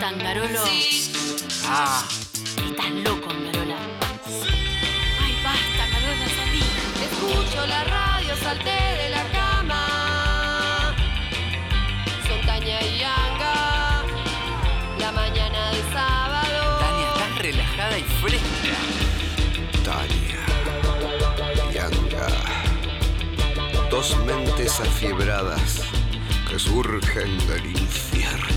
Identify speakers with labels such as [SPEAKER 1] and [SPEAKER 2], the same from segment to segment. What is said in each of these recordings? [SPEAKER 1] Cangarolo.
[SPEAKER 2] Ah,
[SPEAKER 1] Estás loco, Carola. Ay, basta, Carola, salí.
[SPEAKER 3] Escucho la radio, salté de la cama. Son caña y anga. La mañana de sábado.
[SPEAKER 2] Tania, estás relajada y fresca.
[SPEAKER 4] Tania. Yanga. Dos mentes afiebradas que surgen del infierno.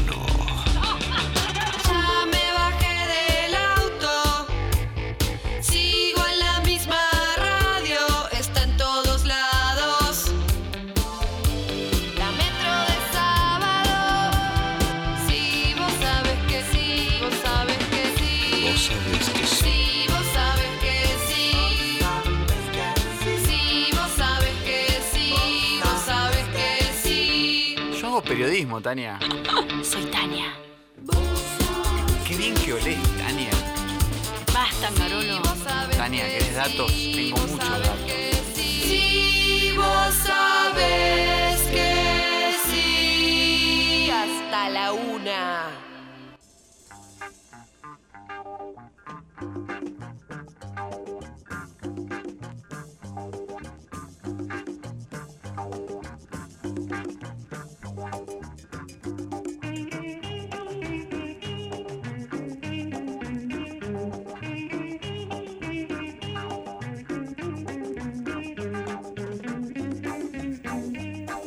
[SPEAKER 3] Ya me bajé del auto. Sigo en la misma radio. Está en todos lados. La metro de sábado. Si vos sabes que sí, vos sabes que sí.
[SPEAKER 4] Vos sabés que sí.
[SPEAKER 3] Si vos sabes que sí, si vos sabes que sí, vos sabes que sí.
[SPEAKER 2] Yo hago periodismo, Tania.
[SPEAKER 1] Soy Tania.
[SPEAKER 2] Qué bien que olés, Tania.
[SPEAKER 1] Basta, Carolo.
[SPEAKER 2] Tania, ¿querés datos? Tengo muchos datos.
[SPEAKER 3] Si vos sabes que sí. Hasta la una.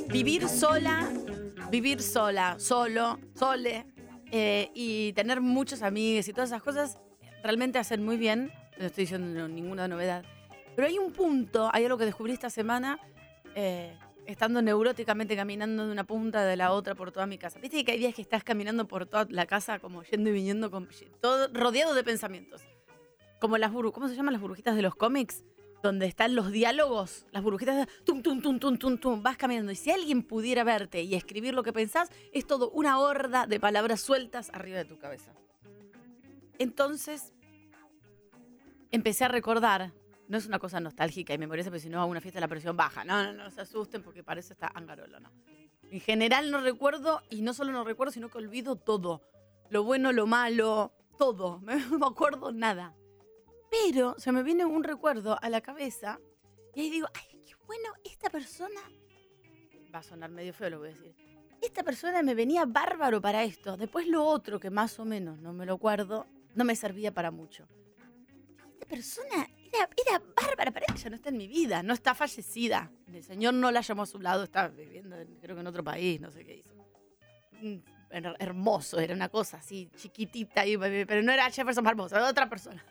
[SPEAKER 5] Vivir sola, vivir sola, solo, sole, eh, y tener muchos amigos y todas esas cosas realmente hacen muy bien. No estoy diciendo ninguna novedad. Pero hay un punto, hay algo que descubrí esta semana, eh, estando neuróticamente caminando de una punta de la otra por toda mi casa. Viste que hay días que estás caminando por toda la casa, como yendo y viniendo, con, todo rodeado de pensamientos. Como las burbujas, ¿cómo se llaman las burbujitas de los cómics? Donde están los diálogos, las burbujitas, de- tum, tum, tum, tum, tum, tum, vas caminando. Y si alguien pudiera verte y escribir lo que pensás, es todo una horda de palabras sueltas arriba de tu cabeza. Entonces, empecé a recordar. No es una cosa nostálgica y memoriza, porque si no, a una fiesta la presión baja. No, no, no se asusten porque parece está angarolo, no. En general no recuerdo, y no solo no recuerdo, sino que olvido todo. Lo bueno, lo malo, todo. No me acuerdo nada. Pero se me viene un recuerdo a la cabeza y ahí digo, ay, qué bueno, esta persona... Va a sonar medio feo lo que voy a decir. Esta persona me venía bárbaro para esto. Después lo otro, que más o menos no me lo acuerdo, no me servía para mucho esta persona era, era bárbara para ella, no está en mi vida, no está fallecida. El señor no la llamó a su lado, está viviendo, en- creo que en otro país, no sé qué hizo. Mm, era Hermoso, era una cosa así, chiquitita, y- pero no era Jefferson Hermoso, era otra persona.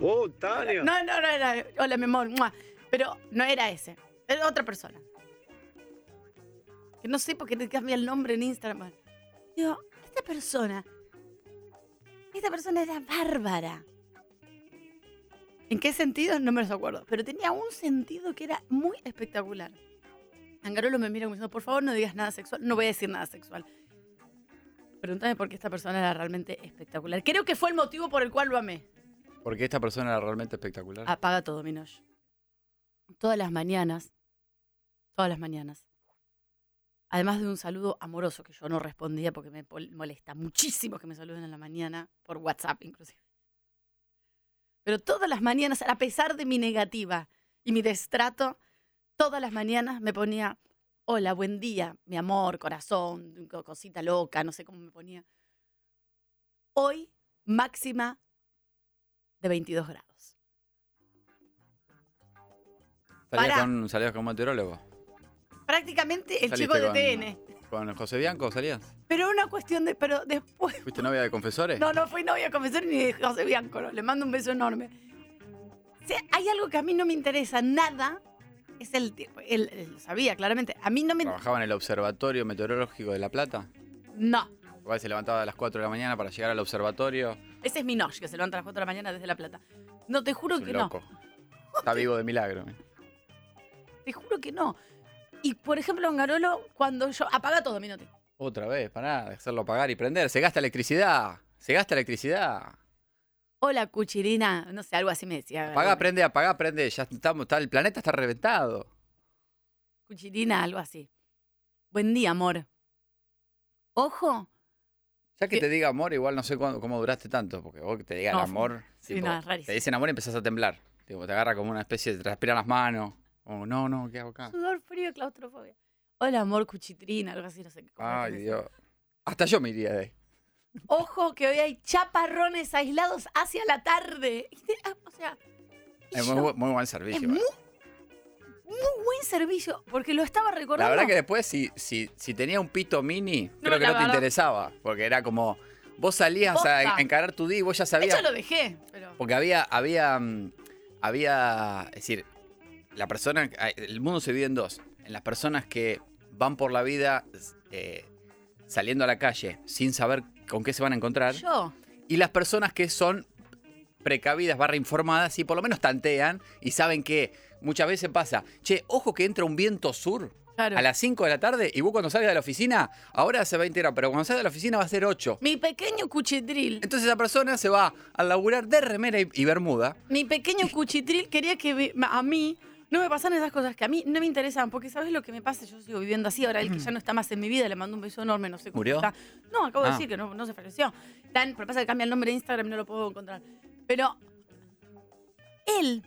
[SPEAKER 6] Oh, Tania.
[SPEAKER 5] No, no, no era. Hola, mi amor. mua. Pero no era ese. Era otra persona. Que no sé por qué te cambia el nombre en Instagram. Digo, esta persona. Esta persona era bárbara. ¿En qué sentido? No me los acuerdo. Pero tenía un sentido que era muy espectacular. Angarolo me mira como diciendo, por favor, no digas nada sexual. No voy a decir nada sexual. Pregúntame por qué esta persona era realmente espectacular. Creo que fue el motivo por el cual lo amé.
[SPEAKER 2] Porque esta persona era realmente espectacular.
[SPEAKER 5] Apaga todo, Minosh. Todas las mañanas, todas las mañanas, además de un saludo amoroso que yo no respondía porque me pol- molesta muchísimo que me saluden en la mañana, por WhatsApp inclusive. Pero todas las mañanas, a pesar de mi negativa y mi destrato, todas las mañanas me ponía, hola, buen día, mi amor, corazón, co- cosita loca, no sé cómo me ponía. Hoy, máxima de 22 grados.
[SPEAKER 2] Salías
[SPEAKER 5] pará.
[SPEAKER 2] con, salías con meteorólogo.
[SPEAKER 5] prácticamente el
[SPEAKER 2] Saliste
[SPEAKER 5] chico de
[SPEAKER 2] con-
[SPEAKER 5] TN.
[SPEAKER 2] ¿Con José Bianco salías?
[SPEAKER 5] Pero una cuestión de. Pero después.
[SPEAKER 2] ¿Fuiste novia de confesores?
[SPEAKER 5] No, no fui novia confesor ni de José Bianco. no, Le mando un beso enorme. Si hay algo que a mí no me interesa nada. Es el tiempo. Él, él lo sabía, claramente. A mí no me.
[SPEAKER 2] Trabajaba en el Observatorio Meteorológico de La Plata.
[SPEAKER 5] No.
[SPEAKER 2] Igual se levantaba a las 4 de la mañana para llegar al observatorio.
[SPEAKER 5] Ese es mi noche, que se levanta a las 4 de la mañana desde La Plata. No, te juro
[SPEAKER 2] Es un
[SPEAKER 5] que
[SPEAKER 2] loco. Está vivo de milagro.
[SPEAKER 5] no. Te juro que no. Y por ejemplo, en Garolo, cuando yo. Apaga todo, Minotti.
[SPEAKER 2] Otra vez, para de hacerlo pagar y prender. Se gasta electricidad. Se gasta electricidad.
[SPEAKER 5] Hola, cuchirina. No sé, algo así me decía.
[SPEAKER 2] Apagá,
[SPEAKER 5] Algo-
[SPEAKER 2] prende, apagá, prende. Ya estamos, está, el planeta está reventado.
[SPEAKER 5] Cuchirina, algo así. Buen día, amor. Ojo,
[SPEAKER 2] Ya que
[SPEAKER 5] Que-
[SPEAKER 2] te diga amor, igual no sé cuándo- cómo duraste tanto, porque vos que te digan
[SPEAKER 5] No,
[SPEAKER 2] amor.
[SPEAKER 5] sí, no, es rarísimo.
[SPEAKER 2] Te dicen amor y empezás a temblar. Tipo, te agarra como una especie, de- te respiran las manos. Como, no, no, ¿qué hago acá?
[SPEAKER 5] Sudor frío, claustrofobia. Hola, amor, cuchitrina, algo así, no sé. qué cosas
[SPEAKER 2] Ay,
[SPEAKER 5] tiene.
[SPEAKER 2] Dios. Hasta yo me iría de ahí.
[SPEAKER 5] Ojo que hoy hay chaparrones aislados hacia la tarde. Y te- ah, O sea, y
[SPEAKER 2] Es
[SPEAKER 5] yo-
[SPEAKER 2] muy, bu- muy buen
[SPEAKER 5] es
[SPEAKER 2] servicio.
[SPEAKER 5] muy,
[SPEAKER 2] ¿verdad?
[SPEAKER 5] muy buen servicio, porque lo estaba
[SPEAKER 2] La
[SPEAKER 5] recordando.
[SPEAKER 2] verdad que después, si, si, si tenía un pito mini, creo que
[SPEAKER 5] la
[SPEAKER 2] no te
[SPEAKER 5] verdad.
[SPEAKER 2] interesaba. Porque era como, vos salías a
[SPEAKER 5] Posta.
[SPEAKER 2] encarar tu día y vos ya
[SPEAKER 5] De
[SPEAKER 2] sabías.
[SPEAKER 5] hecho, lo dejé. Pero...
[SPEAKER 2] Porque había, había, mm, había, es decir, la persona, ah, el mundo se divide en dos. En las personas que van por la vida eh, saliendo a la calle sin saber con qué se van a encontrar.
[SPEAKER 5] Yo,
[SPEAKER 2] Y las personas que son precavidas, barra informadas y por lo menos tantean y saben que muchas veces pasa, che, ojo que entra un viento sur
[SPEAKER 5] claro.
[SPEAKER 2] a las 5 de la tarde y vos cuando salgas de la oficina, ahora hace 20 grados, pero cuando salgas de la oficina va a ser 8.
[SPEAKER 5] Mi pequeño cuchitril.
[SPEAKER 2] Entonces esa persona se va a laburar de remera y- y bermuda.
[SPEAKER 5] Mi pequeño cuchitril quería que me- ma- a mí no me pasaran esas cosas que a mí no me interesan, porque ¿sabes lo que me pasa? Yo sigo viviendo así, ahora el que ya no está más en mi vida, le mando un beso enorme, no sé cómo
[SPEAKER 2] ¿Murió?
[SPEAKER 5] está. No, acabo de
[SPEAKER 2] Ah.
[SPEAKER 5] decir que no, no se falleció. Tan, pero pasa que cambia el nombre de Instagram, no lo puedo encontrar. Pero él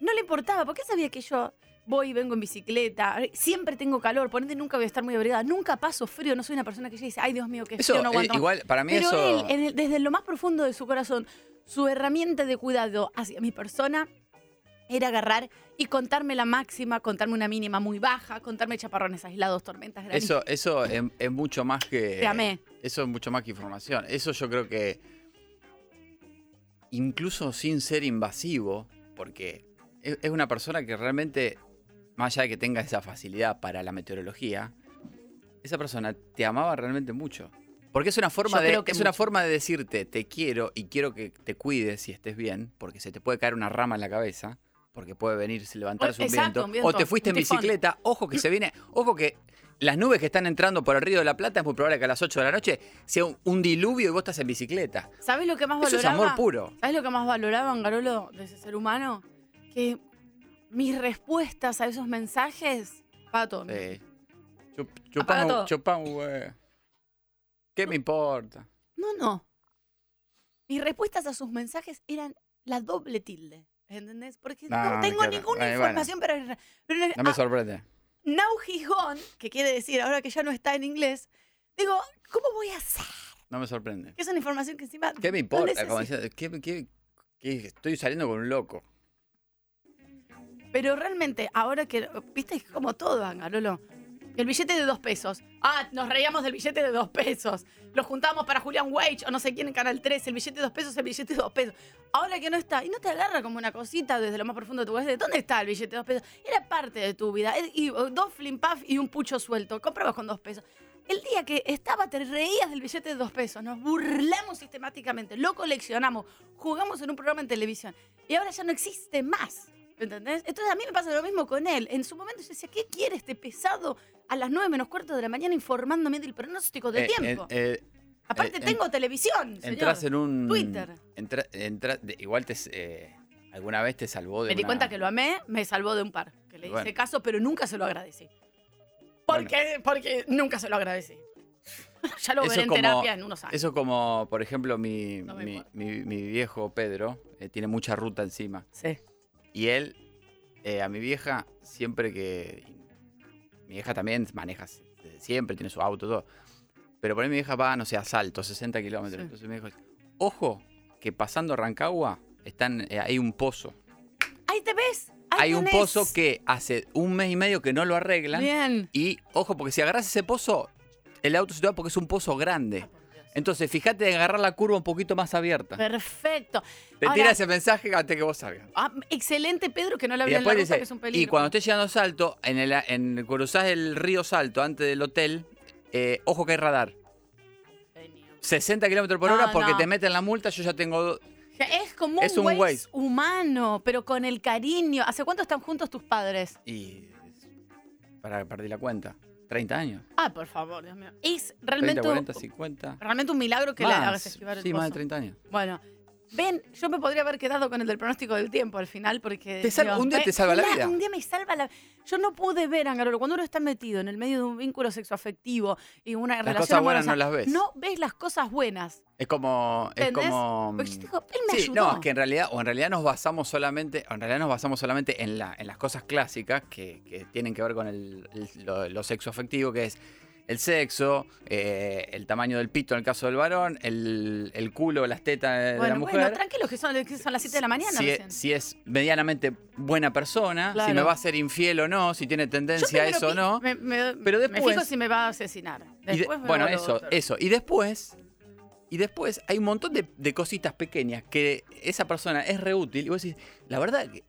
[SPEAKER 5] no le importaba, porque él sabía que yo voy y vengo en bicicleta, siempre tengo calor, ponete nunca voy a estar muy abrigada, nunca paso frío, no soy una persona que ya dice, ay Dios mío, que
[SPEAKER 2] Eso,
[SPEAKER 5] frío no
[SPEAKER 2] eh,
[SPEAKER 5] aguanto. más".
[SPEAKER 2] igual, para mí
[SPEAKER 5] Pero
[SPEAKER 2] eso.
[SPEAKER 5] él, en el- desde lo más profundo de su corazón, su herramienta de cuidado hacia mi persona era agarrar y contarme la máxima, contarme una mínima muy baja, contarme chaparrones aislados, tormentas grandes.
[SPEAKER 2] eso, eh, eso es, es mucho más que.
[SPEAKER 5] Te amé.
[SPEAKER 2] Eso es mucho más que información. Eso yo creo que. Incluso sin ser invasivo, porque es, es una persona que realmente, más allá de que tenga esa facilidad para la meteorología, esa persona te amaba realmente mucho. Porque es una forma
[SPEAKER 5] Yo
[SPEAKER 2] de.
[SPEAKER 5] creo que
[SPEAKER 2] es una
[SPEAKER 5] mucho.
[SPEAKER 2] forma de decirte te quiero y quiero que te cuides y estés bien, porque se te puede caer una rama en la cabeza, porque puede venir se levantarse un
[SPEAKER 5] Exacto,
[SPEAKER 2] viento.
[SPEAKER 5] un viento,
[SPEAKER 2] O te fuiste
[SPEAKER 5] un
[SPEAKER 2] en
[SPEAKER 5] tifón.
[SPEAKER 2] bicicleta, ojo que se viene, ojo que las nubes que están entrando por el río de la Plata es muy probable que a las 8 de la noche sea un, un diluvio y vos estás en bicicleta.
[SPEAKER 5] ¿Sabes lo que más
[SPEAKER 2] Eso
[SPEAKER 5] valoraba?
[SPEAKER 2] es amor puro.
[SPEAKER 5] ¿Sabes lo que más valoraba Angarolo de ese ser humano? Que mis respuestas a esos mensajes, pato,
[SPEAKER 2] Sí. Chup-
[SPEAKER 5] Apaga
[SPEAKER 2] chupá un-
[SPEAKER 5] todo.
[SPEAKER 2] chupá un hue- eh, ¿Qué me importa?
[SPEAKER 5] No, no. Mis respuestas a sus mensajes eran la doble tilde. ¿Entendés? Porque
[SPEAKER 2] No,
[SPEAKER 5] no,
[SPEAKER 2] no
[SPEAKER 5] tengo
[SPEAKER 2] quiero.
[SPEAKER 5] ninguna
[SPEAKER 2] Eh, bueno.
[SPEAKER 5] información para. Pero,
[SPEAKER 2] No me
[SPEAKER 5] ah,
[SPEAKER 2] sorprende.
[SPEAKER 5] Now he's gone, que quiere decir ahora que ya no está en inglés, digo, ¿cómo voy a hacer?
[SPEAKER 2] No me sorprende.
[SPEAKER 5] Que es una información que encima.
[SPEAKER 2] ¿Qué me
[SPEAKER 5] no
[SPEAKER 2] importa?
[SPEAKER 5] necesito.
[SPEAKER 2] Como decía, ¿qué- qué- qué- estoy saliendo con un loco.
[SPEAKER 5] Pero realmente, ahora que. Viste, es como todo, Angarolo. El billete de dos pesos. Ah, nos reíamos del billete de dos pesos. Lo juntamos para Julian Wage o no sé quién en Canal 3. El billete de dos pesos, el billete de dos pesos. Ahora que no está. Y no te agarra como una cosita desde lo más profundo de tu cabeza. de, ¿Dónde está el billete de dos pesos? Era parte de tu vida. Es- Y o, dos flimpaf y un pucho suelto. Comprabas con dos pesos. El día que estaba, te reías del billete de dos pesos. Nos burlamos sistemáticamente. Lo coleccionamos. Jugamos en un programa en televisión. Y ahora ya no existe más. ¿Entendés? Entonces a mí me pasa lo mismo con él. En su momento yo decía, ¿qué quiere este pesado a las 9 menos cuarto de la mañana informándome del pronóstico del
[SPEAKER 2] Eh,
[SPEAKER 5] tiempo?
[SPEAKER 2] en- eh,
[SPEAKER 5] Aparte
[SPEAKER 2] eh, en-
[SPEAKER 5] tengo televisión, señor.
[SPEAKER 2] Entrás en un.
[SPEAKER 5] Twitter.
[SPEAKER 2] entra- entra- de- igual te. eh, alguna vez te salvó de.
[SPEAKER 5] Me di
[SPEAKER 2] una-
[SPEAKER 5] cuenta que lo amé, me salvó de un par. Que le hice
[SPEAKER 2] Bueno.
[SPEAKER 5] caso, pero nunca se lo agradecí. Porque, porque nunca se lo agradecí. ya lo
[SPEAKER 2] Eso
[SPEAKER 5] veré en
[SPEAKER 2] como-
[SPEAKER 5] terapia en unos años.
[SPEAKER 2] Eso como, por ejemplo, mi,
[SPEAKER 5] No me
[SPEAKER 2] mi-
[SPEAKER 5] importa.
[SPEAKER 2] mi- mi viejo Pedro eh, tiene mucha ruta encima.
[SPEAKER 5] Sí.
[SPEAKER 2] Y él, eh, a mi vieja, siempre que... Mi vieja también maneja s- desde siempre, tiene su auto, todo. Pero por ahí mi vieja va, no sé, a salto, 60 kilómetros.
[SPEAKER 5] Sí.
[SPEAKER 2] Entonces me dijo, ojo, que pasando Rancagua están, eh, hay un pozo.
[SPEAKER 5] Ahí te ves. Ahí
[SPEAKER 2] Hay un
[SPEAKER 5] tenés.
[SPEAKER 2] pozo que hace un mes y medio que no lo arreglan.
[SPEAKER 5] Bien.
[SPEAKER 2] Y ojo, porque si agarras ese pozo, el auto se te va porque es un pozo
[SPEAKER 5] Ah,
[SPEAKER 2] grande. Entonces, fíjate de agarrar la curva un poquito más abierta.
[SPEAKER 5] Perfecto.
[SPEAKER 2] Te
[SPEAKER 5] Ahora-
[SPEAKER 2] tira ese mensaje antes que vos salgas.
[SPEAKER 5] Ah, excelente, Pedro, que no le
[SPEAKER 2] Y
[SPEAKER 5] había en la
[SPEAKER 2] después
[SPEAKER 5] ruta,
[SPEAKER 2] dice,
[SPEAKER 5] que es un peligro.
[SPEAKER 2] y cuando estés llegando a Salto, en el, en, cruzás el río Salto antes del hotel, eh, ojo que hay radar. 60 kilómetros por
[SPEAKER 5] No,
[SPEAKER 2] hora porque
[SPEAKER 5] no.
[SPEAKER 2] te meten la multa, yo ya tengo... do-
[SPEAKER 5] Es como
[SPEAKER 2] Es
[SPEAKER 5] un
[SPEAKER 2] un
[SPEAKER 5] Waze
[SPEAKER 2] Waze.
[SPEAKER 5] humano, pero con el cariño. ¿Hace cuánto están juntos tus padres?
[SPEAKER 2] Y... Para perdí la cuenta. 30 años.
[SPEAKER 5] Ah, por favor, Dios mío. Es
[SPEAKER 2] 30,
[SPEAKER 5] realmente,
[SPEAKER 2] 40, 50.
[SPEAKER 5] realmente un milagro que le hagas
[SPEAKER 2] Más.
[SPEAKER 5] esquivar el
[SPEAKER 2] Sí, más de
[SPEAKER 5] pozo.
[SPEAKER 2] 30 años.
[SPEAKER 5] Bueno, Ven, yo me podría haber quedado con el del pronóstico del tiempo al final porque...
[SPEAKER 2] Te salva- un día
[SPEAKER 5] ve-
[SPEAKER 2] te salva la
[SPEAKER 5] un día-
[SPEAKER 2] vida.
[SPEAKER 5] Un día me salva la Yo no pude ver, Angarolo, cuando uno está metido en el medio de un vínculo sexoafectivo y una relación
[SPEAKER 2] cosas buenas
[SPEAKER 5] amorosa,
[SPEAKER 2] no las ves.
[SPEAKER 5] No ves las cosas buenas.
[SPEAKER 2] Es como. Es
[SPEAKER 5] ¿Entendés?
[SPEAKER 2] como.
[SPEAKER 5] Porque yo digo, él me
[SPEAKER 2] Mm. sí,
[SPEAKER 5] ayudó.
[SPEAKER 2] no, es que en realidad, o en realidad nos basamos solamente, o en realidad nos basamos solamente en, la, en las cosas clásicas que, que tienen que ver con el, el- lo, lo sexo afectivo, que es el sexo, eh, el tamaño del pito en el caso del varón, el, el culo, las tetas de
[SPEAKER 5] bueno,
[SPEAKER 2] la mujer.
[SPEAKER 5] bueno, tranquilos que son, que son las 7 de la mañana
[SPEAKER 2] si,
[SPEAKER 5] recién.
[SPEAKER 2] es, si es medianamente buena persona, si
[SPEAKER 5] Claro.
[SPEAKER 2] me va a ser infiel o no, si tiene
[SPEAKER 5] Yo
[SPEAKER 2] tendencia a
[SPEAKER 5] primero
[SPEAKER 2] eso o
[SPEAKER 5] pi-
[SPEAKER 2] no.
[SPEAKER 5] Me, me-
[SPEAKER 2] pero
[SPEAKER 5] me
[SPEAKER 2] después-
[SPEAKER 5] fijo si me va a asesinar.
[SPEAKER 2] Y de-
[SPEAKER 5] Después me
[SPEAKER 2] bueno,
[SPEAKER 5] hago lo
[SPEAKER 2] eso,
[SPEAKER 5] otro.
[SPEAKER 2] eso. Y después, y después hay un montón de, de cositas pequeñas que esa persona es reútil. Y vos decís, la verdad que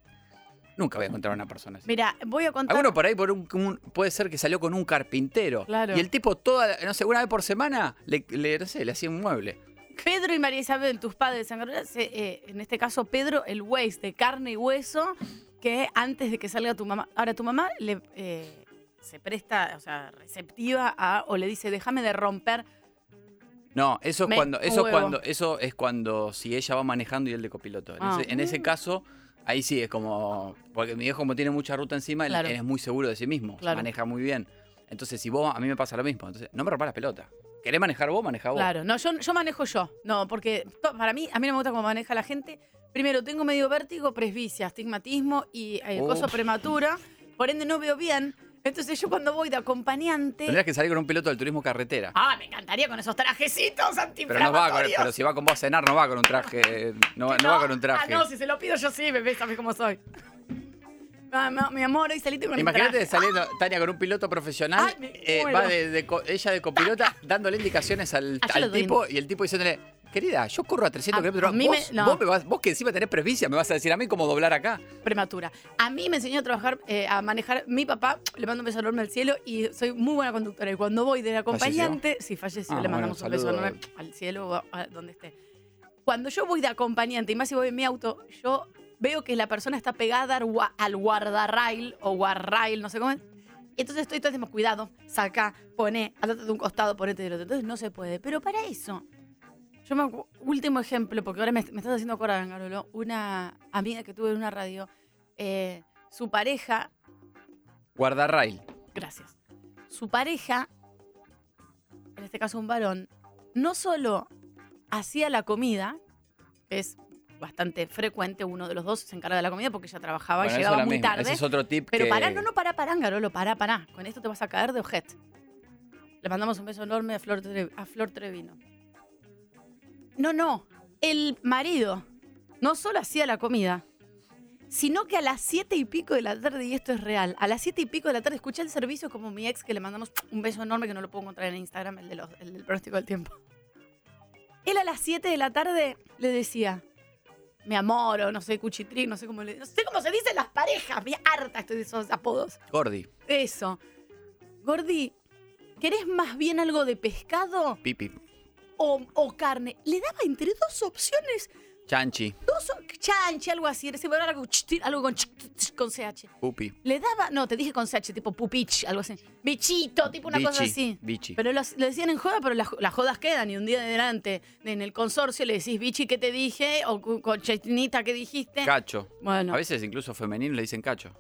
[SPEAKER 2] nunca voy a encontrar una persona así.
[SPEAKER 5] Mira, voy a contar.
[SPEAKER 2] Alguno por ahí por un, un- puede ser que salió con un carpintero.
[SPEAKER 5] Claro.
[SPEAKER 2] Y el tipo toda, la- no sé, una vez por semana le, le, no sé, le hacía un mueble.
[SPEAKER 5] Pedro y María Isabel, tus padres de San Gabriel, se- eh, en este caso Pedro, el Waze de carne y hueso, que antes de que salga tu mamá, ahora tu mamá le, eh, se presta, o sea, receptiva a, o le dice, déjame de romper.
[SPEAKER 2] No, eso es
[SPEAKER 5] Me
[SPEAKER 2] cuando, eso es
[SPEAKER 5] huevo.
[SPEAKER 2] cuando, eso es cuando si ella va manejando y él de copiloto. En,
[SPEAKER 5] Ah.
[SPEAKER 2] ese, en ese caso, ahí sí es como. Porque mi viejo, como tiene mucha ruta encima, él-
[SPEAKER 5] Claro.
[SPEAKER 2] él es muy seguro de sí mismo.
[SPEAKER 5] Claro.
[SPEAKER 2] Maneja muy bien. Entonces, si vos, a mí me pasa lo mismo. Entonces, no me rompas la pelota. ¿Querés manejar vos? Maneja vos.
[SPEAKER 5] Claro, no, yo, yo manejo yo, no, porque to- para mí, a mí no me gusta cómo maneja la gente. Primero, tengo medio vértigo, presbicia, astigmatismo y eh,
[SPEAKER 2] Oh.
[SPEAKER 5] coso prematura, por ende no veo bien. Entonces yo cuando voy de acompañante...
[SPEAKER 2] Tendrías que salir con un piloto del turismo carretera.
[SPEAKER 5] Ah, me encantaría con esos trajecitos
[SPEAKER 2] pero no va con,
[SPEAKER 5] antiinflamatorios.
[SPEAKER 2] pero si va con vos a cenar, no va con un traje. No, va- no va con un traje.
[SPEAKER 5] Ah, no, si se lo pido yo sí, bebé, sabes cómo soy. Ah, no, mi amor, hoy saliste con
[SPEAKER 2] Imagínate
[SPEAKER 5] un traje.
[SPEAKER 2] saliendo Tania con un piloto profesional,
[SPEAKER 5] Ay, me
[SPEAKER 2] eh,
[SPEAKER 5] muero.
[SPEAKER 2] va de, de co- ella de copilota dándole indicaciones al,
[SPEAKER 5] Ah, yo
[SPEAKER 2] al
[SPEAKER 5] lo doy.
[SPEAKER 2] tipo y el tipo diciéndole, querida, yo corro a 300
[SPEAKER 5] A-
[SPEAKER 2] kilómetros,
[SPEAKER 5] a mí me-
[SPEAKER 2] vos,
[SPEAKER 5] no.
[SPEAKER 2] vos me vas- vos que encima tenés presbicia, me vas a decir a mí cómo doblar acá.
[SPEAKER 5] Prematura. A mí me enseñó a trabajar, eh, a manejar mi papá. Le mando un beso enorme al cielo y soy muy buena conductora. Y cuando voy del acompañante, sí, falleció,
[SPEAKER 2] Ah,
[SPEAKER 5] le mandamos
[SPEAKER 2] bueno,
[SPEAKER 5] un beso
[SPEAKER 2] saludo.
[SPEAKER 5] enorme al cielo o a, a donde esté. Cuando yo voy de acompañante, y más si voy en mi auto, yo veo que la persona está pegada al, gua- al guardarrail o guardrail, no sé cómo es. Y Entonces estoy todo el tiempo, cuidado, saca, pone, andate de un costado, ponete del otro. Entonces no se puede. Pero para eso, yo me acu- último ejemplo, porque ahora me, me estás haciendo acordar, Garolo, una amiga que tuve en una radio, eh, su pareja,
[SPEAKER 2] Guardarrail.
[SPEAKER 5] gracias, su pareja, en este caso un varón, no solo hacía la comida, es bastante frecuente, uno de los dos se encarga de la comida porque ella trabajaba
[SPEAKER 2] Bueno,
[SPEAKER 5] y
[SPEAKER 2] eso es
[SPEAKER 5] llegaba
[SPEAKER 2] la
[SPEAKER 5] muy
[SPEAKER 2] misma.
[SPEAKER 5] tarde.
[SPEAKER 2] Ese es otro tip
[SPEAKER 5] Pero
[SPEAKER 2] que...
[SPEAKER 5] pará, no, no, pará, pará, Garolo, pará, pará. Con esto te vas a caer de objeto. Le mandamos un beso enorme a Flor, Tre- a Flor Trevino. No, no. El marido no solo hacía la comida, sino que a las siete y pico de la tarde, y esto es real, a las siete y pico de la tarde escuché el servicio como mi ex que le mandamos un beso enorme que no lo puedo encontrar en Instagram, el, de los- el del pronóstico del tiempo. Él a las 7 de la tarde le decía, mi amor, o no sé, cuchitrí, no sé cómo le, no sé cómo se dicen las parejas, me harta estoy de esos apodos.
[SPEAKER 2] Gordi,
[SPEAKER 5] Eso. Gordi, ¿querés más bien algo de pescado
[SPEAKER 2] pipi,
[SPEAKER 5] o, o carne? Le daba entre dos opciones,
[SPEAKER 2] chanchi,
[SPEAKER 5] dos o- chanche, algo así, ese varón, algo, cuchitrí, algo con, ch- ch- ch- con CH.
[SPEAKER 2] pupi,
[SPEAKER 5] Le daba, no, te dije con CH, tipo pupich, algo así. Bichito, tipo una
[SPEAKER 2] bichi,
[SPEAKER 5] cosa así.
[SPEAKER 2] bichi.
[SPEAKER 5] Pero lo, lo decían en joda, pero las, las jodas quedan. Y un día de delante, en el consorcio, le decís, bichi, ¿qué te dije? O cu- cochinita, ¿qué dijiste?
[SPEAKER 2] Cacho.
[SPEAKER 5] Bueno,
[SPEAKER 2] A veces incluso femenino le dicen cacho.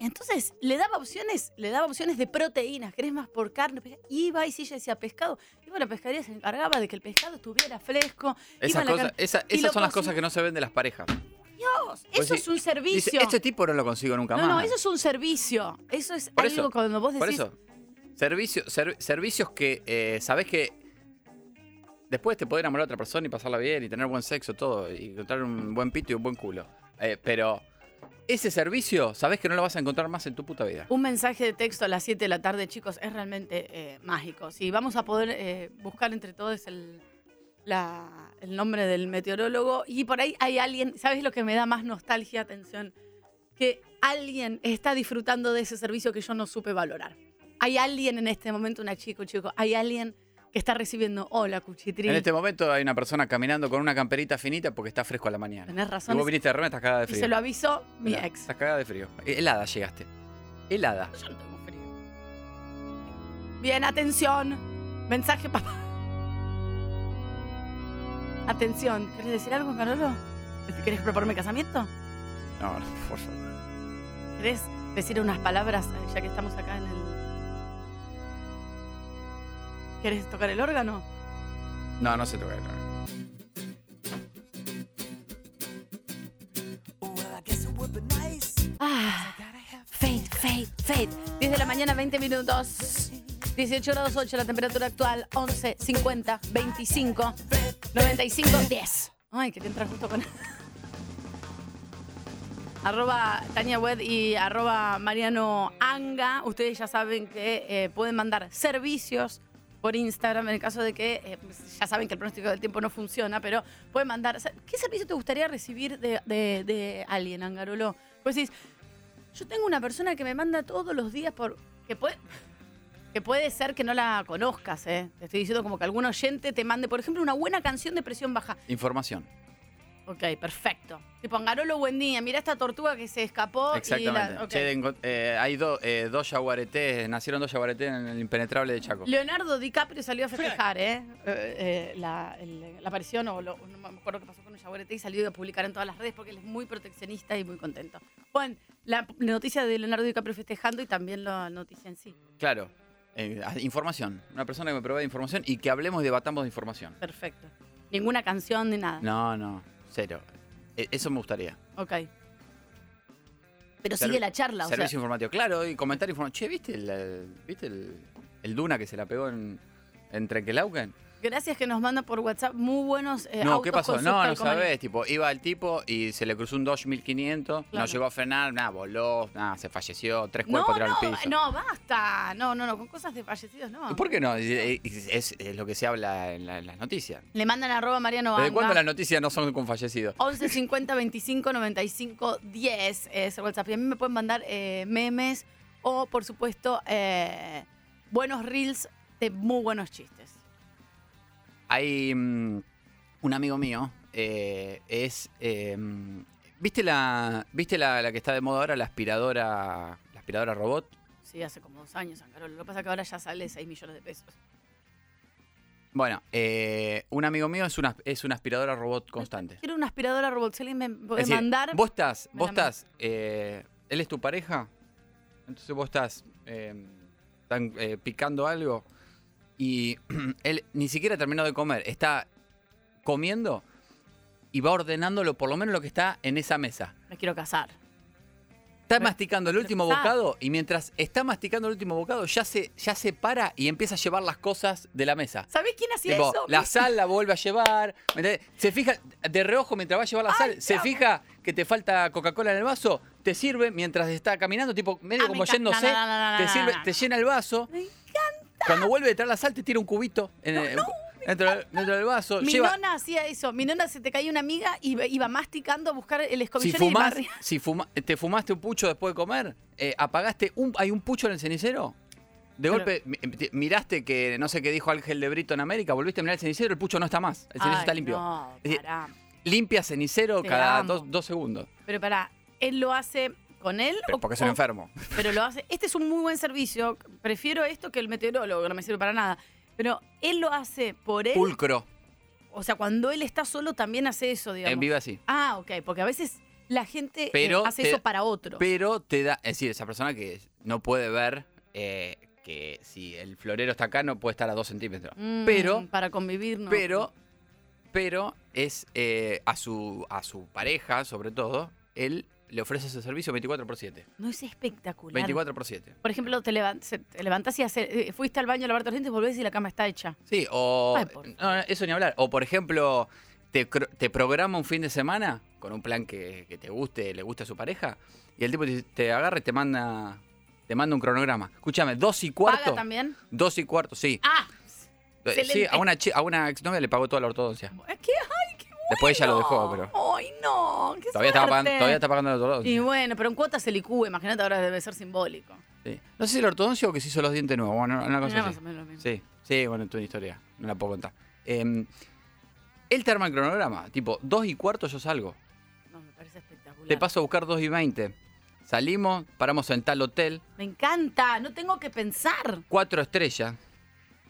[SPEAKER 5] entonces le daba opciones, le daba opciones de proteínas, ¿querés más por carne? Pesca- Iba y si ella decía pescado, iba a la pescaría, se encargaba de que el pescado estuviera fresco. iba a
[SPEAKER 2] Esas,
[SPEAKER 5] la
[SPEAKER 2] cosas,
[SPEAKER 5] car-
[SPEAKER 2] esa- eh,
[SPEAKER 5] y
[SPEAKER 2] esas
[SPEAKER 5] lo
[SPEAKER 2] son las cosas
[SPEAKER 5] cocina-
[SPEAKER 2] que no se ven de las parejas.
[SPEAKER 5] Dios, eso
[SPEAKER 2] pues sí,
[SPEAKER 5] es un servicio.
[SPEAKER 2] Dice, este tipo no lo consigo nunca
[SPEAKER 5] no,
[SPEAKER 2] más.
[SPEAKER 5] no, eso es un servicio. Eso es
[SPEAKER 2] Por
[SPEAKER 5] algo
[SPEAKER 2] eso,
[SPEAKER 5] cuando vos
[SPEAKER 2] Por
[SPEAKER 5] decís.
[SPEAKER 2] eso, servicio- ser- servicios que eh, sabés que después te poder enamorar a otra persona y pasarla bien y tener buen sexo, todo, y encontrar un buen pito y un buen culo. Eh, pero ese servicio sabés que no lo vas a encontrar más en tu puta vida.
[SPEAKER 5] Un mensaje de texto a las 7 de la tarde, chicos, es realmente eh, mágico. Si vamos a poder eh, buscar entre todos el, la- el nombre del meteorólogo. Y por ahí hay alguien, ¿sabes lo que me da más nostalgia, atención? Que alguien está disfrutando de ese servicio que yo no supe valorar. Hay alguien en este momento, una chica, un chico, hay alguien que está recibiendo, hola, cuchitrín.
[SPEAKER 2] En este momento hay una persona caminando con una camperita finita porque está fresco a la mañana.
[SPEAKER 5] Tenés
[SPEAKER 2] y
[SPEAKER 5] razón.
[SPEAKER 2] vos
[SPEAKER 5] es-
[SPEAKER 2] viniste de Roma, estás cagada de
[SPEAKER 5] Y
[SPEAKER 2] frío.
[SPEAKER 5] se lo avisó mi
[SPEAKER 2] Mirá,
[SPEAKER 5] ex.
[SPEAKER 2] Estás cagada de frío. Eh, Helada llegaste. Helada.
[SPEAKER 5] Yo no tengo frío. Bien, atención. Mensaje papá. Atención, ¿querés decir algo, Carolo? ¿Querés proponerme casamiento?
[SPEAKER 2] No, no, por favor.
[SPEAKER 5] ¿Querés decir unas palabras eh, ya que estamos acá en el. ¿Querés tocar el órgano?
[SPEAKER 2] No, no se toca el órgano.
[SPEAKER 5] Ah, fade, fade, fade. 10 de la mañana, 20 minutos. 18 grados 8, la temperatura actual 11, 50, 25, 95, 10. Ay, que te entra justo con... Arroba Tania Wed y arroba Mariano Anga. Ustedes ya saben que eh, pueden mandar servicios por Instagram en el caso de que, eh, ya saben que el pronóstico del tiempo no funciona, pero pueden mandar... ¿Qué servicio te gustaría recibir de, de- de alguien, Angarolo? Pues decís, yo tengo una persona que me manda todos los días por. que puede. Que puede ser que no la conozcas, ¿eh? Te estoy diciendo como que algún oyente te mande, por ejemplo, una buena canción de presión baja.
[SPEAKER 2] Información.
[SPEAKER 5] Ok, perfecto. Tipo, Angarolo, buen día. Mira esta tortuga que se escapó.
[SPEAKER 2] Exactamente.
[SPEAKER 5] Y la- ok.
[SPEAKER 2] Che, encon- eh, hay do- eh, dos yaguaretés, nacieron dos yaguaretés en el impenetrable de Chaco.
[SPEAKER 5] Leonardo DiCaprio salió a festejar, ¿eh? Eh, eh, la, el- la aparición, o lo- no me acuerdo qué pasó con un jaguarete, y salió a publicar en todas las redes porque él es muy proteccionista y muy contento. Juan, la noticia de Leonardo DiCaprio festejando y también la noticia en sí.
[SPEAKER 2] Claro. Eh, ah, información. Una persona que me provee información y que hablemos y debatamos de información.
[SPEAKER 5] Perfecto. Ninguna canción ni nada.
[SPEAKER 2] No, no, cero. E- Eso me gustaría.
[SPEAKER 5] Ok. Pero
[SPEAKER 2] Servi-
[SPEAKER 5] sigue la charla, o sea.
[SPEAKER 2] Servicio informativo. Claro, y comentar información. Che, ¿viste el, eh, ¿viste el, el Duna que se la pegó en, en Trenquelauquen?
[SPEAKER 5] Gracias que nos manda por WhatsApp muy buenos eh,
[SPEAKER 2] No,
[SPEAKER 5] autos
[SPEAKER 2] ¿qué pasó?
[SPEAKER 5] con
[SPEAKER 2] No, no
[SPEAKER 5] subcalcomanías.
[SPEAKER 2] sabés. Tipo, iba el tipo y se le cruzó un Dodge 1500,
[SPEAKER 5] Claro.
[SPEAKER 2] no llegó a frenar, nada, voló, nada, se falleció, tres
[SPEAKER 5] No,
[SPEAKER 2] cuerpos tiraron
[SPEAKER 5] no,
[SPEAKER 2] al piso.
[SPEAKER 5] no, basta. No, no, no, con cosas de fallecidos no.
[SPEAKER 2] ¿Por qué no? Es, es- es lo que se habla en, la- en las noticias.
[SPEAKER 5] Le mandan arroba Mariano
[SPEAKER 2] ¿Desde
[SPEAKER 5] Anga.
[SPEAKER 2] cuándo las noticias no son con fallecidos?
[SPEAKER 5] 11 50 25 95 10 es el WhatsApp. Y a mí me pueden mandar eh, memes o, por supuesto, eh, buenos reels de muy buenos chistes.
[SPEAKER 2] Hay mm, un amigo mío, eh, es. eh, mm, ¿Viste, la, ¿viste la, la que está de moda ahora, la aspiradora, la aspiradora robot?
[SPEAKER 5] Sí, hace como dos años, Angarolo. Lo que pasa es que ahora ya sale 6 millones de pesos.
[SPEAKER 2] Bueno, eh, un amigo mío es una, es una aspiradora robot constante.
[SPEAKER 5] Quiero una aspiradora robot. Si alguien me puede
[SPEAKER 2] Es decir,
[SPEAKER 5] mandar.
[SPEAKER 2] Vos estás,
[SPEAKER 5] me
[SPEAKER 2] vos
[SPEAKER 5] la manda.
[SPEAKER 2] estás, eh, él es tu pareja, entonces vos estás, eh, están eh, picando algo y él ni siquiera terminó de comer, está comiendo y va ordenándolo por lo menos lo que está en esa mesa.
[SPEAKER 5] Me quiero casar.
[SPEAKER 2] Está
[SPEAKER 5] Pero-
[SPEAKER 2] masticando el
[SPEAKER 5] pero
[SPEAKER 2] último
[SPEAKER 5] pensá.
[SPEAKER 2] bocado y mientras está masticando el último bocado ya se, ya se para y empieza a llevar las cosas de la mesa.
[SPEAKER 5] ¿Sabés quién hacía
[SPEAKER 2] Tipo,
[SPEAKER 5] eso?
[SPEAKER 2] la sal la vuelve a llevar. ¿me entendés? Se fija, de reojo mientras va a llevar la sal, se fija que te falta Coca-Cola en el vaso, te sirve mientras está caminando, tipo medio
[SPEAKER 5] Ah, me
[SPEAKER 2] como
[SPEAKER 5] encanta.
[SPEAKER 2] yéndose,
[SPEAKER 5] No, no, no, no,
[SPEAKER 2] te
[SPEAKER 5] no,
[SPEAKER 2] sirve,
[SPEAKER 5] no, no.
[SPEAKER 2] te llena el vaso.
[SPEAKER 5] Me
[SPEAKER 2] Cuando vuelve de traer la sal, te tira un cubito en el- dentro, del- dentro del vaso.
[SPEAKER 5] Mi
[SPEAKER 2] lleva-
[SPEAKER 5] nona hacía eso. Mi nona se te caía una amiga y iba- iba masticando a buscar el
[SPEAKER 2] si
[SPEAKER 5] escobillón y
[SPEAKER 2] fumás,
[SPEAKER 5] barría.
[SPEAKER 2] si fuma- te fumaste un pucho después de comer, eh, apagaste un, hay un pucho en el cenicero. De
[SPEAKER 5] Pero-
[SPEAKER 2] golpe mi- te- miraste que no sé qué dijo Ángel de Brito en América, volviste a mirar el cenicero, el pucho no está más, el cenicero
[SPEAKER 5] Ay,
[SPEAKER 2] está limpio.
[SPEAKER 5] No,
[SPEAKER 2] Es decir,
[SPEAKER 5] pará.
[SPEAKER 2] limpia cenicero
[SPEAKER 5] Te
[SPEAKER 2] cada
[SPEAKER 5] amo.
[SPEAKER 2] dos, dos segundos.
[SPEAKER 5] Pero pará, él lo hace con él.
[SPEAKER 2] Pero
[SPEAKER 5] o-
[SPEAKER 2] porque es un
[SPEAKER 5] o-
[SPEAKER 2] enfermo.
[SPEAKER 5] Pero lo hace. Este es un muy buen servicio. Prefiero esto que el meteorólogo, que no me sirve para nada. Pero él lo hace por él.
[SPEAKER 2] Pulcro.
[SPEAKER 5] O sea, cuando él está solo también hace eso, digamos.
[SPEAKER 2] En vivo así.
[SPEAKER 5] Ah, ok, porque a veces la gente eh,
[SPEAKER 2] Pero
[SPEAKER 5] hace
[SPEAKER 2] te-
[SPEAKER 5] eso para otro.
[SPEAKER 2] Pero te da. Es decir, esa persona que no puede ver eh, que si el florero está acá, no puede estar a dos centímetros.
[SPEAKER 5] Mm,
[SPEAKER 2] pero-
[SPEAKER 5] Para convivir, ¿no?
[SPEAKER 2] Pero. Pero es eh, a su. a su pareja, sobre todo, él le ofrece ese servicio 24 por 7.
[SPEAKER 5] No es espectacular.
[SPEAKER 2] 24 por 7.
[SPEAKER 5] Por ejemplo, te, levan- se- te levantás y hace- eh, fuiste al baño a lavarte los dientes, volvés y la cama está hecha.
[SPEAKER 2] Sí, o.
[SPEAKER 5] Ay, por
[SPEAKER 2] no, no, eso ni hablar. O, por ejemplo, te, cro- te programa un fin de semana con un plan que, que te guste, le guste a su pareja, y el tipo te, te agarra y te manda, te manda un cronograma. Escúchame, dos y cuarto.
[SPEAKER 5] ¿Paga también?
[SPEAKER 2] Dos y cuarto, sí.
[SPEAKER 5] Ah,
[SPEAKER 2] Eh, sí,
[SPEAKER 5] excelente.
[SPEAKER 2] a una, chi- a una exnovia le pagó toda la ortodoncia.
[SPEAKER 5] es que, ay, qué bueno.
[SPEAKER 2] Después ella lo dejó, pero.
[SPEAKER 5] Ay, no, qué
[SPEAKER 2] Todavía está, pagando,
[SPEAKER 5] suerte.
[SPEAKER 2] todavía está pagando la ortodoncia.
[SPEAKER 5] Y bueno, pero en cuotas se licúa, imagínate, ahora debe ser simbólico.
[SPEAKER 2] Sí. No sé si el ortodoncia o que se hizo los dientes nuevos. Bueno, una cosa
[SPEAKER 5] Era más
[SPEAKER 2] así.
[SPEAKER 5] o menos lo mismo.
[SPEAKER 2] Sí, sí, bueno, tu historia. No la puedo contar. Eh, él te arma el cronograma. Tipo, dos y cuarto yo salgo.
[SPEAKER 5] No, me parece espectacular.
[SPEAKER 2] Te paso a buscar 2 y 20. Salimos, paramos en tal hotel,
[SPEAKER 5] Me encanta, no tengo que pensar.
[SPEAKER 2] cuatro estrellas.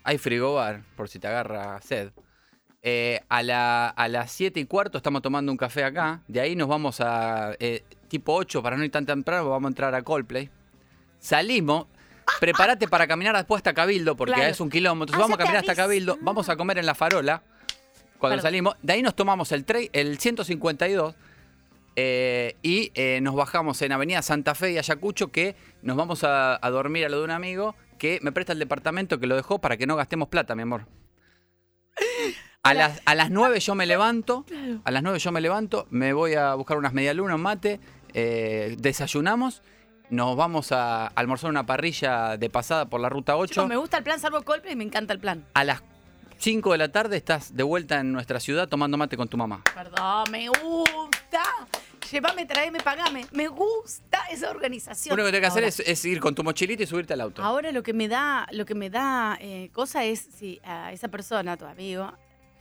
[SPEAKER 2] Hay frigobar, por si te agarra sed. Eh, a, la- a las 7 y cuarto estamos tomando un café acá. De ahí nos vamos a eh, tipo 8 para no ir tan temprano. Vamos a entrar a Coldplay. Salimos. Prepárate para caminar después hasta Cabildo porque
[SPEAKER 5] Claro.
[SPEAKER 2] es un kilómetro. Entonces
[SPEAKER 5] Ah, ya
[SPEAKER 2] vamos a
[SPEAKER 5] te
[SPEAKER 2] caminar hasta
[SPEAKER 5] avisa.
[SPEAKER 2] Cabildo. Vamos a comer en la farola cuando
[SPEAKER 5] Perdón.
[SPEAKER 2] salimos. De ahí nos tomamos el, tre- el 152 eh, y eh, nos bajamos en Avenida Santa Fe y Ayacucho, que nos vamos a, a dormir a lo de un amigo que me presta el departamento que lo dejó para que no gastemos plata, mi amor. A las, a las 9 yo me levanto, a las 9 yo me levanto, me voy a buscar unas medialunas, un mate, eh, desayunamos, nos vamos a almorzar una parrilla de pasada por la ruta 8.
[SPEAKER 5] Chicos, me gusta el plan salvo Coldplay y me encanta el plan.
[SPEAKER 2] A las 5 de la tarde estás de vuelta en nuestra ciudad tomando mate con tu mamá.
[SPEAKER 5] Perdón, me gusta. Llévame, tráeme, pagame. Me gusta esa organización.
[SPEAKER 2] Lo único que tenés que hacer
[SPEAKER 5] Ahora-
[SPEAKER 2] es, es ir con tu mochilita y subirte al auto.
[SPEAKER 5] Ahora lo que me da, lo que me da eh, cosa es si a esa persona, a tu amigo,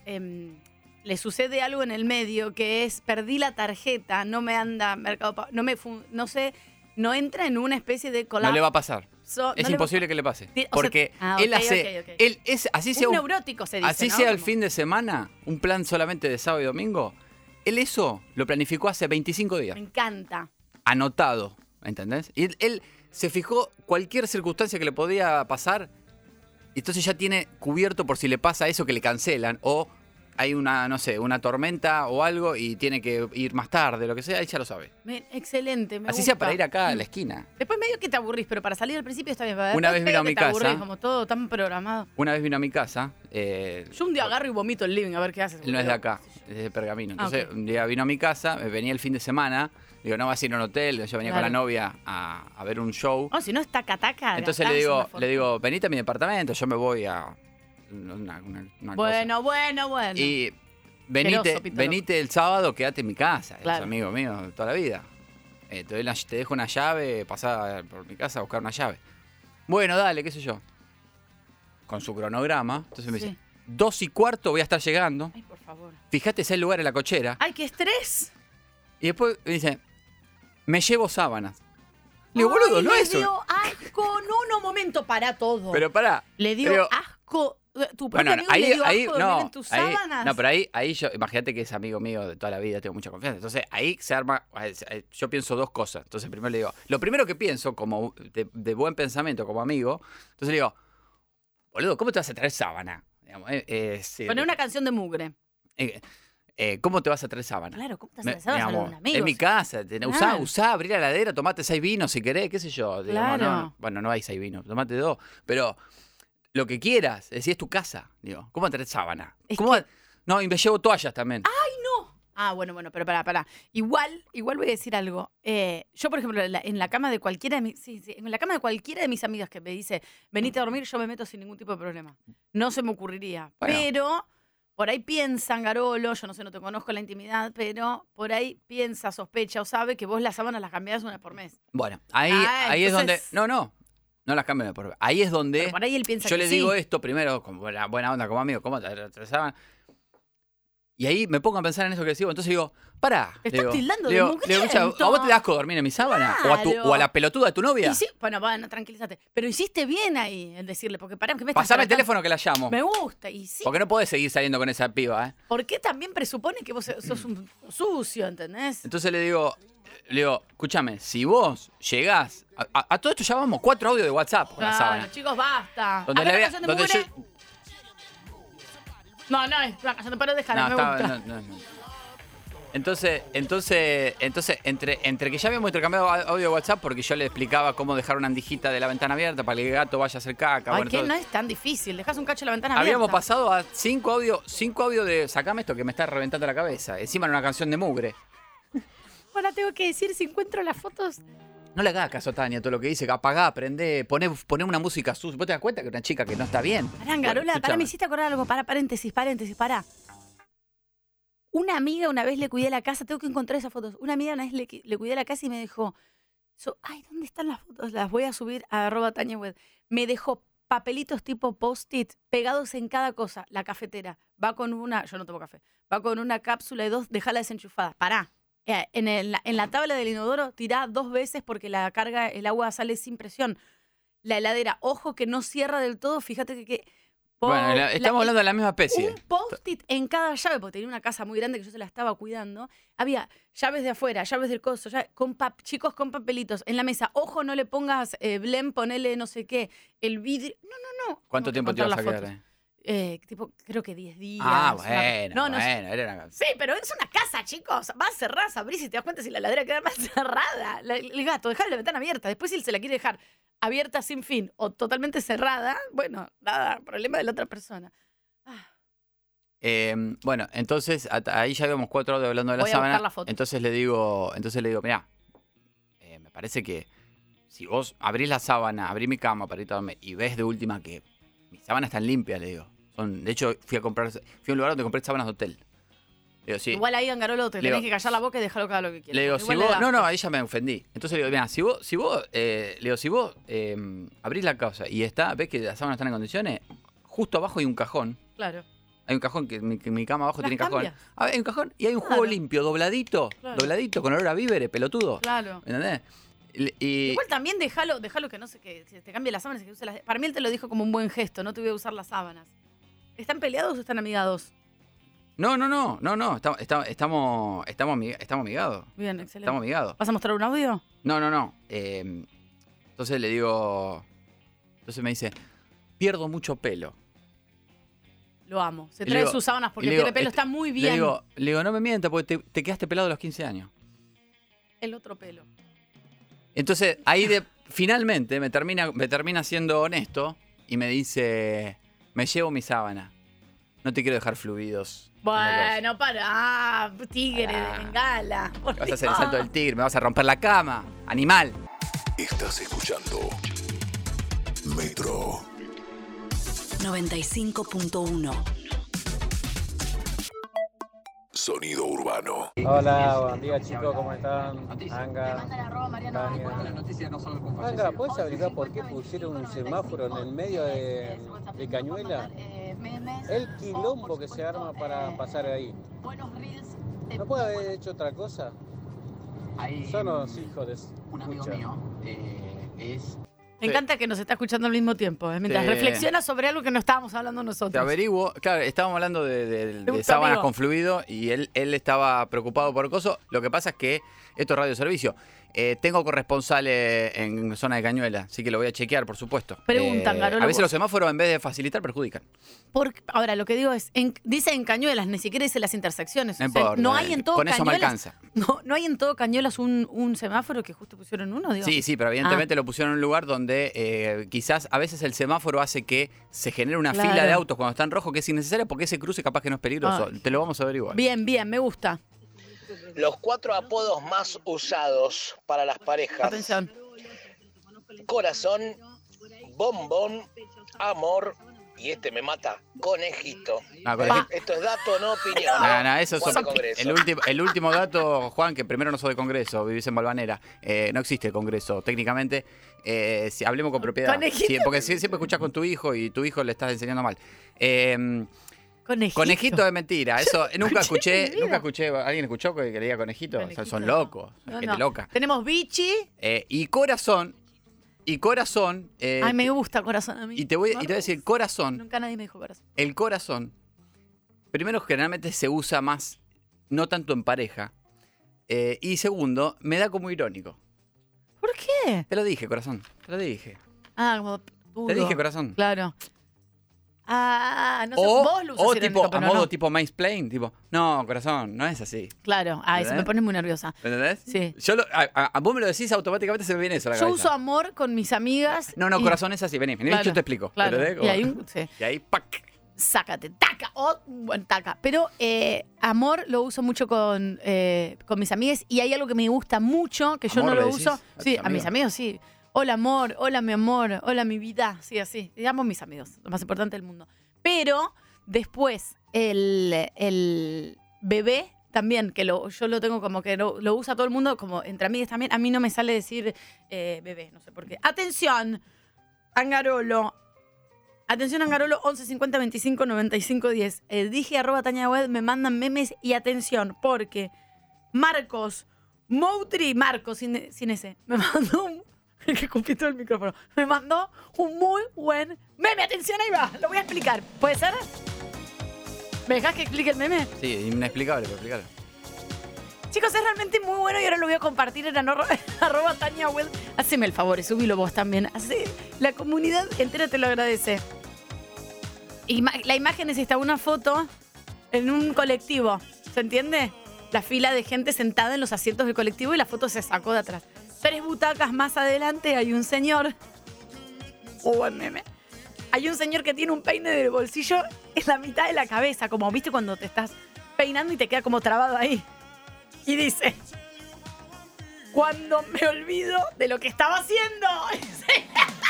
[SPEAKER 5] em, le sucede algo en el medio que es perdí la tarjeta, no me anda mercado, Pa- no me fun- no sé, no entra en una especie de colapso.
[SPEAKER 2] no le va a pasar.
[SPEAKER 5] no
[SPEAKER 2] es
[SPEAKER 5] le va-
[SPEAKER 2] imposible que le pase.
[SPEAKER 5] Ti- o sea,
[SPEAKER 2] porque
[SPEAKER 5] ah,
[SPEAKER 2] él
[SPEAKER 5] ok,
[SPEAKER 2] hace.
[SPEAKER 5] ok, ok.
[SPEAKER 2] Él es, así sea,
[SPEAKER 5] un
[SPEAKER 2] un-
[SPEAKER 5] neurótico se dice,
[SPEAKER 2] así
[SPEAKER 5] ¿no?
[SPEAKER 2] sea el
[SPEAKER 5] Como-
[SPEAKER 2] fin de semana, un plan solamente de sábado y domingo. Él eso lo planificó hace 25 días.
[SPEAKER 5] Me encanta.
[SPEAKER 2] Anotado. ¿Entendés? Y él, él se fijó cualquier circunstancia que le podía pasar. Y entonces ya tiene cubierto por si le pasa eso que le cancelan. O hay una, no sé, una tormenta o algo y tiene que ir más tarde, lo que sea, él ya lo sabe.
[SPEAKER 5] Me- excelente, me
[SPEAKER 2] Así
[SPEAKER 5] gusta.
[SPEAKER 2] sea para ir acá a la esquina.
[SPEAKER 5] Después medio que te aburrís, pero para salir al principio está bien. ¿verdad?
[SPEAKER 2] Una
[SPEAKER 5] Después
[SPEAKER 2] vez vino a
[SPEAKER 5] medio
[SPEAKER 2] mi
[SPEAKER 5] que te aburrís,
[SPEAKER 2] casa.
[SPEAKER 5] como todo tan programado.
[SPEAKER 2] Una vez vino a mi casa. eh,
[SPEAKER 5] Yo un día agarro y vomito el living a ver qué haces.
[SPEAKER 2] él no es de
[SPEAKER 5] boludo.
[SPEAKER 2] acá, es de Pergamino.
[SPEAKER 5] Ah,
[SPEAKER 2] Entonces,
[SPEAKER 5] ok.
[SPEAKER 2] un día vino a mi casa, eh, venía el fin de semana. Digo, no vas a ir a un hotel. Yo venía con la
[SPEAKER 5] Claro.
[SPEAKER 2] novia a, a ver un show.
[SPEAKER 5] Oh, si no es taca-taca.
[SPEAKER 2] Entonces
[SPEAKER 5] gastás una
[SPEAKER 2] le digo,
[SPEAKER 5] fortuna.
[SPEAKER 2] le digo, venite a mi departamento, yo me voy a una, una- una cosa".
[SPEAKER 5] Bueno, bueno, bueno.
[SPEAKER 2] Y venite,
[SPEAKER 5] Asqueroso, Pito
[SPEAKER 2] venite el sábado, quédate en mi casa, es
[SPEAKER 5] Claro.
[SPEAKER 2] amigo mío de toda la vida. Eh, te, doy la- te dejo una llave, pasá por mi casa a buscar una llave. Bueno, dale, qué sé yo. Con su cronograma. Entonces me
[SPEAKER 5] Sí.
[SPEAKER 2] dice, dos y cuarto voy a estar llegando.
[SPEAKER 5] Ay, por favor.
[SPEAKER 2] Fijate si hay lugar en la cochera.
[SPEAKER 5] ¡Ay, qué estrés!
[SPEAKER 2] Y después me dice, me llevo sábanas. Le digo, boludo,
[SPEAKER 5] Ay,
[SPEAKER 2] no
[SPEAKER 5] le
[SPEAKER 2] es eso.
[SPEAKER 5] dio asco, no, no, momento, para todo.
[SPEAKER 2] Pero pará.
[SPEAKER 5] le dio
[SPEAKER 2] pero-
[SPEAKER 5] asco. Tu propio
[SPEAKER 2] Bueno,
[SPEAKER 5] amigo
[SPEAKER 2] ahí,
[SPEAKER 5] le dio
[SPEAKER 2] ahí-
[SPEAKER 5] asco dormir
[SPEAKER 2] no,
[SPEAKER 5] en tus
[SPEAKER 2] ahí-
[SPEAKER 5] sábanas.
[SPEAKER 2] no, pero ahí, ahí yo, imagínate que es amigo mío de toda la vida, tengo mucha confianza. Entonces ahí se arma, eh, eh, yo pienso dos cosas. Entonces primero le digo, lo primero que pienso, como de, de buen pensamiento, como amigo, entonces le digo, boludo, ¿cómo te vas a traer sábana? Digamos, eh, eh, sí,
[SPEAKER 5] Poner una canción de mugre.
[SPEAKER 2] eh, eh, ¿Cómo te vas a traer sábana?
[SPEAKER 5] Claro, ¿cómo te
[SPEAKER 2] Me-
[SPEAKER 5] haces sábanas a
[SPEAKER 2] digamos,
[SPEAKER 5] los amigos?
[SPEAKER 2] En mi casa, ten- usá,
[SPEAKER 5] Claro.
[SPEAKER 2] usá, abrí la heladera, tomate seis vinos si querés, qué sé yo. digamos,
[SPEAKER 5] Claro.
[SPEAKER 2] no- bueno, no hay seis vinos, tomate dos. Pero lo que quieras, es decir, es tu casa. Digo, ¿cómo traer sábana?
[SPEAKER 5] Es
[SPEAKER 2] ¿Cómo va- No, y me llevo toallas también.
[SPEAKER 5] Ah, bueno, bueno, pero pará, pará. Igual, igual voy a decir algo. Eh, yo, por ejemplo, en la, en la cama de cualquiera de mis. sí, sí, en la cama de cualquiera de mis amigas que me dice, venite a dormir, yo me meto sin ningún tipo de problema. No se me ocurriría.
[SPEAKER 2] Bueno.
[SPEAKER 5] Pero por ahí piensan, Garolo, yo no sé, no te conozco la intimidad, pero por ahí piensa, sospecha o sabe que vos las sábanas las cambiás una por mes.
[SPEAKER 2] Bueno, ahí,
[SPEAKER 5] Ah,
[SPEAKER 2] ahí
[SPEAKER 5] entonces-
[SPEAKER 2] es donde. No, no. No las cambio de por. Ahí es
[SPEAKER 5] Pero
[SPEAKER 2] donde
[SPEAKER 5] por ahí él piensa
[SPEAKER 2] yo
[SPEAKER 5] que
[SPEAKER 2] le
[SPEAKER 5] sí.
[SPEAKER 2] digo esto primero, con buena, buena onda como amigo, ¿cómo traer traer sábana? Y ahí me pongo a pensar en eso que decís. vos. Entonces digo, pará.
[SPEAKER 5] Te
[SPEAKER 2] le
[SPEAKER 5] estás
[SPEAKER 2] digo-
[SPEAKER 5] tildando
[SPEAKER 2] le
[SPEAKER 5] de
[SPEAKER 2] digo, le digo, "Mucha- ¿A
[SPEAKER 5] mugriento".
[SPEAKER 2] vos te das asco dormir en mi sábana? ¿O, a tu-
[SPEAKER 5] Claro.
[SPEAKER 2] ¿O a la pelotuda de tu novia?
[SPEAKER 5] Y sí, bueno, bueno, tranquilízate. Pero hiciste bien ahí en decirle, porque pará, que me estás
[SPEAKER 2] Pasame el
[SPEAKER 5] tratando-
[SPEAKER 2] teléfono que la llamo.
[SPEAKER 5] Me gusta, y sí.
[SPEAKER 2] Porque no podés seguir saliendo con esa piba, ¿eh?
[SPEAKER 5] ¿Por qué también presupone que vos sos un sucio, entendés?
[SPEAKER 2] Entonces le digo, le digo, escúchame, si vos llegás, a, a- a todo esto ya vamos cuatro audios de WhatsApp con la
[SPEAKER 5] Claro,
[SPEAKER 2] sábana.
[SPEAKER 5] chicos, basta.
[SPEAKER 2] Donde
[SPEAKER 5] Acá
[SPEAKER 2] le
[SPEAKER 5] la
[SPEAKER 2] vea-
[SPEAKER 5] canción de
[SPEAKER 2] donde
[SPEAKER 5] Mugre-
[SPEAKER 2] yo-
[SPEAKER 5] No, no, es una canción, pero déjala,
[SPEAKER 2] No,
[SPEAKER 5] me
[SPEAKER 2] estaba-
[SPEAKER 5] gusta.
[SPEAKER 2] no, no, no. Entonces, entonces, entonces, entre, entre que ya habíamos intercambiado a- audio de WhatsApp porque yo le explicaba cómo dejar una andijita de la ventana abierta para que el gato vaya a hacer caca.
[SPEAKER 5] Ay,
[SPEAKER 2] bueno,
[SPEAKER 5] que
[SPEAKER 2] todo-
[SPEAKER 5] no es tan difícil, dejás un cacho en la ventana
[SPEAKER 2] Habíamos
[SPEAKER 5] abierta.
[SPEAKER 2] pasado a cinco audios, cinco audios de sacame esto que me está reventando la cabeza. Encima era una canción de mugre.
[SPEAKER 5] Ahora tengo que decir si encuentro las fotos.
[SPEAKER 2] No le hagas caso, Tania, todo lo que dice. Apagá, aprendé, poné, poné una música sucia. ¿Vos te das cuenta que es una chica que no está bien?
[SPEAKER 5] Pará,
[SPEAKER 2] Bueno,
[SPEAKER 5] Garola, pará,
[SPEAKER 2] escúchame.
[SPEAKER 5] me hiciste acordar algo. Pará, paréntesis, paréntesis, pará. Una amiga una vez le cuidé la casa, tengo que encontrar esas fotos. Una amiga una vez le, qui- le cuidé la casa y me dejó. so- Ay, ¿dónde están las fotos? Las voy a subir a arroba Tania Wed. Me dejó papelitos tipo post-it pegados en cada cosa. La cafetera. Va con una. Yo no tomo café. Va con una cápsula y dos, dejala desenchufada. Pará. Eh, En, el- en la tabla del inodoro tirá dos veces porque la carga, el agua sale sin presión. La heladera, ojo que Uh, no cierra del todo, fíjate que, que
[SPEAKER 2] Bueno, la-
[SPEAKER 5] la-
[SPEAKER 2] estamos hablando de la misma especie.
[SPEAKER 5] Un post-it en cada llave, porque tenía una casa muy grande que yo se la estaba cuidando. Había llaves de afuera, llaves del coso, llave- con pap- chicos con papelitos en la mesa. Ojo, no le pongas eh, blem, ponele no sé qué, el vidrio. No, no, no.
[SPEAKER 2] ¿Cuánto
[SPEAKER 5] Tengo
[SPEAKER 2] tiempo
[SPEAKER 5] que
[SPEAKER 2] te ibas a
[SPEAKER 5] contar las
[SPEAKER 2] quedar?
[SPEAKER 5] fotos.
[SPEAKER 2] ahí?
[SPEAKER 5] Eh, tipo, creo que 10 días.
[SPEAKER 2] Ah,
[SPEAKER 5] una-
[SPEAKER 2] bueno,
[SPEAKER 5] No, no,
[SPEAKER 2] bueno, era una-
[SPEAKER 5] Sí, pero es una casa, chicos. Vas, cerrás, abrís y te das cuenta si la ladera queda más cerrada. La- el gato, dejar "Ah, la ventana abierta. Después, si él se la quiere dejar abierta sin fin o totalmente cerrada, bueno, nada, problema de la otra persona. Ah,
[SPEAKER 2] Eh, bueno, entonces at- ahí ya vemos cuatro horas hablando de la
[SPEAKER 5] Voy a
[SPEAKER 2] sábana.
[SPEAKER 5] buscar la foto.
[SPEAKER 2] Entonces le digo, entonces le digo, mira, me parece que si vos abrís la sábana, abrís mi cama para ir a dormir y ves de última que mis sábanas están limpias, le digo. Son, de hecho, fui a comprar, fui a un lugar donde compré sábanas de hotel. Le digo, sí.
[SPEAKER 5] Igual ahí Angarolo te
[SPEAKER 2] Le
[SPEAKER 5] tenés
[SPEAKER 2] digo-
[SPEAKER 5] que callar la boca y dejarlo cada lo que quieras.
[SPEAKER 2] le digo, si
[SPEAKER 5] Igual
[SPEAKER 2] vos,
[SPEAKER 5] da-
[SPEAKER 2] no, no, ahí ya me ofendí. Entonces le digo, mira, si vos, si vos, eh, le digo, si vos eh, abrís la casa y está, ves que las sábanas están en condiciones, justo abajo hay un cajón.
[SPEAKER 5] Claro.
[SPEAKER 2] Hay un cajón que mi, que mi cama abajo
[SPEAKER 5] Las
[SPEAKER 2] tiene cajón.
[SPEAKER 5] cambias.
[SPEAKER 2] Ah, hay un cajón y hay un
[SPEAKER 5] Claro.
[SPEAKER 2] juego limpio, dobladito,
[SPEAKER 5] Claro.
[SPEAKER 2] dobladito, con olor a víveres, pelotudo.
[SPEAKER 5] Claro.
[SPEAKER 2] ¿Me ¿Entendés? Y- Y,
[SPEAKER 5] Igual también déjalo, déjalo que no se que, se te cambie las sábanas. Que use las- Para mí él te lo dijo como un buen gesto, no te voy a usar las sábanas. ¿Están peleados o están amigados?
[SPEAKER 2] no, no, no, no, no. Estamos, estamos, estamos, estamos, ami- estamos amigados.
[SPEAKER 5] Bien, excelente.
[SPEAKER 2] Estamos amigados.
[SPEAKER 5] ¿Vas a mostrar un audio?
[SPEAKER 2] No, no, no. Eh, entonces le digo. Entonces me dice, pierdo mucho pelo.
[SPEAKER 5] Lo amo. Se
[SPEAKER 2] Y le
[SPEAKER 5] trae
[SPEAKER 2] digo-
[SPEAKER 5] sus sábanas porque
[SPEAKER 2] y le
[SPEAKER 5] tiene
[SPEAKER 2] digo,
[SPEAKER 5] pelo,
[SPEAKER 2] este-
[SPEAKER 5] está muy bien.
[SPEAKER 2] Le digo, le digo, no me mientas porque te, te quedaste pelado a los 15 años.
[SPEAKER 5] el otro pelo.
[SPEAKER 2] Entonces, ahí de, finalmente me termina, me termina siendo honesto y me dice, me llevo mi sábana. No te quiero dejar fluidos. en la calle.
[SPEAKER 5] Bueno, para, ah, tigre
[SPEAKER 2] Pará.
[SPEAKER 5] de bengala. por
[SPEAKER 2] Me Ah. Vas a hacer el
[SPEAKER 5] Dios.
[SPEAKER 2] salto del tigre, me vas a romper la cama. Animal.
[SPEAKER 7] Estás escuchando Metro
[SPEAKER 1] 95.1.
[SPEAKER 7] Sonido Urbano.
[SPEAKER 8] Hola, buen día chicos, ¿cómo están? Anga, Tania. Anga, ¿puedes averiguar por qué pusieron un semáforo en el medio de, de Cañuela? ¿Eh? El quilombo que se arma para pasar ahí. ¿No puede haber hecho otra cosa? Son los hijos de... pucha.
[SPEAKER 5] Me encanta que nos está escuchando al mismo tiempo. ¿eh? Mientras
[SPEAKER 2] Sí.
[SPEAKER 5] reflexiona sobre algo que no estábamos hablando nosotros.
[SPEAKER 2] Te averiguo. Claro, estábamos hablando de, de- de
[SPEAKER 5] gusta,
[SPEAKER 2] sábanas
[SPEAKER 5] amigo.
[SPEAKER 2] con fluido y él, él estaba preocupado por cosas. Lo que pasa es que esto es radio servicio. Eh, tengo corresponsales en zona de Cañuela, así que lo voy a chequear, por supuesto. Eh,
[SPEAKER 5] Preguntan, Garolo,
[SPEAKER 2] A veces
[SPEAKER 5] vos-
[SPEAKER 2] los semáforos, en vez de facilitar, perjudican.
[SPEAKER 5] Por- ahora, lo que digo es, en- dice en Cañuelas, ni siquiera dice las intersecciones.
[SPEAKER 2] No
[SPEAKER 5] O sea,
[SPEAKER 2] importa, eh,
[SPEAKER 5] no hay en todo
[SPEAKER 2] con eso me
[SPEAKER 5] Cañuelas-
[SPEAKER 2] alcanza.
[SPEAKER 5] No, no hay en todo Cañuelas un, un semáforo que justo pusieron uno, digo.
[SPEAKER 2] Sí, sí, pero
[SPEAKER 5] Ah.
[SPEAKER 2] evidentemente lo pusieron en un lugar donde eh, quizás a veces el semáforo hace que se genere una
[SPEAKER 5] Claro. Ah.
[SPEAKER 2] fila de autos cuando están rojos que es innecesaria porque ese cruce capaz que no es peligroso.
[SPEAKER 5] Ay.
[SPEAKER 2] Te lo vamos a averiguar.
[SPEAKER 5] Bien, bien, me gusta.
[SPEAKER 9] Los cuatro apodos más usados para las parejas.
[SPEAKER 5] Atención.
[SPEAKER 9] Corazón, bombón, amor y este me mata, conejito.
[SPEAKER 2] Ah, con
[SPEAKER 5] Pa.
[SPEAKER 2] ejemplo-
[SPEAKER 9] Esto es dato, no opinión.
[SPEAKER 2] No, no, eso
[SPEAKER 9] Juan
[SPEAKER 2] son-
[SPEAKER 9] de Congreso.
[SPEAKER 2] el, último, el último dato, Juan, que primero no soy de Congreso, vivís en Balvanera. Eh, no existe Congreso, técnicamente. Eh, si hablemos con propiedad.
[SPEAKER 5] Conejito.
[SPEAKER 2] Sí, porque si- siempre escuchás con tu hijo y tu hijo le estás enseñando mal. Eh,
[SPEAKER 5] Conejito.
[SPEAKER 2] conejito de mentira, eso nunca
[SPEAKER 5] escuché en
[SPEAKER 2] escuché,
[SPEAKER 5] mi vida.
[SPEAKER 2] nunca escuché. ¿Alguien escuchó que que le diga conejito? O sea,
[SPEAKER 5] Conejito,
[SPEAKER 2] son
[SPEAKER 5] no.
[SPEAKER 2] locos,
[SPEAKER 5] No,
[SPEAKER 2] gente
[SPEAKER 5] no.
[SPEAKER 2] loca.
[SPEAKER 5] Tenemos bichi.
[SPEAKER 2] Eh, y corazón, y corazón, eh,
[SPEAKER 5] Ay, me gusta corazón a mí.
[SPEAKER 2] y, te voy, y te voy a decir, corazón,
[SPEAKER 5] Nunca nadie me dijo corazón.
[SPEAKER 2] el corazón, primero generalmente se usa más, no tanto en pareja, eh, y segundo, me da como irónico.
[SPEAKER 5] ¿Por qué?
[SPEAKER 2] Te lo dije, corazón, te lo dije.
[SPEAKER 5] Ah, como
[SPEAKER 2] Te
[SPEAKER 5] duro.
[SPEAKER 2] dije, corazón.
[SPEAKER 5] Claro. Ah, no sé,
[SPEAKER 2] o
[SPEAKER 5] vos lo usas
[SPEAKER 2] o
[SPEAKER 5] irónico,
[SPEAKER 2] tipo, a
[SPEAKER 5] pero
[SPEAKER 2] modo
[SPEAKER 5] no.
[SPEAKER 2] tipo mansplain, tipo, no, corazón, no es así.
[SPEAKER 5] Claro, ay, se
[SPEAKER 2] ¿Verdad?
[SPEAKER 5] me pone muy nerviosa.
[SPEAKER 2] ¿Me ¿Entendés?
[SPEAKER 5] Sí.
[SPEAKER 2] Yo lo- a, a- a vos me lo decís, automáticamente se me viene eso a la
[SPEAKER 5] Yo
[SPEAKER 2] cabeza.
[SPEAKER 5] uso amor con mis amigas.
[SPEAKER 2] No, no,
[SPEAKER 5] y-
[SPEAKER 2] corazón es así, vení, vení,
[SPEAKER 5] Claro,
[SPEAKER 2] yo te explico.
[SPEAKER 5] Claro.
[SPEAKER 2] ¿Entendés?
[SPEAKER 5] Y
[SPEAKER 2] Como-
[SPEAKER 5] ahí, un- sí,
[SPEAKER 2] y ahí, ¡pac!
[SPEAKER 5] sácate, taca, o bueno, taca. Pero eh, amor lo uso mucho con, eh, con mis amigas y hay algo que me gusta mucho, que yo no
[SPEAKER 2] ¿Amor le
[SPEAKER 5] lo
[SPEAKER 2] decís
[SPEAKER 5] uso.
[SPEAKER 2] a tus
[SPEAKER 5] sí, a
[SPEAKER 2] amigas?
[SPEAKER 5] mis amigos, sí. Hola amor, hola mi amor, hola mi vida, sí, así. Y amo a mis amigos, lo más importante del mundo. Pero después, el, el bebé también, que lo, yo lo tengo como que lo, lo usa todo el mundo, como entre amigas también, a mí no me sale decir eh, bebé, no sé por qué. Atención, Angarolo. Atención, Angarolo, 11 50 25 95 10. Eh, dije arroba Tania Web, me mandan memes y atención, porque Marcos, Moutri, Marcos, sin, sin ese, me mandó un, el que compitió el micrófono, me mandó un muy buen meme. Atención, ahí va, lo voy a explicar. ¿Puede ser? ¿Me dejas que explique el meme?
[SPEAKER 2] Sí, inexplicable, pero explicarlo.
[SPEAKER 5] Chicos, es realmente muy bueno y ahora lo voy a compartir en arro- arroba Tania Well. Haceme el favor y subilo vos también. Así la comunidad entera te lo agradece. Ima- la imagen es esta, una foto en un colectivo. ¿Se entiende? La fila de gente sentada en los asientos del colectivo y la foto se sacó de atrás. Tres butacas más adelante hay un señor. Oh, buen meme. Hay un señor que tiene un peine del bolsillo en la mitad de la cabeza, como viste cuando te estás peinando y te queda como trabado ahí y dice, cuando me olvido de lo que estaba haciendo.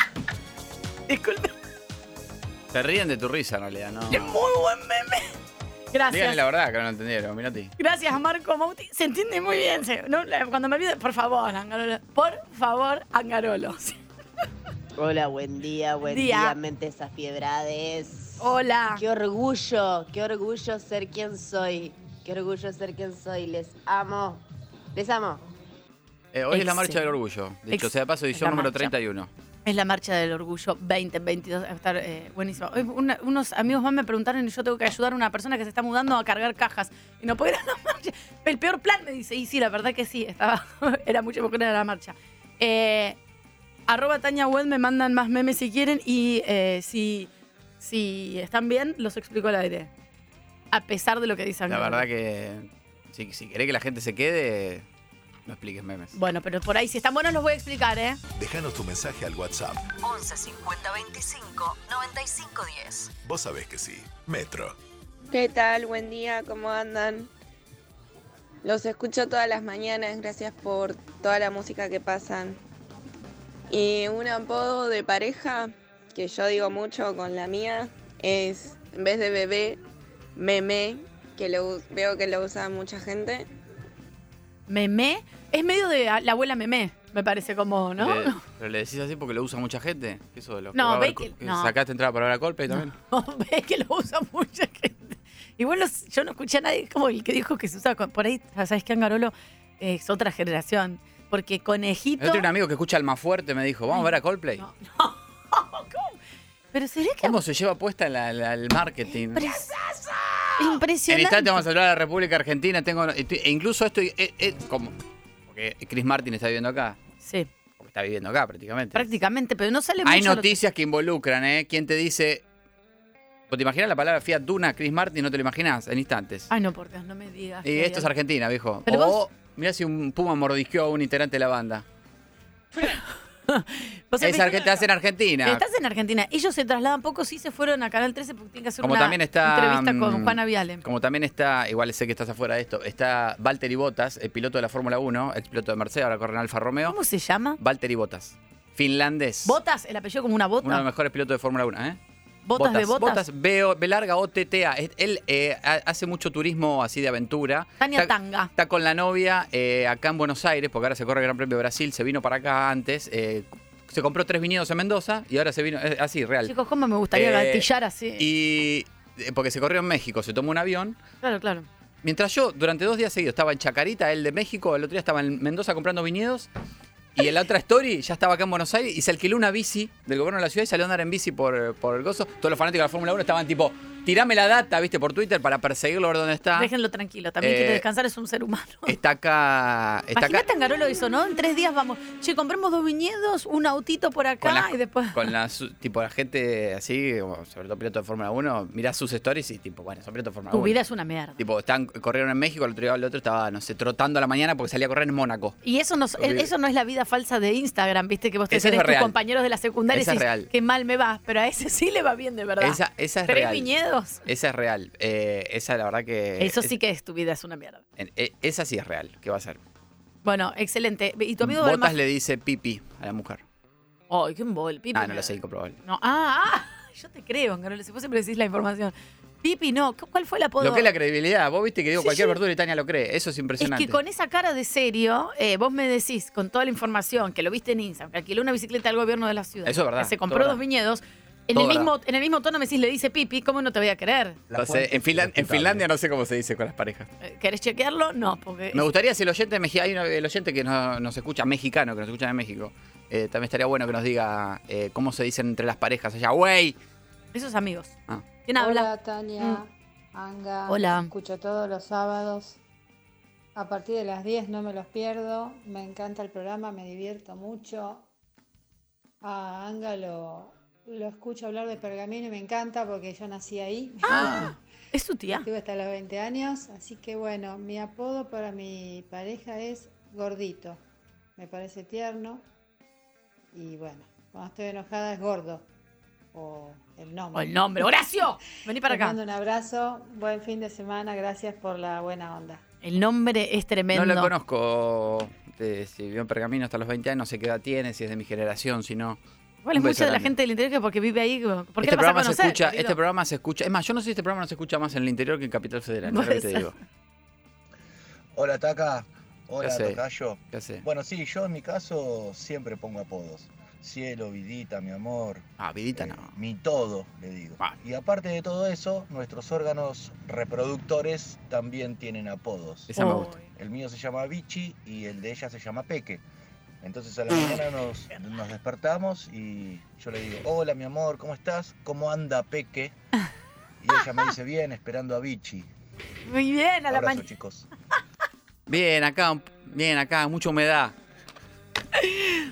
[SPEAKER 5] Disculpe,
[SPEAKER 2] Se ríen de tu risa en realidad, ¿no?
[SPEAKER 5] es muy buen meme.
[SPEAKER 2] Díganle
[SPEAKER 5] Gracias.
[SPEAKER 2] la verdad, que no lo entendieron, Mirati.
[SPEAKER 5] Gracias, Marco Mauti. Se entiende muy bien. se- no, la- cuando me olvido, por favor, Angarolo. Por favor, Angarolo.
[SPEAKER 10] Hola, buen día, buen
[SPEAKER 5] Día.
[SPEAKER 10] día, mentes afiebrades.
[SPEAKER 5] Hola.
[SPEAKER 10] Qué orgullo, Oh, qué orgullo ser quien soy. Qué orgullo ser quien soy. Les amo. Les amo.
[SPEAKER 2] Eh, hoy es la
[SPEAKER 5] Excelente.
[SPEAKER 2] marcha del orgullo. Dicho
[SPEAKER 5] Ex-
[SPEAKER 2] sea de paso,
[SPEAKER 5] es la
[SPEAKER 2] edición número
[SPEAKER 5] marcha.
[SPEAKER 2] 31.
[SPEAKER 5] Es la marcha del orgullo 2022. Va a estar eh, buenísimo. Hoy una- unos amigos más me preguntaron y yo tengo que ayudar a una persona que se está mudando a cargar cajas. Y no puedo ir a la marcha. El peor plan me dice. Y sí, la verdad que sí. Estaba, era mucho mejor ir a la marcha. Eh, arroba Tania Wed me mandan más memes si quieren. Y eh, si, si están bien, los explico al aire. A pesar de lo que dicen.
[SPEAKER 2] La verdad que si, si querés que la gente se quede, no expliques memes.
[SPEAKER 5] Bueno, pero por ahí, si están buenos, los voy a explicar, ¿eh?
[SPEAKER 7] Déjanos tu mensaje al WhatsApp.
[SPEAKER 11] 11 50 25 95 10.
[SPEAKER 7] Vos sabés que sí. Metro.
[SPEAKER 12] ¿Qué tal? Buen día, ¿cómo andan? Los escucho todas las mañanas, gracias por toda la música que pasan. Y un apodo de pareja que yo digo mucho con la mía es, en vez de bebé, meme, que lo, us- veo que lo usa mucha gente.
[SPEAKER 5] Memé. Es medio de a- la abuela Memé, me parece como, ¿no?
[SPEAKER 2] Le- pero le decís así porque lo usa mucha gente. ¿Qué eso de los
[SPEAKER 5] No,
[SPEAKER 2] que va a ver
[SPEAKER 5] ve que-
[SPEAKER 2] co- que
[SPEAKER 5] no.
[SPEAKER 2] sacaste entrada para ver a Coldplay también?
[SPEAKER 5] es que lo usa mucha gente. Igual los- yo no escuché a nadie como el que dijo que se usa. con- Por ahí, ¿sabes que Angarolo eh, es otra generación. Porque
[SPEAKER 2] Yo
[SPEAKER 5] conejito.
[SPEAKER 2] tengo un amigo que escucha al más fuerte, me dijo, vamos a ver a Coldplay.
[SPEAKER 5] Pero será que.
[SPEAKER 2] ¿Cómo se lleva puesta la- la- el marketing? En
[SPEAKER 5] Impresionante.
[SPEAKER 2] instante vamos a hablar de la República Argentina. Tengo, estoy- e incluso esto, eh, eh, como, porque Chris Martin está viviendo acá.
[SPEAKER 5] Sí.
[SPEAKER 2] Porque está viviendo acá prácticamente.
[SPEAKER 5] Prácticamente, pero no sale
[SPEAKER 2] Hay
[SPEAKER 5] mucho. lo-
[SPEAKER 2] noticias que involucran, ¿eh? ¿Quién te dice? ¿Vos te imaginas la palabra Fiat Duna, Chris Martin? No te lo imaginás en instantes.
[SPEAKER 5] Ay, no, por Dios, Ah, no me digas.
[SPEAKER 2] y
[SPEAKER 5] que
[SPEAKER 2] esto es
[SPEAKER 5] hay-
[SPEAKER 2] Argentina, viejo.
[SPEAKER 5] Pero
[SPEAKER 2] o
[SPEAKER 5] vos-
[SPEAKER 2] mirá si un puma mordisqueó a un integrante de la banda.
[SPEAKER 5] Vos sabés
[SPEAKER 2] es
[SPEAKER 5] que-
[SPEAKER 2] Arge- estás en Argentina.
[SPEAKER 5] Estás en Argentina. Ellos se trasladan poco, sí se fueron a Canal 13 porque tienen que hacer
[SPEAKER 2] Como
[SPEAKER 5] una
[SPEAKER 2] también está,
[SPEAKER 5] entrevista con
[SPEAKER 2] mm,
[SPEAKER 5] Juana Viale.
[SPEAKER 2] Como también está, igual sé que estás afuera de esto, está Valtteri Bottas, el piloto de la Fórmula 1, ex piloto de Mercedes, ahora corre en Alfa Romeo.
[SPEAKER 5] ¿Cómo se llama?
[SPEAKER 2] Valtteri Bottas, finlandés.
[SPEAKER 5] Botas, el apellido como una bota.
[SPEAKER 2] Uno de los mejores pilotos de Fórmula 1, ¿eh?
[SPEAKER 5] Botas de botas.
[SPEAKER 2] B, O- B larga O T T A. Es- Él eh, ha- hace mucho turismo así de aventura.
[SPEAKER 5] Tania
[SPEAKER 2] Está-
[SPEAKER 5] Tanga.
[SPEAKER 2] Está con la novia eh, acá en Buenos Aires, porque ahora se corre el Gran Premio de Brasil, se vino para acá antes, eh, se compró tres viñedos en Mendoza y ahora se vino, eh, así, real.
[SPEAKER 5] Chicos, ¿cómo me gustaría
[SPEAKER 2] Eh,
[SPEAKER 5] gatillar así?
[SPEAKER 2] Y eh, porque se corrió en México, se tomó un avión.
[SPEAKER 5] Claro, claro.
[SPEAKER 2] Mientras yo durante dos días seguidos estaba en Chacarita, él de México, el otro día estaba en Mendoza comprando viñedos. Y en la otra story ya estaba acá en Buenos Aires y se alquiló una bici del gobierno de la ciudad y salió a andar en bici por, por el gozo. Todos los fanáticos de la Fórmula 1 estaban tipo, tirame la data, viste, por Twitter para perseguirlo, a ver dónde está.
[SPEAKER 5] Déjenlo tranquilo. También
[SPEAKER 2] Ah. Eh,
[SPEAKER 5] quiere descansar, es un ser humano.
[SPEAKER 2] Está acá. Está acá.
[SPEAKER 5] Imagínate, Angarolo hizo, ¿no? En tres días vamos. Che, compremos dos viñedos, un autito por acá
[SPEAKER 2] Con la-
[SPEAKER 5] Ah, y después.
[SPEAKER 2] Con la, su- tipo, la gente así, como sobre todo piloto de Fórmula 1, mirás sus stories y tipo, bueno, son pilotos de Fórmula
[SPEAKER 5] Tu
[SPEAKER 2] 1.
[SPEAKER 5] vida es una mierda.
[SPEAKER 2] Tipo, están, corrieron en México, el otro, día- el otro estaba, no sé, trotando a la mañana porque salía a correr en Mónaco.
[SPEAKER 5] Y eso no,
[SPEAKER 2] Tu vida-
[SPEAKER 5] eso no es la vida falsa de Instagram, viste, que vos te
[SPEAKER 2] Esa es
[SPEAKER 5] tenés tus
[SPEAKER 2] real.
[SPEAKER 5] compañeros de la secundaria y
[SPEAKER 2] Esa es
[SPEAKER 5] decís,
[SPEAKER 2] real.
[SPEAKER 5] qué mal me va, pero a ese sí le va bien de verdad.
[SPEAKER 2] Esa, esa es
[SPEAKER 5] Tres
[SPEAKER 2] real.
[SPEAKER 5] viñedos.
[SPEAKER 2] Esa es real. Eh, esa, la verdad que.
[SPEAKER 5] eso
[SPEAKER 2] es-
[SPEAKER 5] sí que es tu vida, es una mierda.
[SPEAKER 2] en- e- esa sí es real. ¿Qué va a ser?
[SPEAKER 5] Bueno, excelente. Y tu amigo
[SPEAKER 2] Botas
[SPEAKER 5] Bermas-
[SPEAKER 2] le dice pipi a la mujer.
[SPEAKER 5] Ay, qué embol, pipi.
[SPEAKER 2] Ah, no lo sé, incomprobable.
[SPEAKER 5] No, ah, ah, yo te creo, Angarolo, si vos siempre decís la información. Pipi, no, ¿cu- ¿cuál fue el apodo?
[SPEAKER 2] Lo que es la credibilidad. Vos viste que digo
[SPEAKER 5] Sí,
[SPEAKER 2] cualquier
[SPEAKER 5] sí.
[SPEAKER 2] verdura y Tania lo cree. Eso es
[SPEAKER 5] Es
[SPEAKER 2] impresionante.
[SPEAKER 5] que con esa cara de serio, eh, vos me decís, con toda la información, que lo viste en Instagram, que alquiló una bicicleta al gobierno de la ciudad.
[SPEAKER 2] Eso es verdad,
[SPEAKER 5] Que se
[SPEAKER 2] todo
[SPEAKER 5] compró dos
[SPEAKER 2] verdad.
[SPEAKER 5] viñedos. En
[SPEAKER 2] Todo
[SPEAKER 5] el, mismo, en el mismo tono me decís, le dice Pipi, ¿cómo no te voy a querer?
[SPEAKER 2] No sé, en, Finlan- en Finlandia no sé cómo se dice con las parejas.
[SPEAKER 5] Eh, ¿Querés chequearlo? No, porque...
[SPEAKER 2] Me gustaría si el oyente de Meji- hay un- el oyente que no- nos, escucha, mexicano, que nos escucha de México, Eh, también estaría bueno que nos diga eh, cómo se dicen entre las parejas allá. ¡Wey!
[SPEAKER 5] Esos amigos.
[SPEAKER 2] Ah.
[SPEAKER 5] ¿Quién habla?
[SPEAKER 13] Hola, Tania.
[SPEAKER 12] Mm.
[SPEAKER 13] Anga.
[SPEAKER 5] Hola.
[SPEAKER 13] Escucho todos los sábados. A partir de las 10 no me los pierdo. Me encanta el programa, me divierto mucho. A Anga lo, lo escucho hablar de pergamino y me encanta porque yo nací ahí.
[SPEAKER 5] Ah, ¿Es tu tía?
[SPEAKER 13] Estuve hasta los 20 años. Así que bueno, mi apodo para mi pareja es Gordito. Me parece tierno. Y bueno, cuando estoy enojada es gordo. O el nombre.
[SPEAKER 5] O el nombre. ¡Horacio! Vení para
[SPEAKER 13] Te
[SPEAKER 5] acá.
[SPEAKER 13] mando un abrazo, buen fin de semana, gracias por la buena onda.
[SPEAKER 5] El nombre es tremendo.
[SPEAKER 2] No lo conozco. eh, si vio en pergamino hasta los 20 años, no sé qué edad tiene, si es de mi generación, si no.
[SPEAKER 5] Igual es
[SPEAKER 2] Un beso
[SPEAKER 5] mucha de la
[SPEAKER 2] grande.
[SPEAKER 5] gente del interior que porque vive ahí. ¿Por qué
[SPEAKER 2] este
[SPEAKER 5] la vas a
[SPEAKER 2] programa
[SPEAKER 5] conocer?
[SPEAKER 2] se escucha,
[SPEAKER 5] querido?
[SPEAKER 2] este programa se escucha. Es más, yo no sé si este programa no se escucha más en el interior que en Capital Federal,
[SPEAKER 5] Puede
[SPEAKER 2] es lo que te
[SPEAKER 5] ser.
[SPEAKER 2] digo.
[SPEAKER 14] Hola, Taca.
[SPEAKER 2] Ya
[SPEAKER 14] Hola,
[SPEAKER 2] sé,
[SPEAKER 14] Tocayo.
[SPEAKER 2] ya sé.
[SPEAKER 14] Bueno, sí, yo en mi caso siempre pongo apodos. Cielo, vidita, mi amor. eh,
[SPEAKER 2] Ah, vidita no.
[SPEAKER 14] Mi todo, le digo. Y aparte de todo eso, nuestros órganos reproductores también tienen apodos.
[SPEAKER 2] Esa
[SPEAKER 5] Oh.
[SPEAKER 2] me gusta.
[SPEAKER 14] El mío se llama Bichi y el de ella se llama Peque. Entonces a la mañana nos, nos despertamos y yo le digo, hola mi amor, ¿cómo estás? ¿Cómo anda Peque? Y ella me dice, bien, esperando a Bichi.
[SPEAKER 5] Muy bien, a la
[SPEAKER 14] Abrazo,
[SPEAKER 5] mañana.
[SPEAKER 14] chicos.
[SPEAKER 2] Bien, acá, bien, acá, mucha humedad.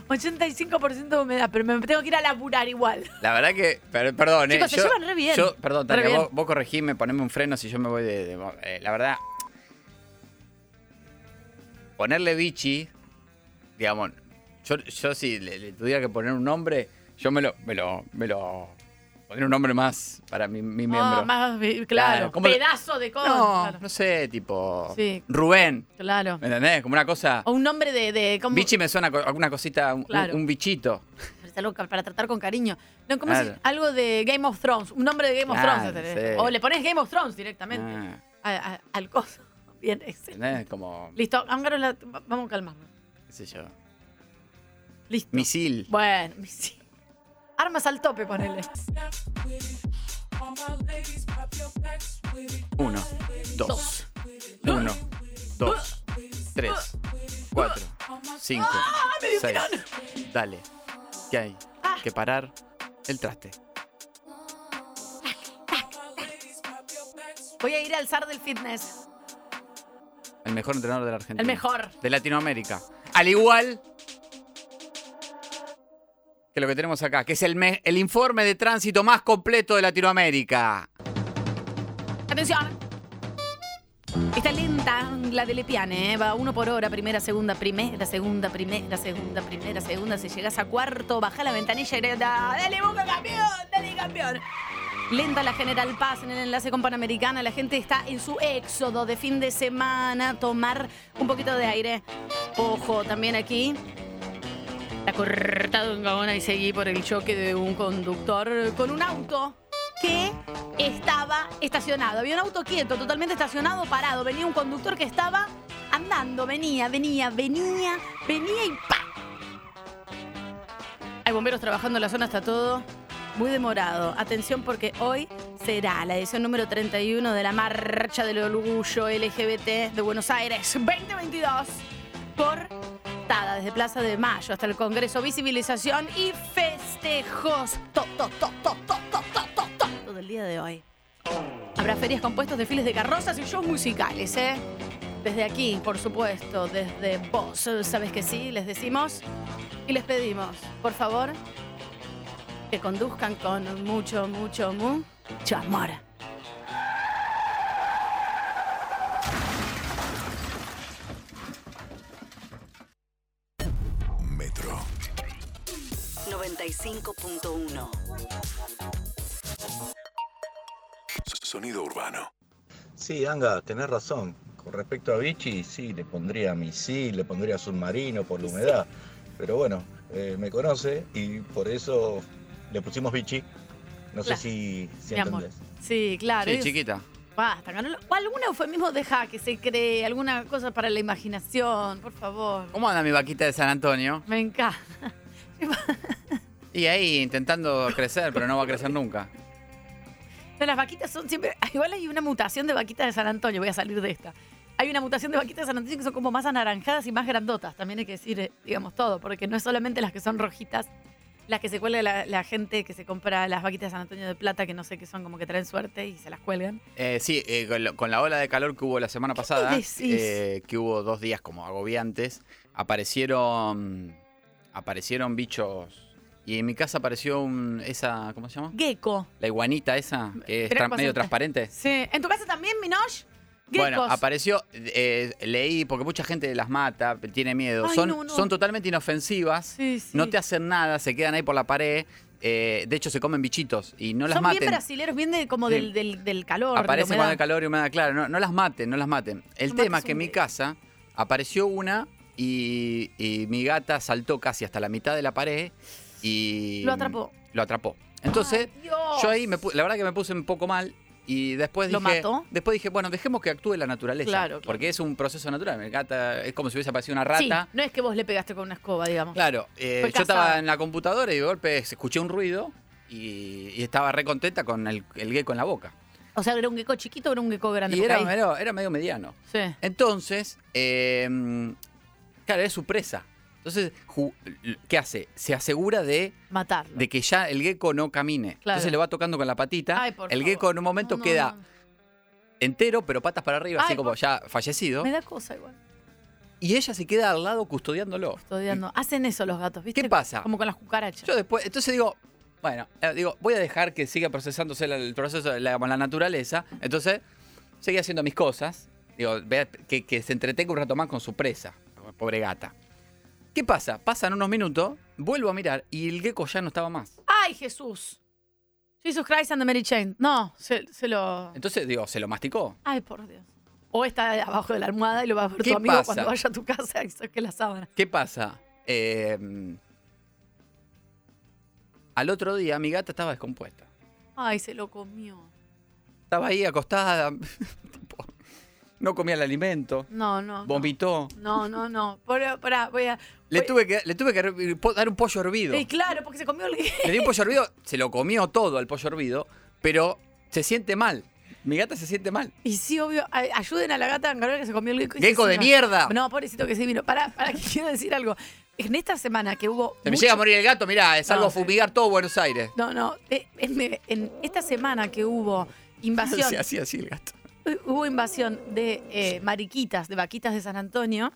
[SPEAKER 5] 85% de humedad, pero me tengo que ir a laburar igual.
[SPEAKER 2] La verdad que, per- perdón, eh,
[SPEAKER 5] Chicos, se
[SPEAKER 2] yo,
[SPEAKER 5] llevan re bien.
[SPEAKER 2] yo- perdón,
[SPEAKER 5] Re
[SPEAKER 2] Tania,
[SPEAKER 5] bien.
[SPEAKER 2] vos, vos corregime, poneme un freno si yo me voy de. de- eh, la verdad. Ponerle bichi, digamos, yo, yo si le, le tuviera que poner un nombre, yo me lo. Me lo, me lo pondría un nombre más para mi, mi miembro.
[SPEAKER 5] Ah, más vi- claro,
[SPEAKER 2] ¿cómo le-
[SPEAKER 5] pedazo de cosa.
[SPEAKER 2] No,
[SPEAKER 5] claro.
[SPEAKER 2] no sé, tipo.
[SPEAKER 5] Sí.
[SPEAKER 2] Rubén.
[SPEAKER 5] Claro.
[SPEAKER 2] ¿Me entendés? Como una cosa.
[SPEAKER 5] O un nombre de. de ¿cómo?
[SPEAKER 2] Bichi me suena co- alguna cosita, un,
[SPEAKER 5] Claro.
[SPEAKER 2] un bichito.
[SPEAKER 5] Es algo ca- para tratar con cariño. No, ¿cómo
[SPEAKER 2] Claro.
[SPEAKER 5] si- algo de Game of Thrones, un nombre de Game of
[SPEAKER 2] Claro,
[SPEAKER 5] Thrones. ¿entendés?
[SPEAKER 2] sí.
[SPEAKER 5] O le pones Game of Thrones directamente
[SPEAKER 2] Ah,
[SPEAKER 5] a- a- al coso. Bien, excelente.
[SPEAKER 2] ¿Entendés? Como.
[SPEAKER 5] Listo, Ángaro, la- va- vamos a calmarnos.
[SPEAKER 2] qué sé yo.
[SPEAKER 5] Listo.
[SPEAKER 2] Misil.
[SPEAKER 5] Bueno, sí. Armas al tope, ponele.
[SPEAKER 2] Uno, dos, uno, dos, tres, cuatro, cinco,
[SPEAKER 5] Ah,
[SPEAKER 2] seis. Dale, que hay que parar el traste.
[SPEAKER 5] Voy a ir al zar del fitness.
[SPEAKER 2] El mejor entrenador de la Argentina.
[SPEAKER 5] El mejor.
[SPEAKER 2] De Latinoamérica. Al igual que lo que tenemos acá, que es el, me- el informe de tránsito más completo de Latinoamérica.
[SPEAKER 5] Atención. Está lenta la de Lepiane, ¿eh? va uno por hora, primera, segunda, primera, segunda, primera, segunda, primera, segunda. Si llegas a cuarto, baja la ventanilla y grita, dale, boca campeón, dale campeón. Lenta la General Paz en el enlace con Panamericana. La gente está en su éxodo de fin de semana. Tomar un poquito de aire. Ojo, también aquí. Está cortado en Gaona y seguí por el choque de un conductor con un auto que estaba estacionado. Había un auto quieto, totalmente estacionado, parado. Venía un conductor que estaba andando. Venía, venía, venía, venía y ¡pa! Hay bomberos trabajando en la zona, está todo muy demorado. Atención porque hoy será la edición número 31 de la Marcha del Orgullo LGBT de Buenos Aires 2022 cortada desde Plaza de Mayo hasta el Congreso, visibilización y festejos. To, to, to, to, to, to, to, to, to, todo el día de hoy. Habrá ferias compuestas, desfiles de carrozas y shows musicales, ¿eh? Desde aquí, por supuesto, desde vos, ¿sabes que sí? Les decimos y les pedimos, por favor, que conduzcan con mucho, mucho, mucho amor.
[SPEAKER 7] Metro.
[SPEAKER 11] 95.1.
[SPEAKER 7] Sonido urbano.
[SPEAKER 14] Sí, Anga, tenés razón. Con respecto a Vichy, sí, le pondría misil, le pondría submarino por la humedad. Pero bueno, eh, me conoce y por eso le pusimos Vichy. No sé
[SPEAKER 5] Claro.
[SPEAKER 14] si, si
[SPEAKER 5] Mi amor.
[SPEAKER 14] entendés.
[SPEAKER 5] Sí, claro.
[SPEAKER 2] Sí,
[SPEAKER 5] es-
[SPEAKER 2] chiquita.
[SPEAKER 5] Basta, ganó. O algún eufemismo deja que se cree, alguna cosa para la imaginación, por favor.
[SPEAKER 2] ¿Cómo anda mi vaquita de San Antonio?
[SPEAKER 5] Me encanta.
[SPEAKER 2] Y ahí intentando crecer, pero no va a crecer nunca.
[SPEAKER 5] ah, No, las vaquitas son siempre. Igual hay una mutación de vaquitas de San Antonio, voy a salir de esta. Hay una mutación de vaquitas anotín que son como más anaranjadas y más grandotas. También hay que decir, eh, digamos, todo, porque no es solamente las que son rojitas, las que se cuelga la, la gente que se compra las vaquitas de San Antonio de Plata, que no sé qué son, como que traen suerte y se las cuelgan.
[SPEAKER 2] Eh, sí, eh, con, lo- con la ola de calor que hubo la semana pasada,
[SPEAKER 5] decís?
[SPEAKER 2] eh, que hubo dos días como agobiantes, aparecieron aparecieron bichos. Y en mi casa apareció un, esa, ¿cómo se llama?
[SPEAKER 5] Gecko.
[SPEAKER 2] La iguanita esa, que es
[SPEAKER 5] Espera
[SPEAKER 2] tra-
[SPEAKER 5] que pase
[SPEAKER 2] medio
[SPEAKER 5] el-
[SPEAKER 2] transparente.
[SPEAKER 5] Sí. ¿En tu casa también, Minosh?
[SPEAKER 2] Bueno,
[SPEAKER 5] Geckos.
[SPEAKER 2] apareció, eh, leí, porque mucha gente las mata, tiene miedo.
[SPEAKER 5] Ay,
[SPEAKER 2] son,
[SPEAKER 5] no, no.
[SPEAKER 2] son totalmente inofensivas, no te hacen nada, se quedan ahí por la pared. eh, de hecho, se comen bichitos y no las
[SPEAKER 5] son
[SPEAKER 2] maten.
[SPEAKER 5] bien brasileros, bien de, como
[SPEAKER 2] Sí.
[SPEAKER 5] del, del, del calor. de la
[SPEAKER 2] Aparece cuando
[SPEAKER 5] humedad.
[SPEAKER 2] el calor y humedad, claro. No, no las maten, no las maten. El tema es que en mi casa apareció una y, y mi gata saltó casi hasta la mitad de la pared y.
[SPEAKER 5] Lo atrapó.
[SPEAKER 2] Lo atrapó. Entonces,
[SPEAKER 5] Dios.
[SPEAKER 2] yo ahí, me, pu- la verdad que me puse un poco mal y después
[SPEAKER 5] ¿Lo
[SPEAKER 2] dije.
[SPEAKER 5] mató?
[SPEAKER 2] Después dije, bueno, dejemos que actúe la naturaleza.
[SPEAKER 5] Claro, claro.
[SPEAKER 2] Porque es un proceso natural. Mi gata es como si hubiese aparecido una rata.
[SPEAKER 5] Sí, no es que vos le pegaste con una escoba, digamos.
[SPEAKER 2] Claro, eh,
[SPEAKER 5] Fue
[SPEAKER 2] yo estaba
[SPEAKER 5] cazada.
[SPEAKER 2] en la computadora y de golpe escuché un ruido y, y estaba re contenta con el, el gecko en la boca.
[SPEAKER 5] O sea, era un gecko chiquito o era un gecko grande.
[SPEAKER 2] Y
[SPEAKER 5] Porque
[SPEAKER 2] era,
[SPEAKER 5] ahí-
[SPEAKER 2] era- era medio mediano.
[SPEAKER 5] Sí.
[SPEAKER 2] Entonces, eh, claro, es su presa. Entonces, ju- ¿qué hace? Se asegura de,
[SPEAKER 5] Matar.
[SPEAKER 2] de que ya el gecko no camine.
[SPEAKER 5] Claro.
[SPEAKER 2] Entonces le va tocando con la patita.
[SPEAKER 5] Ay, por
[SPEAKER 2] el
[SPEAKER 5] favor.
[SPEAKER 2] gecko en un momento queda entero, pero patas para arriba, así
[SPEAKER 5] Ay,
[SPEAKER 2] como ya fallecido.
[SPEAKER 5] Me da cosa igual.
[SPEAKER 2] Y ella se queda al lado custodiándolo.
[SPEAKER 5] Custodiando. Hacen eso los gatos, ¿viste?
[SPEAKER 2] ¿Qué pasa?
[SPEAKER 5] Como con las cucarachas.
[SPEAKER 2] Yo después, entonces digo, bueno, eh, digo, voy a dejar que siga procesándose la- el proceso de la, la naturaleza. Entonces, seguí haciendo mis cosas. Digo, vea, que, que se entretenga un rato más con su presa, pobre gata. ¿Qué pasa? Pasan unos minutos, vuelvo a mirar y el gecko ya no estaba más.
[SPEAKER 5] ¡Ay, Jesús! Jesus Christ and the Mary Chain. No, se, se lo.
[SPEAKER 2] Entonces, digo, se lo masticó.
[SPEAKER 5] Ay, por Dios. O está abajo de la almohada y lo va a ver
[SPEAKER 2] ¿Qué
[SPEAKER 5] tu amigo
[SPEAKER 2] pasa?
[SPEAKER 5] cuando vaya a tu casa y saque la sábana.
[SPEAKER 2] ¿Qué pasa? Eh, al otro día mi gata estaba descompuesta.
[SPEAKER 5] Ay, se lo comió.
[SPEAKER 2] Estaba ahí acostada, tipo, no comía el alimento,
[SPEAKER 5] No, no. no.
[SPEAKER 2] vomitó.
[SPEAKER 5] No, no, no. Pará, pará, voy a.
[SPEAKER 2] Le tuve que, le tuve que re- po- dar un pollo hervido.
[SPEAKER 5] Eh, claro, porque se comió el
[SPEAKER 2] Le di un pollo hervido, se lo comió todo al pollo hervido, pero se siente mal. Mi gata se siente mal.
[SPEAKER 5] Y sí, obvio, ay- ayuden a la gata Angarola que se comió el gecko. y
[SPEAKER 2] ¡Gecko
[SPEAKER 5] se
[SPEAKER 2] de
[SPEAKER 5] vino.
[SPEAKER 2] mierda!
[SPEAKER 5] Pues No, pobrecito que se vino. Pará, pará, que quiero decir algo. En esta semana que hubo.
[SPEAKER 2] Se me
[SPEAKER 5] mucho-
[SPEAKER 2] llega a morir el gato, mirá, es algo
[SPEAKER 5] No,
[SPEAKER 2] a fumigar todo Buenos Aires.
[SPEAKER 5] No, no. eh, En, en esta semana que hubo invasión. eh,
[SPEAKER 2] Se hacía así el gato.
[SPEAKER 5] Hubo invasión de eh, mariquitas, de vaquitas de San Antonio.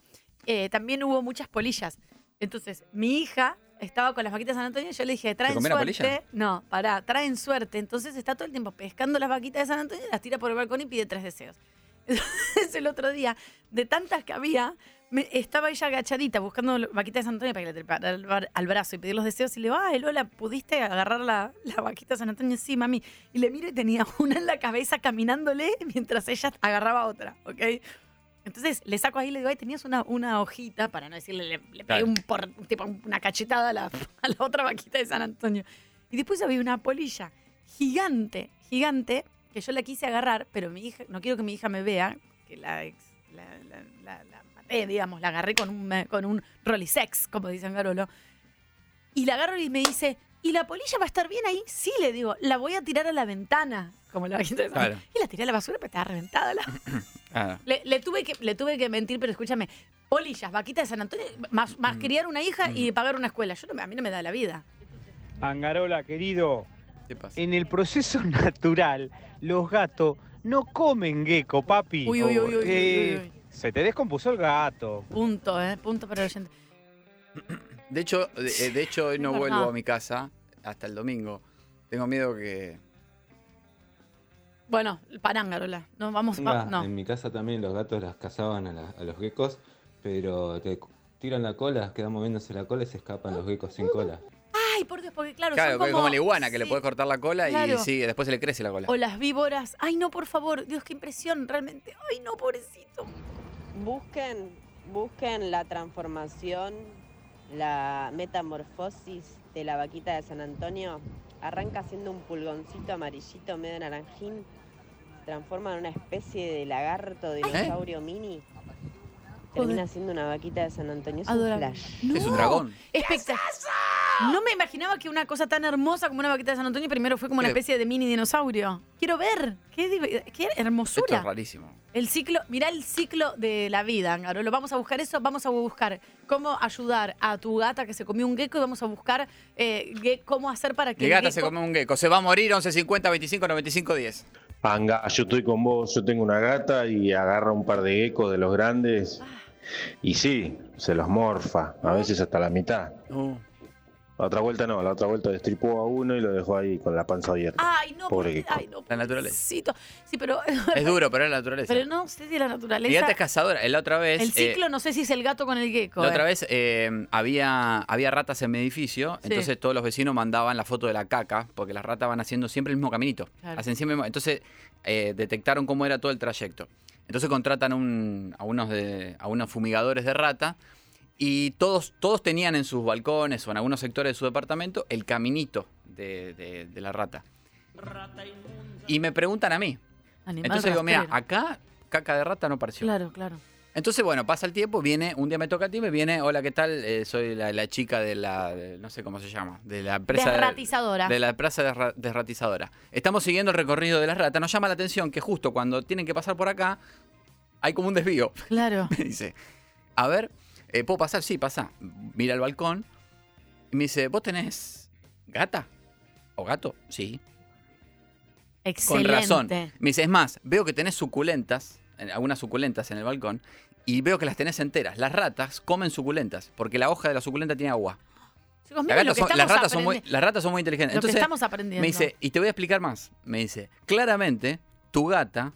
[SPEAKER 5] eh, también hubo muchas polillas. Entonces, mi hija estaba con las vaquitas de San Antonio y yo le dije, traen
[SPEAKER 2] comieron
[SPEAKER 5] suerte.
[SPEAKER 2] polilla?
[SPEAKER 5] No, pará, traen suerte. Entonces está todo el tiempo pescando las vaquitas de San Antonio y las tira por el balcón y pide tres deseos. Entonces el otro día, de tantas que había, me- estaba ella agachadita buscando la vaquita de San Antonio para que le trepara al, bar- al brazo y pedir los deseos. Y le digo, ay, Lola, ¿pudiste agarrar la, la vaquita de San Antonio? Sí, mami. Y le miro y tenía una en la cabeza caminándole mientras ella agarraba otra, ¿ok? Entonces le saco ahí y le digo, ay, tenías una, una hojita, para no decirle, le, le pegué
[SPEAKER 2] Claro.
[SPEAKER 5] un por- tipo, una cachetada a la, a la otra vaquita de San Antonio. Y después había una polilla gigante, gigante, que yo la quise agarrar, pero mi hija, no quiero que mi hija me vea, que la, ex- la, la- la- la maté, digamos, la agarré con un, con un rolisex, como dicen Garolo. Y la agarro y me dice, ¿y la polilla va a estar bien ahí? Sí, le digo, la voy a tirar a la ventana, como la vaquita de San
[SPEAKER 2] Claro.
[SPEAKER 5] Y la tiré a la basura, pero estaba reventada la,
[SPEAKER 2] Ah,
[SPEAKER 5] le, le tuve que, le tuve que mentir, pero escúchame, polillas, vaquitas de San Antonio, más, más criar una hija y pagar una escuela. Yo no me- a mí no me da la vida.
[SPEAKER 15] Angarola, querido.
[SPEAKER 2] pasa?
[SPEAKER 15] En el proceso natural, los gatos no comen gecko, papi.
[SPEAKER 5] Uy, uy, uy, uy, uy,
[SPEAKER 15] Eh,
[SPEAKER 5] uy,
[SPEAKER 15] Se te descompuso el gato.
[SPEAKER 5] Punto, ¿eh? Punto para el oyente.
[SPEAKER 2] De hecho, de, eh, de hecho hoy
[SPEAKER 5] Es
[SPEAKER 2] no
[SPEAKER 5] verdad.
[SPEAKER 2] vuelvo a mi casa hasta el domingo. Tengo miedo que.
[SPEAKER 5] Bueno, parángarola. No, vamos, va- no.
[SPEAKER 16] Ah,
[SPEAKER 17] em.
[SPEAKER 16] En mi casa también los gatos las cazaban a, la- a los geckos, pero te cu- tiran la cola, quedan moviéndose la cola y se escapan los geckos sin cola.
[SPEAKER 5] Ay, por Dios, porque claro,
[SPEAKER 2] Claro,
[SPEAKER 5] son
[SPEAKER 2] que es
[SPEAKER 5] como,
[SPEAKER 2] como la iguana, que le podés cortar la cola
[SPEAKER 5] Claro.
[SPEAKER 2] y sigue, después se le crece la cola.
[SPEAKER 5] O las víboras. Ay, no, por favor. Dios, qué impresión, realmente. Ay, no, pobrecito.
[SPEAKER 10] Busquen, busquen la transformación, la metamorfosis de la vaquita de San Antonio. Arranca siendo un pulgoncito amarillito medio naranjín, se transforma en una especie de lagarto
[SPEAKER 2] ¿Eh?
[SPEAKER 10] dinosaurio mini. Termina siendo una vaquita de San Antonio. Es un
[SPEAKER 5] Adorable.
[SPEAKER 10] flash.
[SPEAKER 5] No.
[SPEAKER 2] Es un dragón.
[SPEAKER 5] Espectacular. No me imaginaba que una cosa tan hermosa como una vaquita de San Antonio primero fue como una
[SPEAKER 2] Creo-
[SPEAKER 5] especie de mini dinosaurio. Quiero ver. Qué, div- qué
[SPEAKER 2] Esto es
[SPEAKER 5] hermosura.
[SPEAKER 2] rarísimo.
[SPEAKER 5] El ciclo, mirá el ciclo de la vida, Angarolo. Vamos a buscar eso, vamos a buscar cómo ayudar a tu gata que se comió un gecko y vamos a buscar eh, ge- cómo hacer para que
[SPEAKER 2] Mi
[SPEAKER 5] el
[SPEAKER 2] gata se
[SPEAKER 5] gecko-
[SPEAKER 2] come un gecko. Se va a morir 1150 25 95 10.
[SPEAKER 18] Anga, yo estoy con vos, yo tengo una gata y agarra un par de geckos de los grandes y sí, se los morfa, a veces hasta la mitad. La otra vuelta no, la otra vuelta destripó a uno y lo dejó ahí con la panza abierta.
[SPEAKER 5] Ay, no,
[SPEAKER 18] Pobre gecko.
[SPEAKER 5] porque- ay, no,
[SPEAKER 2] La naturaleza.
[SPEAKER 5] pobrecito. Sí, pero,
[SPEAKER 2] Es duro, pero es la naturaleza.
[SPEAKER 5] pero no sé si la naturaleza.
[SPEAKER 2] Mi gata es cazadora. La otra vez.
[SPEAKER 5] el
[SPEAKER 2] eh,
[SPEAKER 5] ciclo no sé si es el gato con el gecko.
[SPEAKER 2] La
[SPEAKER 5] eh.
[SPEAKER 2] otra vez eh, había, había ratas en mi edificio,
[SPEAKER 5] Sí.
[SPEAKER 2] entonces todos los vecinos mandaban la foto de la caca, porque las ratas van haciendo siempre el mismo caminito.
[SPEAKER 5] Claro.
[SPEAKER 2] Hacen siempre el mismo- entonces eh, detectaron cómo era todo el trayecto. Entonces contratan un- a, unos de- a unos fumigadores de rata y todos, todos tenían en sus balcones o en algunos sectores de su departamento el caminito de, de- de la rata. Y me preguntan a mí.
[SPEAKER 5] Animal
[SPEAKER 2] Entonces digo, mira,
[SPEAKER 5] rastrero".
[SPEAKER 2] acá caca de rata no pareció.
[SPEAKER 5] Claro, claro.
[SPEAKER 2] Entonces, bueno, pasa el tiempo, viene, un día me toca a ti, me viene, hola, ¿qué tal? Eh, soy la, la chica de la, de- no sé cómo se llama, de la empresa... de-
[SPEAKER 5] Desratizadora.
[SPEAKER 2] De la empresa desra- desratizadora. Estamos siguiendo el recorrido de las ratas. Nos llama la atención que justo cuando tienen que pasar por acá, hay como un desvío.
[SPEAKER 5] Claro.
[SPEAKER 2] Me dice, a ver, eh, ¿puedo pasar? Sí, pasa. Mira el balcón. Y me dice, ¿vos tenés gata? ¿O gato? Sí.
[SPEAKER 5] Excelente.
[SPEAKER 2] Con razón. Me dice, es más, veo que tenés suculentas, en- algunas suculentas en el balcón, y veo que las tenés enteras. Las ratas comen suculentas, porque la hoja de la suculenta tiene agua.
[SPEAKER 5] Chicos,
[SPEAKER 2] Las,
[SPEAKER 5] miren lo
[SPEAKER 2] gatas
[SPEAKER 5] que
[SPEAKER 2] son- las
[SPEAKER 5] estamos
[SPEAKER 2] ratas son muy,
[SPEAKER 5] aprendi-
[SPEAKER 2] las ratas son muy
[SPEAKER 5] lo
[SPEAKER 2] inteligentes.
[SPEAKER 5] que
[SPEAKER 2] Entonces,
[SPEAKER 5] estamos aprendiendo.
[SPEAKER 2] me dice, y te voy a explicar más. Me dice, claramente, tu gata,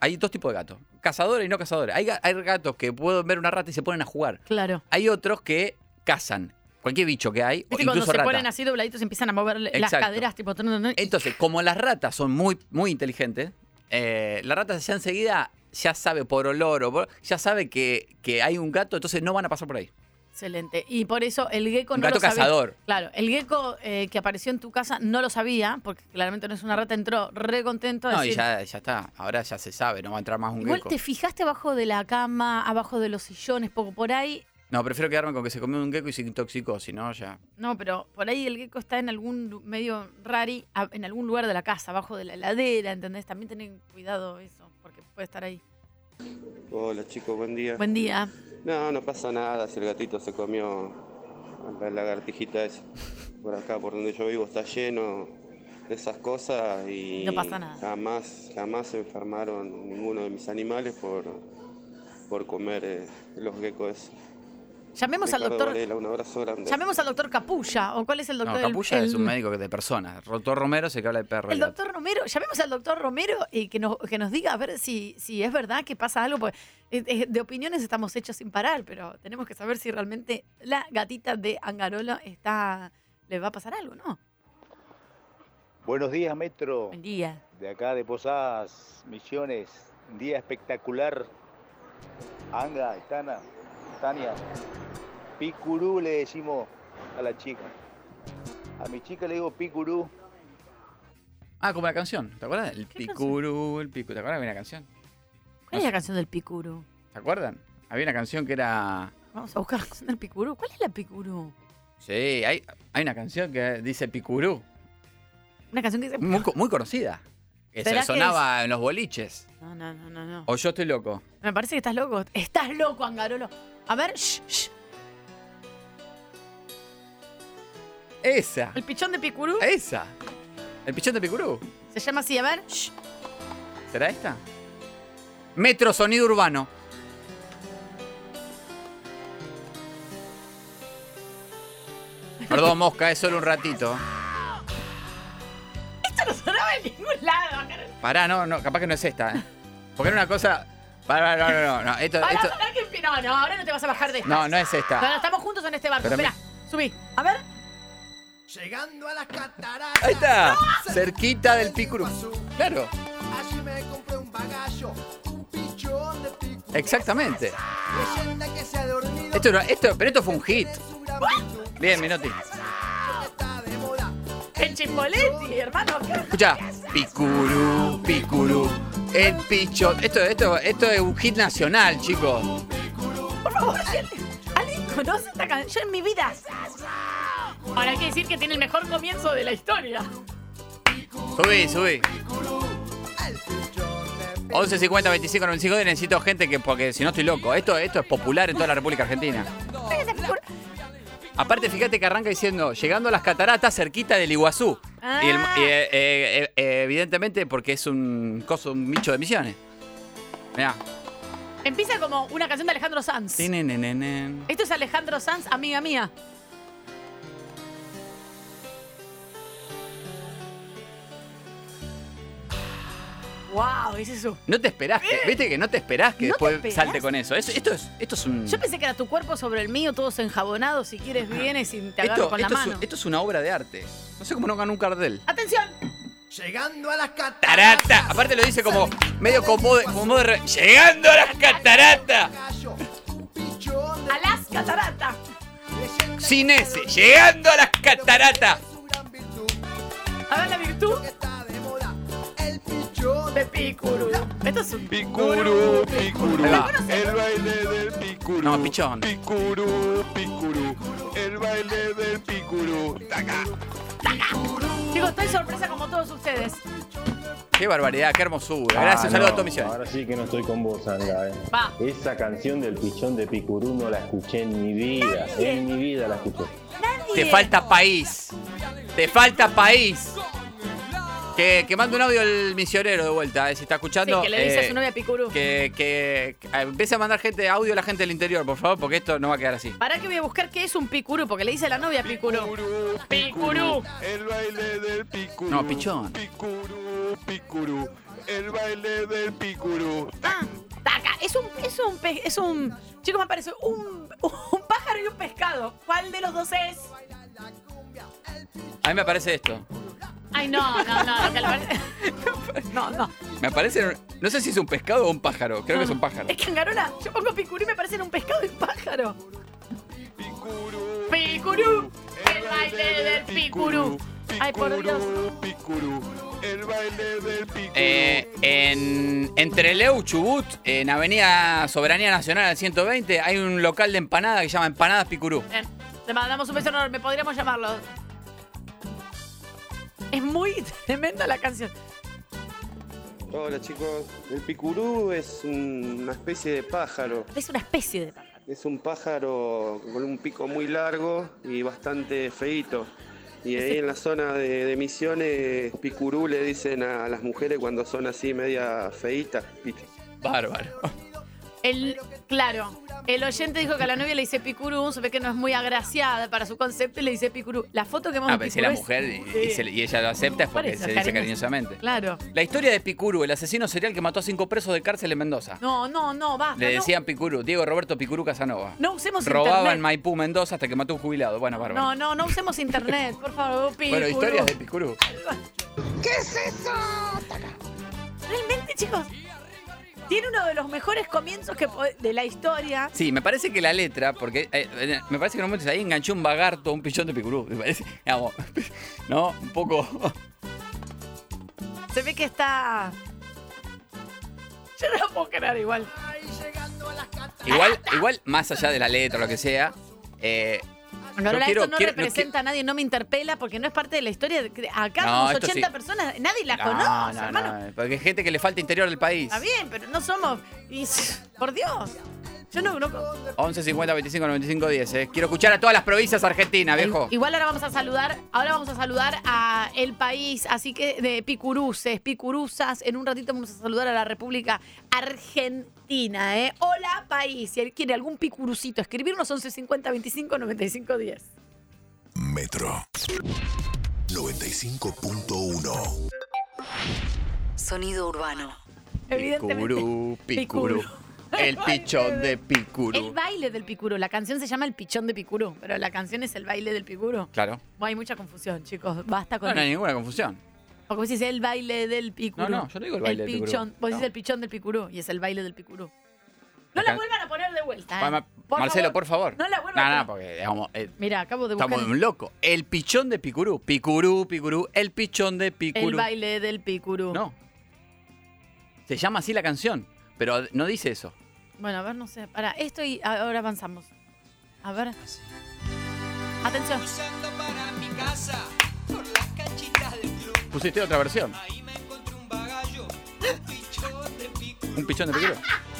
[SPEAKER 2] hay dos tipos de gatos, cazadores y no cazadores. Hay, ga- hay gatos que pueden ver una rata y se ponen a jugar.
[SPEAKER 5] Claro.
[SPEAKER 2] Hay otros que cazan. Cualquier bicho que hay, o
[SPEAKER 5] Viste cuando
[SPEAKER 2] incluso
[SPEAKER 5] se
[SPEAKER 2] rata.
[SPEAKER 5] ponen así dobladitos y empiezan a mover las
[SPEAKER 2] Exacto.
[SPEAKER 5] caderas, tipo. tun, tun, tun, y-
[SPEAKER 2] Entonces, como las ratas son muy, muy inteligentes, eh, la rata ya enseguida ya sabe por olor o por- ya sabe que, que hay un gato, entonces no van a pasar por ahí.
[SPEAKER 5] Excelente. Y por eso el gecko
[SPEAKER 2] Un
[SPEAKER 5] no
[SPEAKER 2] gato
[SPEAKER 5] lo sabía.
[SPEAKER 2] cazador.
[SPEAKER 5] Claro, el gecko eh, que apareció en tu casa no lo sabía, porque claramente no es una rata, entró re contento. a
[SPEAKER 2] No, y
[SPEAKER 5] decir,
[SPEAKER 2] ya, ya está. Ahora ya se sabe, no va a entrar más un
[SPEAKER 5] Igual
[SPEAKER 2] gecko.
[SPEAKER 5] te fijaste abajo de la cama, abajo de los sillones, poco por ahí.
[SPEAKER 2] No, prefiero quedarme con que se comió un gecko y se intoxicó, si no, ya.
[SPEAKER 5] No, pero por ahí el gecko está en algún lu- medio rari, a- en algún lugar de la casa, abajo de la heladera, ¿entendés? También tienen cuidado eso, porque puede estar ahí.
[SPEAKER 17] Hola chicos, buen día.
[SPEAKER 5] Buen día.
[SPEAKER 17] No, no pasa nada si el gatito se comió a la lagartijita esa. Por acá, por donde yo vivo, está lleno de esas cosas y
[SPEAKER 5] No pasa nada.
[SPEAKER 17] jamás, jamás se enfermaron ninguno de mis animales por, por comer eh, los geckos.
[SPEAKER 5] Llamemos al
[SPEAKER 17] Ricardo
[SPEAKER 5] doctor.
[SPEAKER 17] Varela, un abrazo grande.
[SPEAKER 5] Llamemos al doctor Capulla, o cuál es el
[SPEAKER 2] No,
[SPEAKER 5] doctor. El-
[SPEAKER 2] Capulla es un
[SPEAKER 5] el-
[SPEAKER 2] médico de personas. Rotor Romero se que habla de perro.
[SPEAKER 5] El doctor Romero, llamemos al doctor Romero y que nos, que nos diga a ver si, si es verdad que pasa algo. Porque eh, eh, de opiniones estamos hechos sin parar, pero tenemos que saber si realmente la gatita de Angarolo está, le va a pasar algo, ¿no?
[SPEAKER 19] Buenos días, Metro.
[SPEAKER 5] Buen día.
[SPEAKER 19] De acá de Posadas, Misiones. Un día espectacular. Anga, Tana, Tania. Picurú le decimos a la chica. A mi chica le digo Picurú.
[SPEAKER 2] Ah, como la canción, ¿te acuerdas? El picurú, el picurú. ¿Te acuerdas de la canción?
[SPEAKER 5] ¿Cuál es la canción del Picuru?
[SPEAKER 2] ¿Se acuerdan? Había una canción que era.
[SPEAKER 5] Vamos a buscar la canción del Picuru. ¿Cuál es la Picuru?
[SPEAKER 2] Sí, hay, hay una canción que dice Picurú.
[SPEAKER 5] Una canción que dice.
[SPEAKER 2] Muy, co- muy conocida. Que se
[SPEAKER 5] ¿Será que
[SPEAKER 2] sonaba en los boliches.
[SPEAKER 5] No, no, no, no, no.
[SPEAKER 2] O yo estoy loco.
[SPEAKER 5] Me parece que estás loco. Estás loco, Angarolo. A ver, shh, shh.
[SPEAKER 2] Esa.
[SPEAKER 5] el pichón de Picuru
[SPEAKER 2] Esa. El pichón de Picurú.
[SPEAKER 5] se llama así. A ver, shh.
[SPEAKER 2] ¿Será esta? Metro Sonido Urbano. Perdón, Mosca, es solo un ratito.
[SPEAKER 5] Esto no sonaba en ningún lado, Angarolo.
[SPEAKER 2] Pará, no, no, capaz que no es esta, ¿eh? Porque era una cosa. Pará, no, no, no, no. Esto,
[SPEAKER 5] Pará,
[SPEAKER 2] Eh, esto-
[SPEAKER 5] pará que- No, no, ahora no te vas a bajar de esta.
[SPEAKER 2] No, no es esta.
[SPEAKER 5] No, no, estamos juntos en este barco.
[SPEAKER 2] Pero me-
[SPEAKER 5] Espera, subí. A ver.
[SPEAKER 20] Llegando a las
[SPEAKER 2] Ahí
[SPEAKER 20] cataratas,
[SPEAKER 2] está. Cerquita del Picurú. Claro,
[SPEAKER 20] allí me compré un bagallo, un pichón de pico,
[SPEAKER 2] exactamente.
[SPEAKER 20] leyenda que se ha dormido,
[SPEAKER 2] Esto, era- esto, pero esto fue un hit. Bien, Minotti.
[SPEAKER 5] El Chimboletti, hermano.
[SPEAKER 2] Escucha, Picurú, Picurú, el pichón. Esto, esto, esto es un hit nacional, chicos.
[SPEAKER 5] Por favor, alguien, alguien conoce esta canción en mi vida. Ahora hay que decir que tiene el mejor comienzo de la historia.
[SPEAKER 2] Subí, subí. 11 50 25 95 y necesito gente que, porque si no estoy loco, esto, esto es popular en toda la República Argentina. Aparte, fíjate que arranca diciendo, llegando a las cataratas cerquita del Iguazú. Y el-
[SPEAKER 21] Ah.
[SPEAKER 2] y, eh, eh, eh, evidentemente porque es un coso, un nicho de misiones. Mirá.
[SPEAKER 5] Empieza como una canción de Alejandro Sanz.
[SPEAKER 2] Tinenenenen.
[SPEAKER 5] Esto es Alejandro Sanz, amiga mía. Wow, ese es un-
[SPEAKER 2] No te esperaste, viste que no te esperás que
[SPEAKER 5] No te
[SPEAKER 2] después
[SPEAKER 5] esperás.
[SPEAKER 2] salte con eso. Es- esto, es, esto es un.
[SPEAKER 21] Yo pensé que era tu cuerpo sobre el mío, todos enjabonados. Si quieres, vienes y te agarro
[SPEAKER 2] esto,
[SPEAKER 21] con la
[SPEAKER 2] esto es,
[SPEAKER 21] mano.
[SPEAKER 2] un- esto es una obra de arte. No sé cómo no ganó un cardel.
[SPEAKER 21] ¡Atención!
[SPEAKER 22] Llegando a las cataratas.
[SPEAKER 2] ¡Tarata! Aparte lo dice como medio con modo de, con modo de re- ¡Llegando a las cataratas!
[SPEAKER 5] A las cataratas.
[SPEAKER 2] Sin ese, llegando a las cataratas.
[SPEAKER 5] A ver la virtud. De Picuru. Esto es un.
[SPEAKER 2] Picuru, picuru.
[SPEAKER 5] El
[SPEAKER 2] baile del picuru. No, pichón.
[SPEAKER 23] Picurú, picurú, el baile del picurú. Taca.
[SPEAKER 5] Chicos, estoy sorpresa como todos ustedes.
[SPEAKER 2] Qué barbaridad, qué hermosura. Gracias,
[SPEAKER 18] Ah,
[SPEAKER 2] un saludo
[SPEAKER 18] no,
[SPEAKER 2] a Tommy Misiones.
[SPEAKER 18] Ahora sí que no estoy con vos, Anga. eh.
[SPEAKER 5] Va.
[SPEAKER 18] Esa canción del pichón de Picurú no la escuché en mi vida. En mi vida la escuché.
[SPEAKER 2] Te falta país. Te falta país. Que, que mande un audio el misionero de vuelta, eh, si está escuchando.
[SPEAKER 5] Sí, que le dice
[SPEAKER 2] eh,
[SPEAKER 5] a su novia Picurú.
[SPEAKER 2] Que, que- que empiece a mandar gente audio a la gente del interior, por favor, porque esto no va a quedar así.
[SPEAKER 21] ¿Para qué voy a buscar qué es un picurú? Porque le dice la novia picurú.
[SPEAKER 5] Picurú.
[SPEAKER 23] El baile del picurú.
[SPEAKER 2] No, pichón.
[SPEAKER 23] Picurú, picurú, el baile del picurú.
[SPEAKER 5] Taca. Es un. Es un. pe- Es un chicos, me parece un, un pájaro y un pescado. ¿Cuál de los dos es?
[SPEAKER 2] A mí me aparece esto.
[SPEAKER 5] Ay, no, no, no. no, que la verdad- no, no.
[SPEAKER 2] Me aparece. No sé si es un pescado o un pájaro. Creo que es un pájaro.
[SPEAKER 5] Es que Angarola, yo pongo picurú y me parecen un pescado y un pájaro. Picurú. El baile del picurú. Ay, por Dios.
[SPEAKER 23] Picurú, el baile del picurú.
[SPEAKER 2] Eh, en, entre Leu, Chubut, en Avenida Soberanía Nacional al 120, hay un local de empanada que se llama Empanadas Picurú.
[SPEAKER 5] Bien, le mandamos un beso enorme, podríamos llamarlo. Es muy tremenda la canción.
[SPEAKER 17] Hola chicos, el picurú es un- una especie de pájaro.
[SPEAKER 21] Es una especie de pájaro.
[SPEAKER 17] Es un pájaro con un pico muy largo y bastante feito. Y ahí en la zona de, de Misiones, picurú le dicen a las mujeres cuando son así media feitas.
[SPEAKER 2] Bárbaro.
[SPEAKER 5] El, claro, el oyente dijo que a la novia le dice picurú, se ve que no es muy agraciada para su concepto y le dice picurú. La foto que hemos
[SPEAKER 2] Ah, pero si la mujer y, y se- y ella lo acepta es
[SPEAKER 5] Por
[SPEAKER 2] porque
[SPEAKER 5] eso,
[SPEAKER 2] se dice
[SPEAKER 5] cariño.
[SPEAKER 2] cariñosamente.
[SPEAKER 5] Claro.
[SPEAKER 2] La historia de Picurú, el asesino serial que mató a cinco presos de cárcel en Mendoza.
[SPEAKER 5] No, no, no, basta.
[SPEAKER 2] Le
[SPEAKER 5] no.
[SPEAKER 2] decían Picurú, Diego Roberto Picurú Casanova.
[SPEAKER 5] No usemos
[SPEAKER 2] Robaba en
[SPEAKER 5] internet.
[SPEAKER 2] Maipú, Mendoza, hasta que mató a un jubilado. Bueno, bárbaro.
[SPEAKER 5] No, no, no usemos internet, por favor, picurú.
[SPEAKER 2] bueno, historias de Picurú.
[SPEAKER 5] ¿Qué es eso? Realmente, chicos, tiene uno de los mejores comienzos que po- de la historia.
[SPEAKER 2] Sí, me parece que la letra, porque eh, eh, me parece que en un momento ahí enganchó un vagarto, un pichón de Picurú. Me parece, digamos, ¿no? Un poco.
[SPEAKER 5] Se ve que está. Yo no lo puedo creer igual.
[SPEAKER 2] Igual, igual, más allá de la letra, lo que sea. eh, yo
[SPEAKER 5] Carola,
[SPEAKER 2] quiero-
[SPEAKER 5] esto no
[SPEAKER 2] quiero- no
[SPEAKER 5] representa a nadie, no me interpela porque no es parte de la historia. de- Acá
[SPEAKER 2] No,
[SPEAKER 5] somos
[SPEAKER 2] esto
[SPEAKER 5] 80
[SPEAKER 2] sí.
[SPEAKER 5] personas, nadie la
[SPEAKER 2] quiero- no,
[SPEAKER 5] conoce,
[SPEAKER 2] no,
[SPEAKER 5] hermano.
[SPEAKER 2] no, Porque hay gente que le falta interior del país.
[SPEAKER 5] Está bien, pero no somos. y- por Dios. Yo no. no-
[SPEAKER 2] 11 50 25 95 10. eh. Quiero escuchar a todas las provincias argentinas, viejo.
[SPEAKER 5] Igual ahora vamos a saludar, ahora vamos a saludar a el país, así que de picuruces, picurusas, en un ratito vamos a saludar a la República Argentina, ¿eh? Hola país, si quiere algún picurucito, escribirnos 1150 25 95 10.
[SPEAKER 7] Metro 95.1.
[SPEAKER 24] Sonido urbano.
[SPEAKER 2] Picurú,
[SPEAKER 5] Picurú.
[SPEAKER 2] Picurú. El pichón de
[SPEAKER 5] El
[SPEAKER 2] Picurú.
[SPEAKER 5] baile del picuro, la canción se llama El pichón de picuro, pero la canción es El baile del picuro.
[SPEAKER 2] Claro.
[SPEAKER 5] Bueno, hay mucha confusión, chicos, basta con
[SPEAKER 2] No, no hay ninguna confusión.
[SPEAKER 5] Porque vos decís el baile del picuro.
[SPEAKER 2] No, no, yo no digo el baile del picurú.
[SPEAKER 5] pichón. Vos decís
[SPEAKER 2] No.
[SPEAKER 5] el pichón del picurú y es el baile del picurú. No
[SPEAKER 2] Acá-
[SPEAKER 5] la vuelvan a poner de vuelta.
[SPEAKER 2] Pa-
[SPEAKER 5] ¿eh?
[SPEAKER 2] ma-
[SPEAKER 5] Por
[SPEAKER 2] Marcelo,
[SPEAKER 5] favor.
[SPEAKER 2] por favor.
[SPEAKER 5] No la vuelvan a
[SPEAKER 2] No, no,
[SPEAKER 5] poner.
[SPEAKER 2] porque digamos, eh,
[SPEAKER 5] Mira, acabo de buscar
[SPEAKER 2] estamos
[SPEAKER 5] el,
[SPEAKER 2] locos. El pichón de Picurú. Picurú, Picurú. El pichón de Picurú.
[SPEAKER 5] el baile del picurú.
[SPEAKER 2] No. Se llama así la canción, pero no dice eso.
[SPEAKER 5] Bueno, a ver, no sé. Para, esto y ahora avanzamos. A ver. Atención.
[SPEAKER 23] casa por las canchitas del club.
[SPEAKER 2] Pusiste otra versión.
[SPEAKER 23] Ahí me encontré un bagallo, un pichón de pico.
[SPEAKER 2] Un pichón de piquero.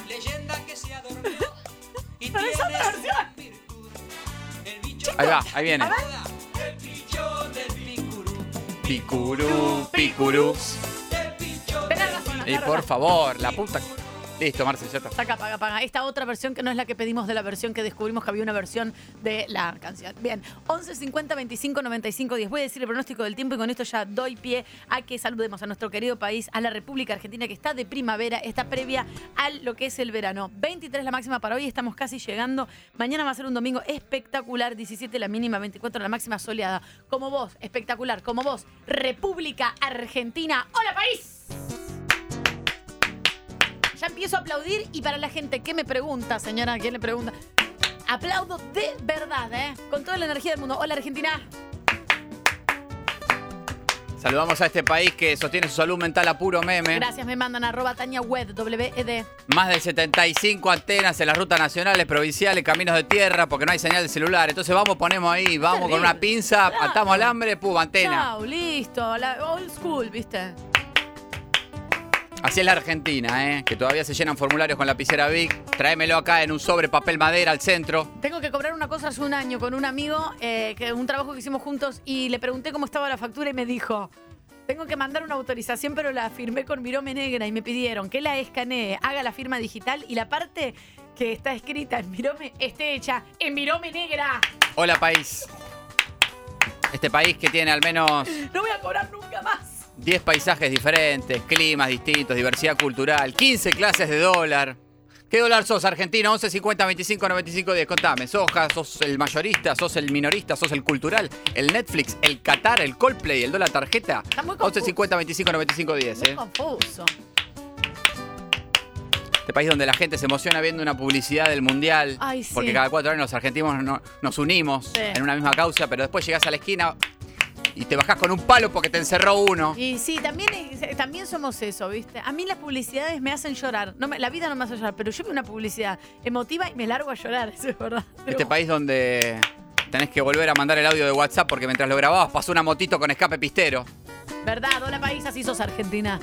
[SPEAKER 23] Leyenda que se adornó y tiene gran virtud. El bicho
[SPEAKER 2] Ahí va, ahí viene.
[SPEAKER 23] El pichón del picurú.
[SPEAKER 2] Picurú, picurú.
[SPEAKER 5] Tenés razón,
[SPEAKER 2] Y
[SPEAKER 5] tenés
[SPEAKER 2] por
[SPEAKER 5] razón.
[SPEAKER 2] favor, la puta. Listo, Marce, ya está.
[SPEAKER 5] Saca, paga, paga. Esta otra versión que no es la que pedimos de la versión que descubrimos que había una versión de la canción. Bien, 11 50 25 95 10. Voy a decir el pronóstico del tiempo y con esto ya doy pie a que saludemos a nuestro querido país, a la República Argentina que está de primavera, está previa a lo que es el verano. 23 la máxima para hoy, estamos casi llegando. Mañana va a ser un domingo espectacular, 17 la mínima, 24 la máxima soleada. Como vos, espectacular, como vos, República Argentina. ¡Hola, país! Ya empiezo a aplaudir y para la gente que me pregunta, señora, ¿quién le pregunta? Aplaudo de verdad, ¿eh? Con toda la energía del mundo. Hola, Argentina.
[SPEAKER 2] Saludamos a este país que sostiene su salud mental a puro meme.
[SPEAKER 5] Gracias, me mandan arroba Tania E Web, W-E-D.
[SPEAKER 2] Más de 75 antenas en las rutas nacionales, provinciales, caminos de tierra, porque no hay señal de celular. Entonces vamos, ponemos ahí, vamos con una pinza, atamos el hambre, pum, antena.
[SPEAKER 5] Chau, listo. La old school, ¿viste?
[SPEAKER 2] Así es la Argentina, ¿eh? que todavía se llenan formularios con lapicera Vic. Tráemelo acá en un sobre papel madera al centro.
[SPEAKER 5] Tengo que cobrar una cosa hace un año con un amigo, eh, que un trabajo que hicimos juntos, y le pregunté cómo estaba la factura y me dijo, tengo que mandar una autorización, pero la firmé con virome negra y me pidieron que la escanee, haga la firma digital y la parte que está escrita en virome esté hecha en virome negra.
[SPEAKER 2] Hola país. Este país que tiene al menos
[SPEAKER 5] No voy a cobrar nunca más.
[SPEAKER 2] 10 paisajes diferentes, climas distintos, diversidad cultural, 15 clases de dólar. ¿Qué dólar sos, argentino? 11, 50, 25, 95, 10. Contame, ¿sos hoja? ¿Sos el mayorista? ¿Sos el minorista? ¿Sos el cultural? ¿El Netflix? ¿El Qatar? ¿El Coldplay? ¿El dólar tarjeta?
[SPEAKER 5] muy confuso.
[SPEAKER 2] 11, 50, 25, 95, 10.
[SPEAKER 5] Muy
[SPEAKER 2] ¿eh?
[SPEAKER 5] confuso.
[SPEAKER 2] Este país donde la gente se emociona viendo una publicidad del mundial.
[SPEAKER 5] Ay, sí.
[SPEAKER 2] Porque cada cuatro años los argentinos no- nos unimos
[SPEAKER 5] Sí.
[SPEAKER 2] en una misma causa, pero después llegás a la esquina y te bajás con un palo porque te encerró uno.
[SPEAKER 5] Y sí, también, es- eh, también somos eso, ¿viste? A mí las publicidades me hacen llorar. No me- la vida no me hace llorar, pero yo veo una publicidad emotiva y me largo a llorar, eso es verdad.
[SPEAKER 2] Este país donde tenés que volver a mandar el audio de WhatsApp porque mientras lo grababas pasó una motito con escape pistero.
[SPEAKER 5] ¿Verdad? Hola, país, así sos Argentina.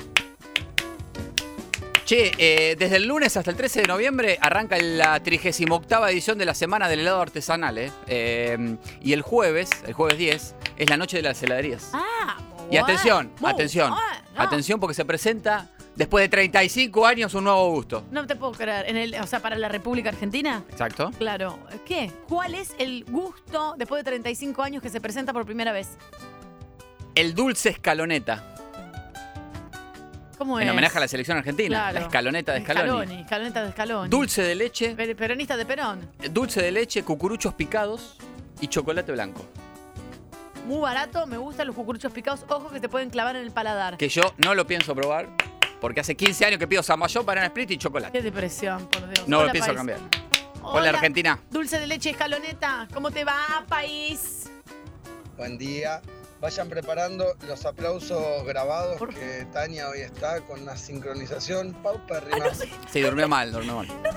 [SPEAKER 2] Che, eh, desde el lunes hasta el 13 de noviembre arranca la 38 edición de la Semana del Helado Artesanal, ¿eh? Eh, y el jueves, el jueves 10, es la noche de las heladerías.
[SPEAKER 5] Ah,
[SPEAKER 2] Y atención,
[SPEAKER 5] bueno, ah,
[SPEAKER 2] atención,
[SPEAKER 5] bueno.
[SPEAKER 2] atención porque se presenta después de 35 años un nuevo gusto.
[SPEAKER 5] No te puedo creer. En el, o sea, para la República Argentina.
[SPEAKER 2] Exacto.
[SPEAKER 5] Claro. ¿Qué? ¿Cuál es el gusto después de 35 años que se presenta por primera vez?
[SPEAKER 2] El dulce escaloneta,
[SPEAKER 5] ¿Cómo es?
[SPEAKER 2] en homenaje a la selección argentina,
[SPEAKER 5] Claro.
[SPEAKER 2] la escaloneta de Scaloni.
[SPEAKER 5] Scaloni, escaloneta de Scaloni.
[SPEAKER 2] Dulce de leche,
[SPEAKER 5] Per- Peronista de Perón.
[SPEAKER 2] dulce de leche, cucuruchos picados y chocolate blanco.
[SPEAKER 5] Muy barato, me gustan los cucuruchos picados. Ojo que te pueden clavar en el paladar.
[SPEAKER 2] Que yo no lo pienso probar porque hace 15 años que pido zamballón, banana split y chocolate.
[SPEAKER 5] Qué depresión, por Dios.
[SPEAKER 2] No
[SPEAKER 5] Hola,
[SPEAKER 2] lo pienso
[SPEAKER 5] país.
[SPEAKER 2] cambiar. Hola,
[SPEAKER 5] Hola.
[SPEAKER 2] Argentina.
[SPEAKER 5] Dulce de leche escaloneta, ¿cómo te va, país?
[SPEAKER 4] Buen día. Vayan preparando los aplausos grabados que Tania hoy está con una sincronización paupérrima.
[SPEAKER 2] Sí, durmió mal, durmió mal.
[SPEAKER 5] No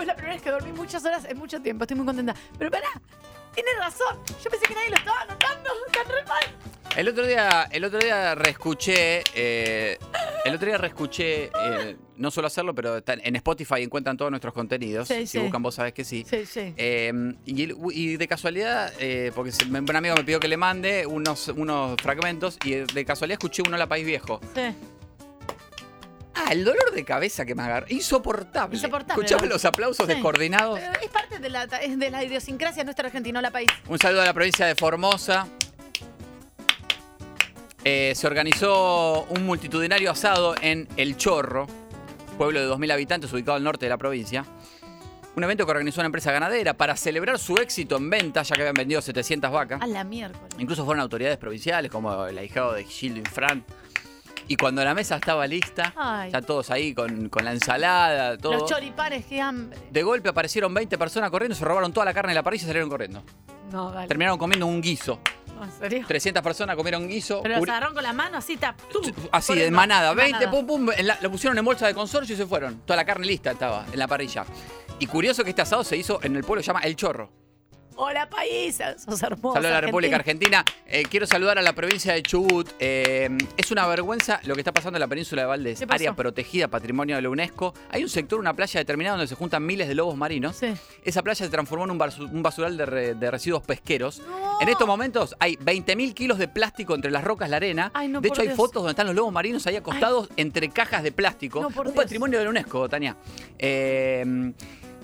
[SPEAKER 5] es la primera vez que dormí muchas horas en mucho tiempo, estoy muy contenta. Pero pará, tienes razón. Yo pensé que nadie lo estaba notando. Están re mal.
[SPEAKER 2] El otro día, el otro día reescuché, eh, el otro día reescuché, eh, no suelo hacerlo, pero está- en Spotify encuentran todos nuestros contenidos.
[SPEAKER 5] Sí,
[SPEAKER 2] si
[SPEAKER 5] sí.
[SPEAKER 2] buscan vos sabés que sí.
[SPEAKER 5] Sí, sí.
[SPEAKER 2] Eh, y, y de casualidad, eh, porque se- un amigo me pidió que le mande unos, unos fragmentos y de casualidad escuché uno La País Viejo.
[SPEAKER 5] Sí. Eh,
[SPEAKER 2] Ah, el dolor de cabeza que me agarró. Insoportable.
[SPEAKER 5] Insoportable,
[SPEAKER 2] Escuchame
[SPEAKER 5] ¿no?
[SPEAKER 2] los aplausos
[SPEAKER 5] Sí.
[SPEAKER 2] descoordinados.
[SPEAKER 5] Eh, Es parte de la, es de la idiosincrasia nuestra argentina, la país.
[SPEAKER 2] Un saludo a la provincia de Formosa. Eh, se organizó un multitudinario asado en El Chorro, pueblo de 2.000 habitantes ubicado al norte de la provincia. Un evento que organizó una empresa ganadera para celebrar su éxito en venta, ya que habían vendido 700 vacas.
[SPEAKER 5] A la miércoles.
[SPEAKER 2] Incluso fueron autoridades provinciales, como el ahijado de Gildo Infran. Y cuando la mesa estaba lista,
[SPEAKER 5] Ay.
[SPEAKER 2] ya todos ahí con, con la ensalada, todo.
[SPEAKER 5] Los choripanes, qué hambre.
[SPEAKER 2] de golpe aparecieron 20 personas corriendo, se robaron toda la carne de la parrilla y salieron corriendo.
[SPEAKER 5] No, dale.
[SPEAKER 2] Terminaron comiendo un guiso.
[SPEAKER 5] No, ¿En serio?
[SPEAKER 2] 300 personas comieron guiso.
[SPEAKER 5] Pero los
[SPEAKER 2] puré-
[SPEAKER 5] agarraron con la mano así, tap, tum,
[SPEAKER 2] Así, de
[SPEAKER 5] corriendo.
[SPEAKER 2] manada.
[SPEAKER 5] En
[SPEAKER 2] 20, pum, pum. en la- lo pusieron en bolsa de consorcio y se fueron. Toda la carne lista estaba en la parrilla. Y curioso que este asado se hizo en el pueblo que se llama El Chorro.
[SPEAKER 5] Hola, país. Sos hermosa.
[SPEAKER 2] Saludos a la República
[SPEAKER 5] Argentina.
[SPEAKER 2] Argentina. Eh, quiero saludar a la provincia de Chubut. Eh, es una vergüenza lo que está pasando en la península de Valdés.
[SPEAKER 5] ¿Qué pasó?
[SPEAKER 2] Área protegida, patrimonio de la UNESCO. Hay un sector, una playa determinada donde se juntan miles de lobos marinos. Esa playa se transformó en un, barsu- un basural de, re- de residuos pesqueros. En estos momentos hay 20.000 kilos de plástico entre las rocas, la arena.
[SPEAKER 5] Ay, no,
[SPEAKER 2] de
[SPEAKER 5] por
[SPEAKER 2] hecho, hay
[SPEAKER 5] Dios.
[SPEAKER 2] fotos donde están los lobos marinos ahí acostados entre cajas de plástico.
[SPEAKER 5] No,
[SPEAKER 2] un
[SPEAKER 5] por Dios.
[SPEAKER 2] patrimonio de la UNESCO, Tania. Eh,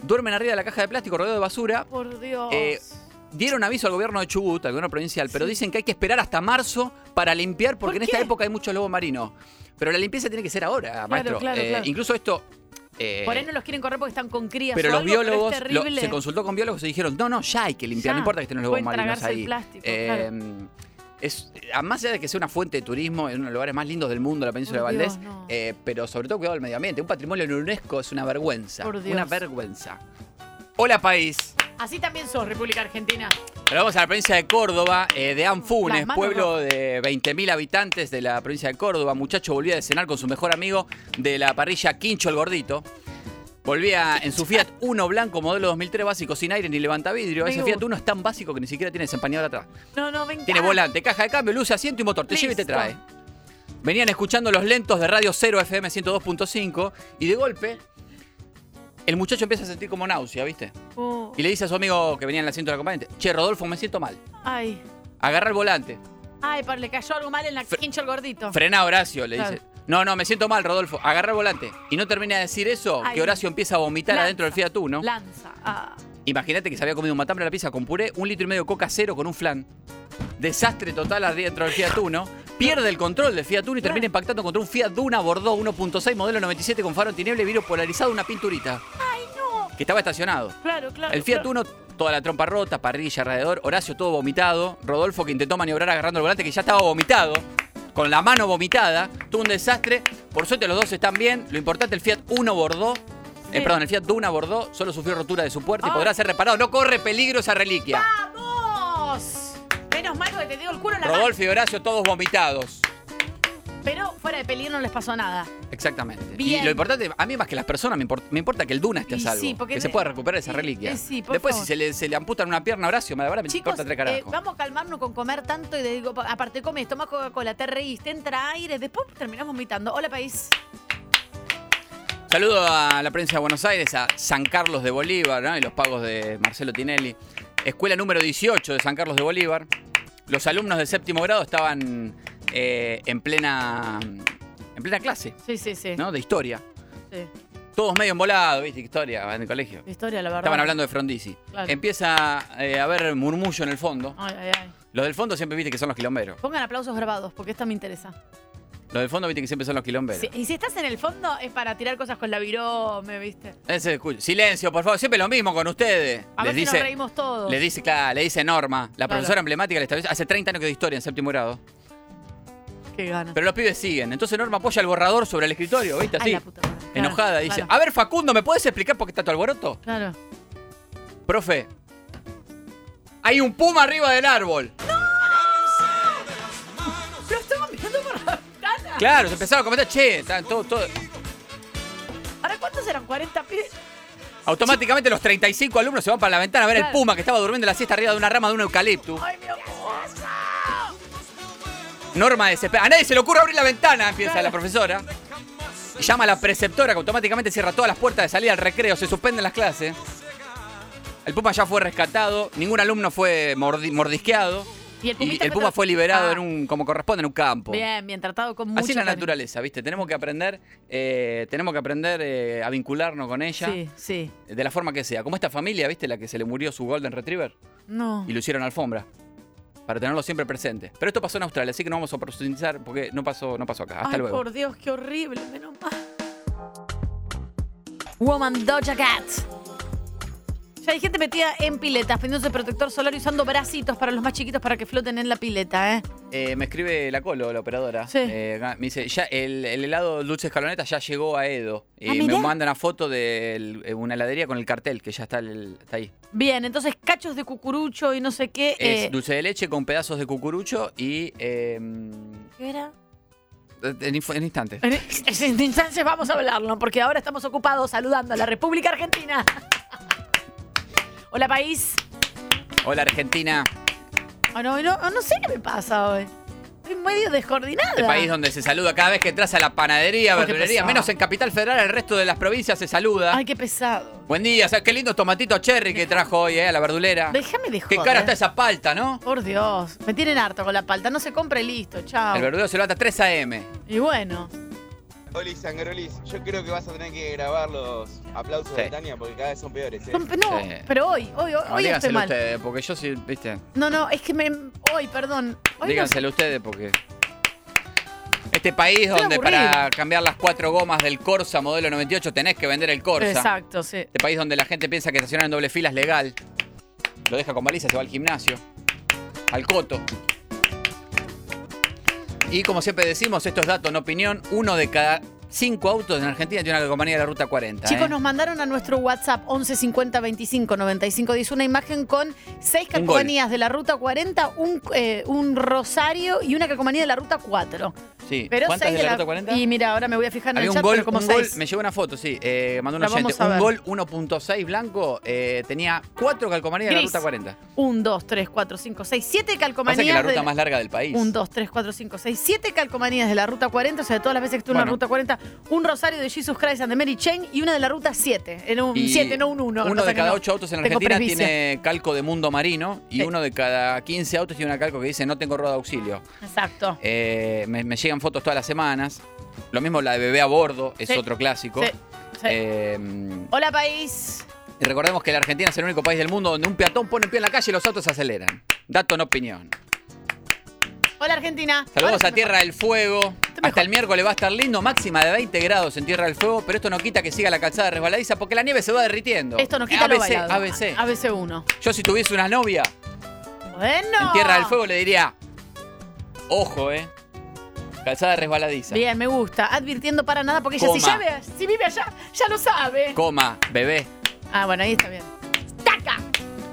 [SPEAKER 2] duermen arriba de la caja de plástico, rodeado de basura.
[SPEAKER 5] Por Dios.
[SPEAKER 2] Eh, dieron aviso al gobierno de Chubut, al gobierno provincial, pero dicen que hay que esperar hasta marzo para limpiar, porque en esta época hay mucho lobo marino. Pero la limpieza tiene que ser ahora, maestro.
[SPEAKER 5] claro,
[SPEAKER 2] Eh,
[SPEAKER 5] claro.
[SPEAKER 2] Incluso esto. eh,
[SPEAKER 5] Por ahí no los quieren correr porque están con crías.
[SPEAKER 2] pero
[SPEAKER 5] o
[SPEAKER 2] los
[SPEAKER 5] algo, pero es
[SPEAKER 2] biólogos lo-
[SPEAKER 5] terrible.
[SPEAKER 2] se consultó con biólogos y dijeron, no, no, ya hay que limpiar,
[SPEAKER 5] Ya.
[SPEAKER 2] no importa que estén los lobos
[SPEAKER 5] Pueden
[SPEAKER 2] marinos
[SPEAKER 5] tragarse el
[SPEAKER 2] ahí.
[SPEAKER 5] plástico,
[SPEAKER 2] Eh, es, a- más allá de que sea una fuente de turismo, en uno de los lugares más lindos del mundo, la península
[SPEAKER 5] Por
[SPEAKER 2] de Valdés,
[SPEAKER 5] Dios, no.
[SPEAKER 2] eh, pero sobre todo cuidado del medio ambiente. Un patrimonio en UNESCO es una vergüenza.
[SPEAKER 5] Por Dios.
[SPEAKER 2] Una vergüenza. Hola país.
[SPEAKER 5] Así también sos, República Argentina.
[SPEAKER 2] Ahora vamos a la provincia de Córdoba, eh, de Anfunes,
[SPEAKER 5] Las manos
[SPEAKER 2] pueblo de 20.000 habitantes de la provincia de Córdoba. Muchacho volvía de cenar con su mejor amigo de la parrilla Quincho el Gordito. Volvía en su Fiat Uno blanco, modelo 2003 básico, sin aire ni levanta vidrio.
[SPEAKER 5] Me
[SPEAKER 2] Ese
[SPEAKER 5] gusta.
[SPEAKER 2] Fiat Uno es tan básico que ni siquiera tiene desempañador atrás.
[SPEAKER 5] No, no, venga.
[SPEAKER 2] Tiene volante, caja de cambio, luz, asiento y motor. Te lleva y te
[SPEAKER 5] Listo.
[SPEAKER 2] trae. Venían escuchando los lentos de Radio 0 FM 102.5 y de golpe el muchacho empieza a sentir como náusea, ¿viste?
[SPEAKER 5] Oh,
[SPEAKER 2] Y le dice a su amigo que venía en el asiento del acompañante, che, Rodolfo, me siento mal.
[SPEAKER 5] ay,
[SPEAKER 2] Agarra el volante.
[SPEAKER 5] ay, pero le cayó algo mal en la quincha al gordito.
[SPEAKER 2] Frena Horacio, le
[SPEAKER 5] Claro.
[SPEAKER 2] dice. No, no, me siento mal, Rodolfo. Agarra el volante. Y no termina de decir eso,
[SPEAKER 5] Ay,
[SPEAKER 2] que Horacio empieza a vomitar
[SPEAKER 5] Lanza.
[SPEAKER 2] adentro del Fiat Uno.
[SPEAKER 5] Lanza. Ah,
[SPEAKER 2] Imagínate que se había comido un matambre a la pizza con puré, un litro y medio de coca cero con un flan. Desastre total adentro del Fiat Uno. Pierde el control del Fiat Uno y termina impactando contra un Fiat Duna Bordeaux 1.6 modelo 97 con faro en tiniebla y vidrio polarizado, una pinturita.
[SPEAKER 5] ¡Ay, no!
[SPEAKER 2] Que estaba estacionado.
[SPEAKER 5] Claro, claro.
[SPEAKER 2] El Fiat
[SPEAKER 5] claro.
[SPEAKER 2] Uno, toda la trompa rota, parrilla alrededor, Horacio todo vomitado, Rodolfo que intentó maniobrar agarrando el volante que ya estaba vomitado, con la mano vomitada, tuvo un desastre, por suerte los dos están bien, lo importante el Fiat Uno bordó,
[SPEAKER 5] Sí.
[SPEAKER 2] Eh,
[SPEAKER 5] Ah.
[SPEAKER 2] perdón, el Fiat Duna bordó, solo sufrió rotura de su puerta y podrá ser reparado, no corre peligro esa reliquia.
[SPEAKER 5] ¡Vamos! Menos mal que te dio el culo en la mano.
[SPEAKER 2] Rodolfo y Horacio todos vomitados.
[SPEAKER 5] Pero fuera de peligro no les pasó nada.
[SPEAKER 2] Exactamente.
[SPEAKER 5] Bien.
[SPEAKER 2] Y lo importante, a mí más que las personas, me, import- me importa que el Duna esté a
[SPEAKER 5] Y
[SPEAKER 2] salvo.
[SPEAKER 5] sí, porque
[SPEAKER 2] que se
[SPEAKER 5] no-
[SPEAKER 2] pueda recuperar esa reliquia.
[SPEAKER 5] y sí, por
[SPEAKER 2] Después,
[SPEAKER 5] favor.
[SPEAKER 2] si se le, se le amputan una pierna a Horacio, me la verdad me
[SPEAKER 5] Chicos,
[SPEAKER 2] importa tres
[SPEAKER 5] eh,
[SPEAKER 2] carajos.
[SPEAKER 5] vamos a calmarnos con comer tanto y de- digo, pa- aparte comes, tomas Coca-Cola, te reís, te entra aire, después terminamos vomitando. Hola, país.
[SPEAKER 2] Saludo a la prensa de Buenos Aires, a San Carlos de Bolívar ¿no? y los pagos de Marcelo Tinelli. Escuela número 18 de San Carlos de Bolívar. Los alumnos de séptimo grado estaban eh, en plena en plena clase
[SPEAKER 5] Sí, sí, sí.
[SPEAKER 2] ¿no? de historia.
[SPEAKER 5] Sí.
[SPEAKER 2] Todos medio embolados, ¿viste? Historia, en el colegio.
[SPEAKER 5] Historia, la verdad.
[SPEAKER 2] Estaban hablando de Frondizi.
[SPEAKER 5] Claro.
[SPEAKER 2] Empieza eh, a haber murmullo en el fondo.
[SPEAKER 5] Ay, ay, ay.
[SPEAKER 2] Los del fondo siempre viste que son los quilomberos.
[SPEAKER 5] Pongan aplausos grabados, porque esta me interesa.
[SPEAKER 2] Los del fondo viste que siempre son los quilomberos.
[SPEAKER 5] Sí, y si estás en el fondo, es para tirar cosas con la virome, ¿viste?
[SPEAKER 2] Ese escucha. Silencio, por favor. Siempre lo mismo con ustedes.
[SPEAKER 5] A ver
[SPEAKER 2] Les
[SPEAKER 5] si nos
[SPEAKER 2] dice-
[SPEAKER 5] reímos todos.
[SPEAKER 2] Le dice, claro, le dice Norma, la
[SPEAKER 5] Claro.
[SPEAKER 2] profesora emblemática le establece hace 30 años que de historia en séptimo grado.
[SPEAKER 5] Qué gana.
[SPEAKER 2] Pero los pibes siguen. Entonces Norma apoya el borrador sobre el escritorio, ¿viste?
[SPEAKER 5] Ay,
[SPEAKER 2] Así.
[SPEAKER 5] la puta madre. Claro,
[SPEAKER 2] enojada, dice,
[SPEAKER 5] claro.
[SPEAKER 2] a ver Facundo, ¿me puedes explicar por qué está tu alboroto?
[SPEAKER 5] Claro.
[SPEAKER 2] Profe, hay un puma arriba del árbol.
[SPEAKER 5] Lo estaba mirando por la ventana.
[SPEAKER 2] Claro, se empezaron a comentar, che, están todo, todo.
[SPEAKER 5] ¿Ahora cuántos eran? ¿40 pibes?
[SPEAKER 2] Automáticamente los 35 alumnos se van para la ventana a ver el
[SPEAKER 5] Claro.
[SPEAKER 2] puma que estaba durmiendo la siesta arriba de una rama de un eucalipto.
[SPEAKER 5] ¡Ay, mi amor!
[SPEAKER 2] Norma desesperada. A nadie se le ocurre abrir la ventana, empieza
[SPEAKER 5] Claro.
[SPEAKER 2] la profesora. Llama a la preceptora que automáticamente cierra todas las puertas de salida al recreo, se suspenden las clases. El Puma ya fue rescatado, ningún alumno fue mordi- mordisqueado.
[SPEAKER 5] Y el
[SPEAKER 2] Y
[SPEAKER 5] pumita
[SPEAKER 2] el Puma
[SPEAKER 5] tra-
[SPEAKER 2] fue liberado
[SPEAKER 5] Ah,
[SPEAKER 2] en un, como corresponde, en un campo.
[SPEAKER 5] Bien, bien, tratado con mucho
[SPEAKER 2] Así es la
[SPEAKER 5] cariño.
[SPEAKER 2] naturaleza, ¿viste? Tenemos que aprender, eh, tenemos que aprender eh, a vincularnos con ella
[SPEAKER 5] Sí, sí.
[SPEAKER 2] de la forma que sea. Como esta familia, ¿viste? La que se le murió su Golden Retriever
[SPEAKER 5] No.
[SPEAKER 2] y lo hicieron alfombra. Para tenerlo siempre presente. Pero esto pasó en Australia, así que no vamos a profundizar porque no pasó, no pasó acá. Hasta
[SPEAKER 5] Ay,
[SPEAKER 2] luego.
[SPEAKER 5] por Dios, qué horrible, menos mal. Woman Doja Cat. Ya hay gente metida en piletas, poniéndose protector solar y usando bracitos para los más chiquitos para que floten en la pileta, ¿eh?
[SPEAKER 2] Eh, me escribe la Colo, la operadora. Eh, acá me dice, ya el, el helado Dulce Escaloneta ya llegó a Edo. Y
[SPEAKER 5] Ah,
[SPEAKER 2] me
[SPEAKER 5] mirá.
[SPEAKER 2] manda una foto de el- eh, una heladería con el cartel, que ya está, el- está ahí.
[SPEAKER 5] Bien, entonces cachos de cucurucho y no sé qué.
[SPEAKER 2] Es
[SPEAKER 5] eh,
[SPEAKER 2] dulce de leche con pedazos de cucurucho y... eh,
[SPEAKER 5] ¿Qué era?
[SPEAKER 2] en, inf- en instantes.
[SPEAKER 5] En en instancias vamos a hablarlo, porque ahora estamos ocupados saludando a la República Argentina. Hola, país.
[SPEAKER 2] Hola Argentina,
[SPEAKER 5] O no, no, no sé qué me pasa hoy. Estoy medio descoordinada.
[SPEAKER 2] el país donde se saluda cada vez que entras a la panadería,
[SPEAKER 5] Oh, qué
[SPEAKER 2] verdulería,
[SPEAKER 5] pesado.
[SPEAKER 2] menos en Capital Federal, el resto de las provincias se saluda.
[SPEAKER 5] Ay, qué pesado.
[SPEAKER 2] Buen día, ¿sabes qué lindo tomatito cherry que trajo hoy, eh, a la verdulera?
[SPEAKER 5] Déjame de
[SPEAKER 2] Qué
[SPEAKER 5] joder.
[SPEAKER 2] cara está esa palta, ¿no?
[SPEAKER 5] Por Dios. Me tienen harto con la palta. No se compre y listo.
[SPEAKER 2] El
[SPEAKER 5] Chao.
[SPEAKER 2] verdulero se lo ata 3 AM.
[SPEAKER 5] Y bueno.
[SPEAKER 23] Oli Sangarolis, yo creo que vas a tener que grabar los aplausos
[SPEAKER 2] Sí.
[SPEAKER 23] de Tania porque cada vez son peores. ¿eh?
[SPEAKER 5] No, no,
[SPEAKER 2] Sí.
[SPEAKER 5] pero hoy, hoy, hoy,
[SPEAKER 2] No,
[SPEAKER 5] hoy estoy
[SPEAKER 2] díganselo
[SPEAKER 5] mal.
[SPEAKER 2] ustedes, porque yo sí, viste.
[SPEAKER 5] No, no, es que me. Hoy, perdón. Hoy no-
[SPEAKER 2] Díganselo ustedes porque. Este país
[SPEAKER 5] Estoy
[SPEAKER 2] donde
[SPEAKER 5] aburrida.
[SPEAKER 2] para cambiar las cuatro gomas del Corsa modelo 98 tenés que vender el Corsa.
[SPEAKER 5] Exacto, sí.
[SPEAKER 2] Este país donde la gente piensa que estacionar en doble fila es legal. Lo deja con baliza, se va al gimnasio, al coto. Y como siempre decimos, esto es dato, no opinión. Uno de cada cinco autos en Argentina tiene una compañía de la ruta 40.
[SPEAKER 5] Chicos,
[SPEAKER 2] ¿eh?
[SPEAKER 5] nos mandaron a nuestro WhatsApp 11 50 25 95 10 una imagen con seis
[SPEAKER 2] Un gol.
[SPEAKER 5] calcomanías de la ruta 40, un, eh, un rosario y una calcomanía de la ruta 4.
[SPEAKER 2] Sí.
[SPEAKER 5] Pero
[SPEAKER 2] ¿Cuántas
[SPEAKER 5] seis
[SPEAKER 2] de la, ruta 40?
[SPEAKER 5] Y mira, ahora me voy a fijar en
[SPEAKER 2] Había
[SPEAKER 5] el
[SPEAKER 2] un
[SPEAKER 5] chat,
[SPEAKER 2] gol,
[SPEAKER 5] pero como
[SPEAKER 2] un gol,
[SPEAKER 5] seis.
[SPEAKER 2] me llegó una foto, sí, eh, mandó un
[SPEAKER 5] La vamos
[SPEAKER 2] oyente.
[SPEAKER 5] a
[SPEAKER 2] Un
[SPEAKER 5] ver.
[SPEAKER 2] gol 1.6 blanco, eh, tenía cuatro calcomanías de la
[SPEAKER 5] Gris.
[SPEAKER 2] ruta 40.
[SPEAKER 5] Un, dos, tres, cuatro, cinco, seis, siete calcomanías.
[SPEAKER 2] Pasa que la
[SPEAKER 5] de
[SPEAKER 2] ruta más larga del país.
[SPEAKER 5] Un, dos, tres, cuatro, cinco, seis, siete calcomanías de la ruta 40, o sea, de todas las veces que estuve en la
[SPEAKER 2] Bueno.
[SPEAKER 5] ruta 40, un rosario de Jesus Christ and the Mary Chain y una de la ruta 7. En un
[SPEAKER 2] Y
[SPEAKER 5] 7, no un 1.
[SPEAKER 2] Uno de cada ocho autos en Argentina tiene calco de mundo marino y
[SPEAKER 5] Sí.
[SPEAKER 2] uno de cada 15 autos tiene una calco que dice no tengo rueda de auxilio.
[SPEAKER 5] Exacto.
[SPEAKER 2] Eh, me, me llegan fotos todas las semanas. Lo mismo la de bebé a bordo, es
[SPEAKER 5] Sí.
[SPEAKER 2] otro clásico.
[SPEAKER 5] Sí, sí.
[SPEAKER 2] Eh,
[SPEAKER 5] Hola, país.
[SPEAKER 2] y recordemos que la Argentina es el único país del mundo donde un peatón pone el pie en la calle y los autos se aceleran. Dato no opinión.
[SPEAKER 5] Hola, Argentina.
[SPEAKER 2] Saludos
[SPEAKER 5] Ahora
[SPEAKER 2] a Tierra del Fuego. Hasta el miércoles va a estar lindo, máxima de 20 grados en Tierra del Fuego, pero esto no quita que siga la calzada resbaladiza porque la nieve se va derritiendo. Eh,
[SPEAKER 5] Esto nos quita
[SPEAKER 2] ABC,
[SPEAKER 5] lo bailado.
[SPEAKER 2] ABC.
[SPEAKER 5] ABC 1.
[SPEAKER 2] Yo si tuviese una novia
[SPEAKER 5] Bueno.
[SPEAKER 2] en Tierra del Fuego le diría, ojo, eh, calzada resbaladiza.
[SPEAKER 5] Bien, me gusta. Advirtiendo para nada porque ella si,
[SPEAKER 2] Coma.
[SPEAKER 5] ya ve- si vive allá, ya lo sabe.
[SPEAKER 2] Coma, bebé.
[SPEAKER 5] Ah, bueno, ahí está bien.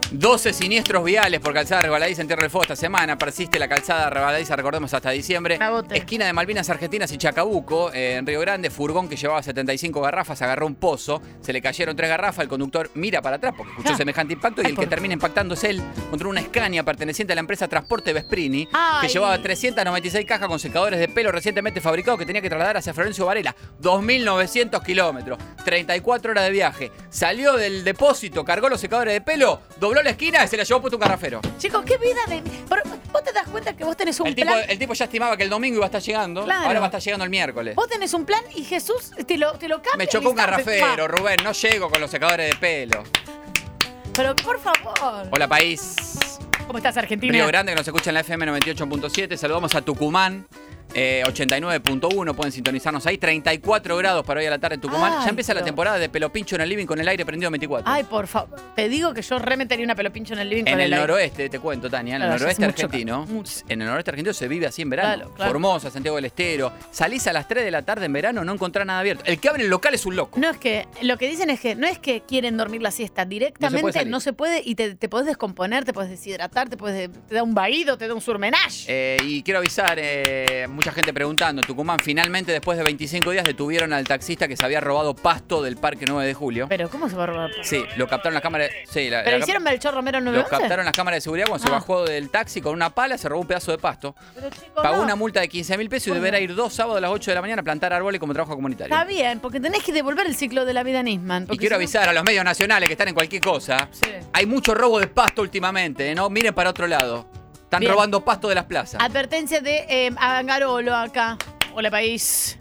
[SPEAKER 2] 12 siniestros viales por calzada resbaladiza en Tierra del Fuego esta semana. Persiste la calzada resbaladiza, recordemos, hasta diciembre. Esquina de Malvinas Argentinas y Chacabuco, eh, en Río Grande, furgón que llevaba 75 garrafas, agarró un pozo, se le cayeron tres garrafas, el conductor mira para atrás porque escuchó semejante impacto y el que termina impactando es él contra una Scania perteneciente a la empresa Transporte Vesprini,
[SPEAKER 5] Ay.
[SPEAKER 2] que llevaba 396 cajas con secadores de pelo recientemente fabricados que tenía que trasladar hacia Florencio Varela. 2.900 kilómetros, 34 horas de viaje. Salió del depósito, cargó los secadores de pelo, dobló la esquina y se la llevó puesto un carrafero.
[SPEAKER 5] Chicos, qué vida de. Pero, vos te das cuenta que vos tenés un
[SPEAKER 2] El tipo,
[SPEAKER 5] plan.
[SPEAKER 2] el tipo ya estimaba que el domingo iba a estar llegando,
[SPEAKER 5] Claro.
[SPEAKER 2] ahora va a estar llegando el miércoles.
[SPEAKER 5] Vos tenés un plan y Jesús te lo, te lo cambia.
[SPEAKER 2] Me
[SPEAKER 5] al
[SPEAKER 2] chocó un
[SPEAKER 5] instante.
[SPEAKER 2] garrafero, Rubén, no llego con los secadores de pelo.
[SPEAKER 5] Pa, Pero por favor.
[SPEAKER 2] Hola país.
[SPEAKER 5] ¿Cómo estás, Argentina?
[SPEAKER 2] Río Grande, que nos escucha en la FM 98.7. Saludamos a Tucumán. eh, 89.1, pueden sintonizarnos ahí. 34 grados para hoy a la tarde en Tucumán.
[SPEAKER 5] Ay,
[SPEAKER 2] ya empieza la
[SPEAKER 5] Dios.
[SPEAKER 2] temporada de pelopincho en el living con el aire prendido 24.
[SPEAKER 5] Ay, por favor. Te digo que yo remetería una pelopincha en el living
[SPEAKER 2] en
[SPEAKER 5] con
[SPEAKER 2] el,
[SPEAKER 5] aire.
[SPEAKER 2] noroeste, te cuento, Tania, en el
[SPEAKER 5] Claro, hace
[SPEAKER 2] noroeste
[SPEAKER 5] mucho
[SPEAKER 2] argentino. En el noroeste argentino se vive así en verano.
[SPEAKER 5] Claro, claro.
[SPEAKER 2] Formosa, Santiago del Estero. Salís a las 3 de la tarde en verano, no encontrás nada abierto. El que abre el local es un loco.
[SPEAKER 5] No es que, lo que dicen es que no es que quieren dormir la siesta,
[SPEAKER 2] No se puede
[SPEAKER 5] directamente
[SPEAKER 2] salir.
[SPEAKER 5] no se puede, y te, te podés descomponer, te podés deshidratar, te, podés, te da un vaído, te da un surmenage.
[SPEAKER 2] Eh, y quiero avisar, eh, mucha gente preguntando, Tucumán finalmente después de 25 días detuvieron al taxista que se había robado pasto del Parque 9 de Julio.
[SPEAKER 5] Pero ¿cómo se va a robar?
[SPEAKER 2] Sí, lo captaron las cámaras. Sí, la-
[SPEAKER 5] Pero
[SPEAKER 2] la-
[SPEAKER 5] hicieron Melchor Romero
[SPEAKER 2] lo
[SPEAKER 5] 911.
[SPEAKER 2] captaron las cámaras de seguridad cuando se
[SPEAKER 5] Ah.
[SPEAKER 2] bajó del taxi con una pala, se robó un pedazo de pasto.
[SPEAKER 5] Pero, chicos,
[SPEAKER 2] Pagó
[SPEAKER 5] no.
[SPEAKER 2] una multa de 15 mil pesos y
[SPEAKER 5] Por
[SPEAKER 2] deberá
[SPEAKER 5] no.
[SPEAKER 2] ir dos sábados a las 8 de la mañana a plantar árboles como trabajo comunitario.
[SPEAKER 5] Está bien, porque tenés que devolver el ciclo de la vida a Nisman.
[SPEAKER 2] Y
[SPEAKER 5] porque
[SPEAKER 2] quiero
[SPEAKER 5] si no-
[SPEAKER 2] avisar a los medios nacionales que están en cualquier cosa. Hay mucho robo de pasto últimamente, ¿eh? ¿no? Miren para otro lado. Están
[SPEAKER 5] Bien.
[SPEAKER 2] robando pasto de las plazas.
[SPEAKER 5] Advertencia de eh, Angarolo acá. Hola, país.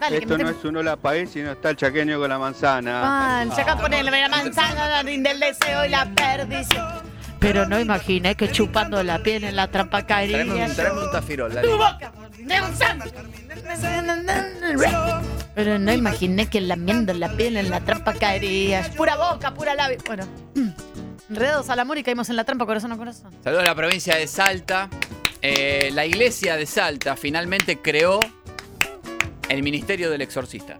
[SPEAKER 5] Dale, que
[SPEAKER 6] Esto
[SPEAKER 5] me Ah,
[SPEAKER 6] no
[SPEAKER 5] te...
[SPEAKER 6] es un hola país, sino está el chaqueño con la manzana.
[SPEAKER 5] Mancha, acá ponele la manzana, la rinde el deseo y la perdición.
[SPEAKER 25] Pero no imaginé que chupando la piel en la trampa caería.
[SPEAKER 2] Traeme un, traeme un tafirol, dale.
[SPEAKER 5] Tu boca, de un santo. Pero no imaginé que lamiendo la piel en la trampa caerías. Pura boca, pura labio. Bueno, enredados al amor y caímos en la trampa corazón a corazón.
[SPEAKER 2] Saludos a la provincia de Salta. Eh, la iglesia de Salta finalmente creó el Ministerio del Exorcista.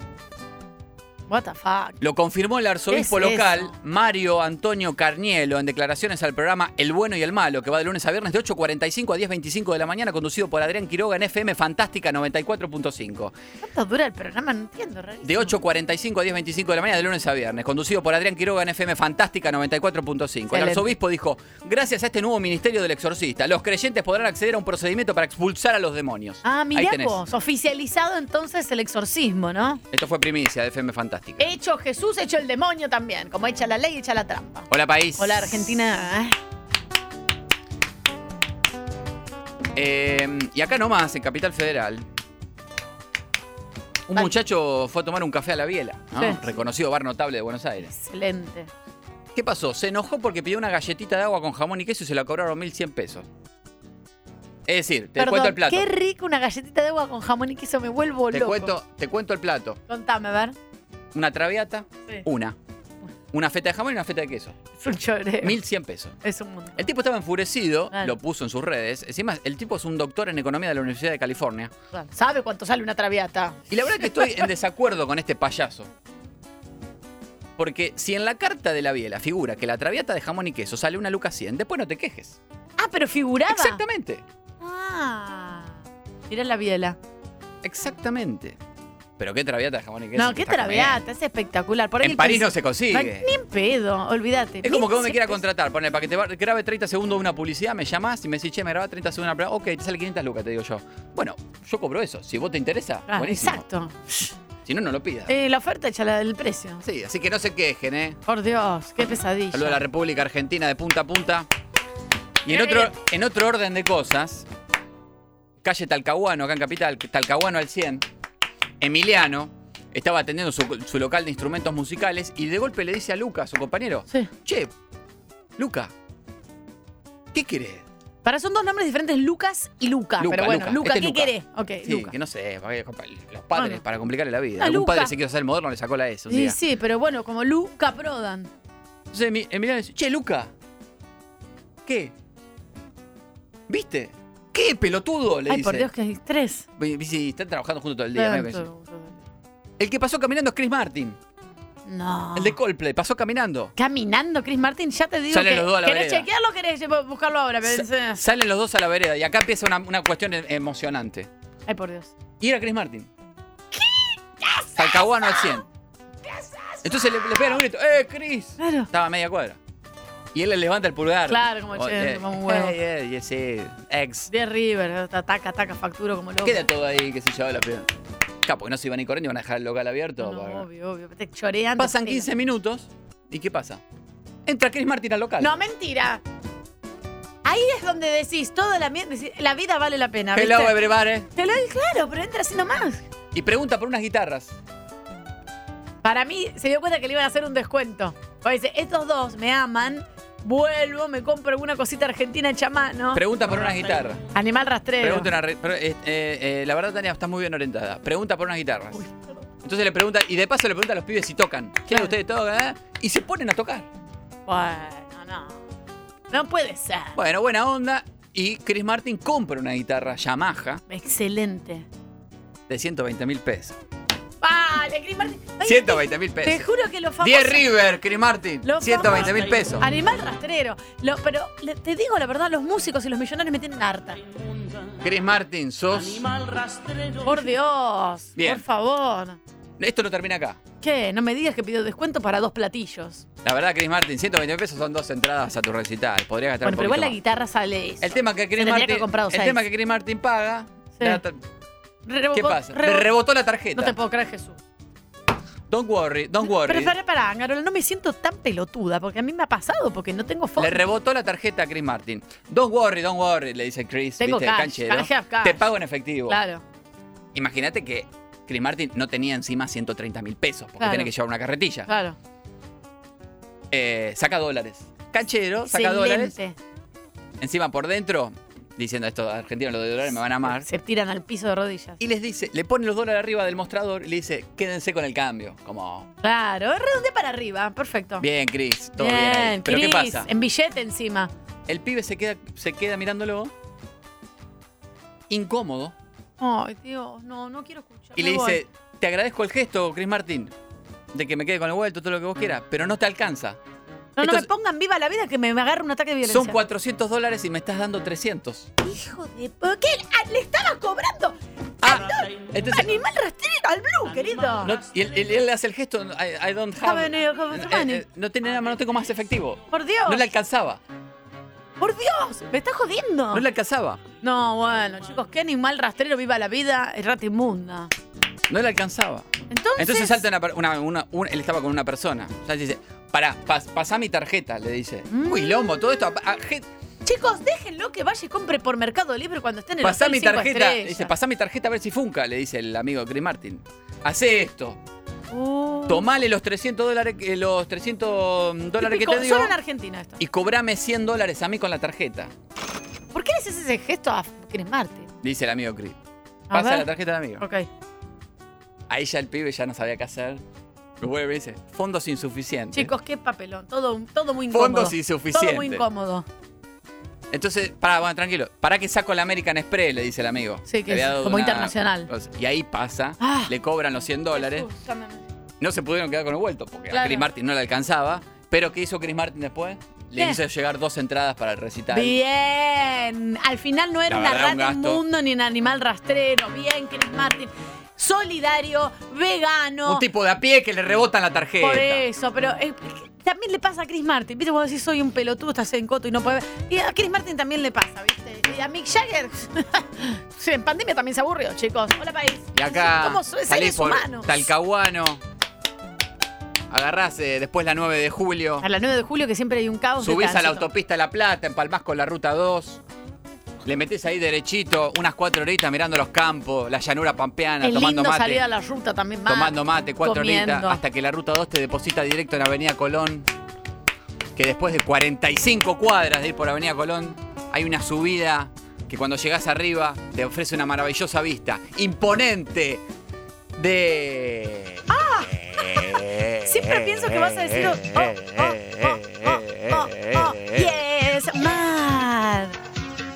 [SPEAKER 5] What the fuck.
[SPEAKER 2] Lo confirmó el arzobispo
[SPEAKER 5] ¿Qué es
[SPEAKER 2] local, Mario Antonio Carnielo, en declaraciones al programa El Bueno y el Malo, que va de lunes a viernes de 8.45 a 10.25 de la mañana, conducido por Adrián Quiroga en FM Fantástica 94.5.
[SPEAKER 5] ¿Cuánto dura el programa? No entiendo, rarísimo.
[SPEAKER 2] De 8.45 a 10.25 de la mañana, de lunes a viernes, conducido por Adrián Quiroga en FM Fantástica 94.5. El
[SPEAKER 5] Excelente.
[SPEAKER 2] arzobispo dijo, gracias a este nuevo ministerio del exorcista, los creyentes podrán acceder a un procedimiento para expulsar a los demonios.
[SPEAKER 5] Ah,
[SPEAKER 2] Ahí
[SPEAKER 5] mirá
[SPEAKER 2] tenés.
[SPEAKER 5] vos. Oficializado entonces el exorcismo, ¿no?
[SPEAKER 2] Esto fue primicia de FM Fantástica.
[SPEAKER 5] Hecho Jesús, hecho el demonio también. Como echa la ley, echa la trampa.
[SPEAKER 2] Hola, país.
[SPEAKER 5] Hola, Argentina. Ah,
[SPEAKER 2] Eh, y acá nomás, en Capital Federal, un muchacho fue a tomar un café a la biela, ¿no?
[SPEAKER 5] Sí.
[SPEAKER 2] reconocido bar notable de Buenos Aires.
[SPEAKER 5] Excelente.
[SPEAKER 2] ¿Qué pasó? Se enojó porque pidió una galletita de agua con jamón y queso y se la cobraron 1.100 pesos. Es decir, te
[SPEAKER 5] Perdón,
[SPEAKER 2] cuento el plato.
[SPEAKER 5] Qué rico una galletita de agua con jamón y queso. Me vuelvo
[SPEAKER 2] te
[SPEAKER 5] loco.
[SPEAKER 2] cuento, te cuento el plato.
[SPEAKER 5] Contame, a ver.
[SPEAKER 2] Una traviata, una. Una feta de jamón y una feta de queso.
[SPEAKER 5] Es un choreo.
[SPEAKER 2] 1.100 pesos.
[SPEAKER 5] Es un mundo.
[SPEAKER 2] El tipo estaba enfurecido,
[SPEAKER 5] Claro.
[SPEAKER 2] lo puso en sus redes. Encima, el tipo es un doctor en economía de la Universidad de California.
[SPEAKER 5] ¿Sabe cuánto sale una traviata?
[SPEAKER 2] Y la verdad que estoy en desacuerdo con este payaso. Porque si en la carta de la biela figura que la traviata de jamón y queso sale una luca 100, después no te quejes.
[SPEAKER 5] Ah, pero figuraba.
[SPEAKER 2] Exactamente.
[SPEAKER 5] Ah. Mirá la biela.
[SPEAKER 2] Exactamente. Pero qué traviata de jamón y queso.
[SPEAKER 5] No,
[SPEAKER 2] te
[SPEAKER 5] qué
[SPEAKER 2] está
[SPEAKER 5] traviata, es espectacular. Por ahí
[SPEAKER 2] En
[SPEAKER 5] el
[SPEAKER 2] París
[SPEAKER 5] que-
[SPEAKER 2] no se consigue.
[SPEAKER 5] No, Ni en pedo, olvídate.
[SPEAKER 2] Es como que vos me
[SPEAKER 5] 1100
[SPEAKER 2] quieras
[SPEAKER 5] pesos.
[SPEAKER 2] contratar, ponle, para que te va- grabe 30 segundos una publicidad, me llamás y me decís, che, me grabás 30 segundos una publicidad, ok, te sale 500 lucas, te digo yo. Bueno, yo cobro eso, si vos te interesa,
[SPEAKER 5] Ah,
[SPEAKER 2] buenísimo.
[SPEAKER 5] exacto.
[SPEAKER 2] Si no, no lo pidas.
[SPEAKER 5] Eh, la oferta echa la del precio.
[SPEAKER 2] Sí, así que no se quejen, ¿eh?
[SPEAKER 5] Por Dios, qué pesadilla.
[SPEAKER 2] Saludo a la República Argentina de punta a punta. Y en
[SPEAKER 5] Eh.
[SPEAKER 2] otro, en otro orden de cosas, calle Talcahuano, acá en Capital, Talcahuano al 100, Emiliano estaba atendiendo su, su local de instrumentos musicales y de golpe le dice a Luca, su compañero, che, Luca, ¿qué querés?
[SPEAKER 5] Para son dos nombres diferentes, Lucas y Luca.
[SPEAKER 2] Luca,
[SPEAKER 5] pero bueno,
[SPEAKER 2] Luca,
[SPEAKER 5] Luca,
[SPEAKER 2] este
[SPEAKER 5] ¿qué
[SPEAKER 2] Luca.
[SPEAKER 5] querés? Ok,
[SPEAKER 2] Sí,
[SPEAKER 5] Eh, Luca.
[SPEAKER 2] que no sé, para que- para los padres,
[SPEAKER 5] Bueno.
[SPEAKER 2] para complicarle la vida.
[SPEAKER 5] Ah,
[SPEAKER 2] Algún padre
[SPEAKER 5] Luca.
[SPEAKER 2] se quiso hacer el moderno, le sacó la S. un
[SPEAKER 5] Sí,
[SPEAKER 2] día.
[SPEAKER 5] sí, pero bueno, como Luca Prodan.
[SPEAKER 2] Entonces Emi- Emiliano dice, che, Luca, ¿qué? ¿Viste? ¿Qué, pelotudo? Le
[SPEAKER 5] Ay,
[SPEAKER 2] dice.
[SPEAKER 5] por Dios, que hay tres.
[SPEAKER 2] Ve- ve si están trabajando juntos todo el día. ¿no?
[SPEAKER 5] Tanto.
[SPEAKER 2] El que pasó caminando es Chris Martin.
[SPEAKER 5] No.
[SPEAKER 2] El de Coldplay. Pasó caminando.
[SPEAKER 5] Caminando, Chris Martin, ya te digo
[SPEAKER 2] Salen
[SPEAKER 5] que
[SPEAKER 2] los dos a la
[SPEAKER 5] querés
[SPEAKER 2] vereda.
[SPEAKER 5] chequearlo o querés llevo- buscarlo ahora. Pero
[SPEAKER 2] Sa-
[SPEAKER 5] dice-
[SPEAKER 2] salen los dos a la vereda. Y acá empieza una, una cuestión e- emocionante.
[SPEAKER 5] Ay, por Dios.
[SPEAKER 2] Y era Chris Martin. ¿Qué? Talcahuano al 100. Entonces le, le pegan un grito. ¡Eh, Chris! Estaba a media cuadra. Y él le levanta el pulgar.
[SPEAKER 5] Claro, como,
[SPEAKER 2] Oh,
[SPEAKER 5] che,
[SPEAKER 2] eh,
[SPEAKER 5] toma un huevo.
[SPEAKER 2] eh, eh, y ese ex.
[SPEAKER 5] De River, ataca, ataca, facturo como loco.
[SPEAKER 2] Queda todo ahí, qué sé yo, la peor. Capo, que no se iban ni corriendo, iban a dejar el local abierto. para-
[SPEAKER 5] Obvio, obvio. Te chorean.
[SPEAKER 2] Pasan 15 minutos. ¿Y qué pasa? Entra Chris Martin al local.
[SPEAKER 5] No, mentira. Ahí es donde decís, toda la, mier- decís, la vida vale la pena.
[SPEAKER 2] Hello,
[SPEAKER 5] ¿viste?
[SPEAKER 2] everybody.
[SPEAKER 5] Te lo doy claro, pero entra así nomás.
[SPEAKER 2] Y pregunta por unas guitarras.
[SPEAKER 5] Para mí, se dio cuenta que le iban a hacer un descuento. Porque dice, estos dos me aman, vuelvo, me compro alguna cosita argentina hecha a mano.
[SPEAKER 2] Pregunta por unas
[SPEAKER 5] Ah,
[SPEAKER 2] guitarras.
[SPEAKER 5] Animal rastrero.
[SPEAKER 2] Pregunta una re- pero, eh, eh, eh, la verdad, Tania, estás muy bien orientada. Pregunta por unas guitarras. Entonces le pregunta, y de paso le pregunta a los pibes si tocan. ¿Qué de ustedes tocan? eh? Y se ponen a tocar.
[SPEAKER 5] Bueno, no. No puede ser.
[SPEAKER 2] Bueno, buena onda. Y Chris Martin compra una guitarra Yamaha
[SPEAKER 5] Excelente.
[SPEAKER 2] de 120 mil pesos.
[SPEAKER 5] Vale, Chris Martin. Ay,
[SPEAKER 2] 120 mil
[SPEAKER 5] Te
[SPEAKER 2] pesos.
[SPEAKER 5] juro que los famosos...
[SPEAKER 2] 10 River, Chris Martin.
[SPEAKER 5] Los
[SPEAKER 2] 120
[SPEAKER 5] famosos-
[SPEAKER 2] mil pesos.
[SPEAKER 5] Animal rastrero. Lo- pero le- te digo la verdad, los músicos y los millonarios me tienen harta.
[SPEAKER 2] Chris Martin, sos.
[SPEAKER 5] Por Dios.
[SPEAKER 2] Bien.
[SPEAKER 5] Por favor.
[SPEAKER 2] Esto no termina acá.
[SPEAKER 5] ¿Qué? No me digas que pidió descuento para dos platillos.
[SPEAKER 2] La verdad, Chris Martin, 120 mil pesos son dos entradas a tu recital. Podrías gastar
[SPEAKER 5] Bueno, pero
[SPEAKER 2] un poquito
[SPEAKER 5] igual la
[SPEAKER 2] más.
[SPEAKER 5] guitarra sale eso.
[SPEAKER 2] El tema que Chris
[SPEAKER 5] tendría
[SPEAKER 2] Martin,
[SPEAKER 5] que haber comprado
[SPEAKER 2] el
[SPEAKER 5] seis.
[SPEAKER 2] tema que Chris Martin paga, la tar-
[SPEAKER 5] Rebotó-
[SPEAKER 2] ¿qué pasa? Le
[SPEAKER 5] rebotó-
[SPEAKER 2] rebotó la tarjeta.
[SPEAKER 5] No te puedo creer, Jesús.
[SPEAKER 2] Don't worry, don't worry.
[SPEAKER 5] Pero para, para, Angarola, no me siento tan pelotuda porque a mí me ha pasado porque no tengo fondo.
[SPEAKER 2] Le rebotó la tarjeta a Chris Martin. Don't worry, don't worry, le dice Chris,
[SPEAKER 5] Tengo
[SPEAKER 2] viste,
[SPEAKER 5] cash,
[SPEAKER 2] canchero.
[SPEAKER 5] I have cash.
[SPEAKER 2] Te pago en efectivo.
[SPEAKER 5] Claro.
[SPEAKER 2] Imagínate que Chris Martin no tenía encima 130 mil pesos porque
[SPEAKER 5] Claro.
[SPEAKER 2] tiene que llevar una carretilla.
[SPEAKER 5] Claro.
[SPEAKER 2] Eh, saca dólares. Canchero, saca dólares.
[SPEAKER 5] Excelente.
[SPEAKER 2] Encima por dentro, diciendo esto, argentinos los de dólares me van a amar.
[SPEAKER 5] Se tiran al piso de rodillas.
[SPEAKER 2] Y les dice, le pone los dólares arriba del mostrador y le dice, quédense con el cambio. Como,
[SPEAKER 5] Claro, redonde para arriba. Perfecto.
[SPEAKER 2] bien, Chris, todo bien, ahí. Pero ¿qué
[SPEAKER 5] Cris, em
[SPEAKER 2] pasa?
[SPEAKER 5] En billete encima.
[SPEAKER 2] El pibe se queda, se queda mirándolo, incómodo,
[SPEAKER 5] Ay, Dios, no, no quiero escuchar.
[SPEAKER 2] y
[SPEAKER 5] me
[SPEAKER 2] le
[SPEAKER 5] voy.
[SPEAKER 2] dice, te agradezco el gesto, Chris Martin, de que me quede con el vuelto, todo lo que vos quieras, pero no te alcanza.
[SPEAKER 5] No, no
[SPEAKER 2] Esto
[SPEAKER 5] me
[SPEAKER 2] es-
[SPEAKER 5] pongan viva la vida que me, me agarre un ataque de violencia.
[SPEAKER 2] Son 400 dólares y me estás dando 300.
[SPEAKER 5] Hijo de... po- ¿Qué? Ah, Le estaba cobrando. Ah,
[SPEAKER 2] Entonces,
[SPEAKER 5] Animal rastrero al blue, querido.
[SPEAKER 2] no- y él, él- él le hace el gesto, I, I don't have.
[SPEAKER 5] Have any- have
[SPEAKER 2] Eh,
[SPEAKER 5] money.
[SPEAKER 2] eh, no tiene nada más, no tengo más efectivo.
[SPEAKER 5] Por Dios.
[SPEAKER 2] No le alcanzaba.
[SPEAKER 5] Por Dios, me está jodiendo.
[SPEAKER 2] No le alcanzaba.
[SPEAKER 5] No, bueno, chicos, qué animal rastrero viva la vida, es rata inmunda.
[SPEAKER 2] No le alcanzaba.
[SPEAKER 5] Entonces,
[SPEAKER 2] Entonces salta una, per- una- una- un- él estaba con una persona. Ya dice, pará, pas, pasá mi tarjeta, le dice. Uy, lombo, todo esto. ah, a- a- gen-
[SPEAKER 5] chicos, déjenlo que vaya y compre por Mercado Libre cuando esté en el
[SPEAKER 2] pasá
[SPEAKER 5] hotel
[SPEAKER 2] mi
[SPEAKER 5] cinco
[SPEAKER 2] tarjeta.
[SPEAKER 5] estrellas.
[SPEAKER 2] Dice, pasá mi tarjeta a ver si funca, le dice el amigo de Chris Martin. Hace esto.
[SPEAKER 5] Uh.
[SPEAKER 2] Tomale los 300 dólares, que- los 300 dólares que
[SPEAKER 5] Típico,
[SPEAKER 2] te digo
[SPEAKER 5] Solo en Argentina esto.
[SPEAKER 2] y cobrame 100 dólares a mí con la tarjeta,
[SPEAKER 5] ¿Por qué le haces ese gesto a Cris Martin?
[SPEAKER 2] dice el amigo Chris.
[SPEAKER 5] A
[SPEAKER 2] Pasa
[SPEAKER 5] ver.
[SPEAKER 2] la tarjeta al amigo.
[SPEAKER 5] Ok.
[SPEAKER 2] Ahí ya el pibe ya no sabía qué hacer. Vuelve y dice, fondos insuficientes.
[SPEAKER 5] Chicos, qué papelón. Todo, todo muy incómodo.
[SPEAKER 2] Fondos insuficientes.
[SPEAKER 5] Todo muy incómodo.
[SPEAKER 2] Entonces, para, bueno, tranquilo. ¿Para que saco el American Express? Le dice el amigo.
[SPEAKER 5] Sí, que
[SPEAKER 2] Le había
[SPEAKER 5] es
[SPEAKER 2] dado
[SPEAKER 5] como internacional.
[SPEAKER 2] cosa. Y ahí pasa,
[SPEAKER 5] Ah.
[SPEAKER 2] le cobran los 100 dólares. No se pudieron quedar con el vuelto porque a
[SPEAKER 5] Claro.
[SPEAKER 2] Chris Martin no le alcanzaba. Pero ¿qué hizo Chris Martin después? Le
[SPEAKER 5] ¿Qué?
[SPEAKER 2] hizo llegar dos entradas para el recital.
[SPEAKER 5] Bien. Al final no era
[SPEAKER 2] La
[SPEAKER 5] una
[SPEAKER 2] verdad, un
[SPEAKER 5] rata
[SPEAKER 2] gasto.
[SPEAKER 5] inmundo ni un animal rastrero. Bien, Chris Martin. Solidario, vegano.
[SPEAKER 2] Un tipo de a pie que le rebotan la tarjeta.
[SPEAKER 5] Por eso, pero eh, también le pasa a Chris Martin. Viste, vos decís, soy un pelotudo, estás en coto y no puede ver. Y a Chris Martin también le pasa, ¿viste? Y a Mick Jagger, sí, en pandemia también se aburrió, chicos. Hola, país.
[SPEAKER 2] Y acá
[SPEAKER 5] Somos
[SPEAKER 2] salís
[SPEAKER 5] seres
[SPEAKER 2] por
[SPEAKER 5] humanos.
[SPEAKER 2] Talcahuano. Agarrás eh, después la 9 de julio.
[SPEAKER 5] A la 9 de julio, que siempre hay un caos. de
[SPEAKER 2] Subís a la
[SPEAKER 5] tránsito.
[SPEAKER 2] autopista La Plata, empalmás con la ruta 2. Le metés ahí derechito, unas cuatro horitas mirando los campos, la llanura pampeana,
[SPEAKER 5] Es
[SPEAKER 2] tomando
[SPEAKER 5] lindo
[SPEAKER 2] mate.
[SPEAKER 5] salir a la ruta también, más.
[SPEAKER 2] tomando mate, cuatro
[SPEAKER 5] comiendo.
[SPEAKER 2] horitas, hasta que la ruta 2 te deposita directo en Avenida Colón. Que después de 45 cuadras de ir por Avenida Colón, hay una subida que cuando llegás arriba te ofrece una maravillosa vista, imponente, de. ¡Ah!
[SPEAKER 5] Siempre pienso que vas a decir, oh, Yes, mar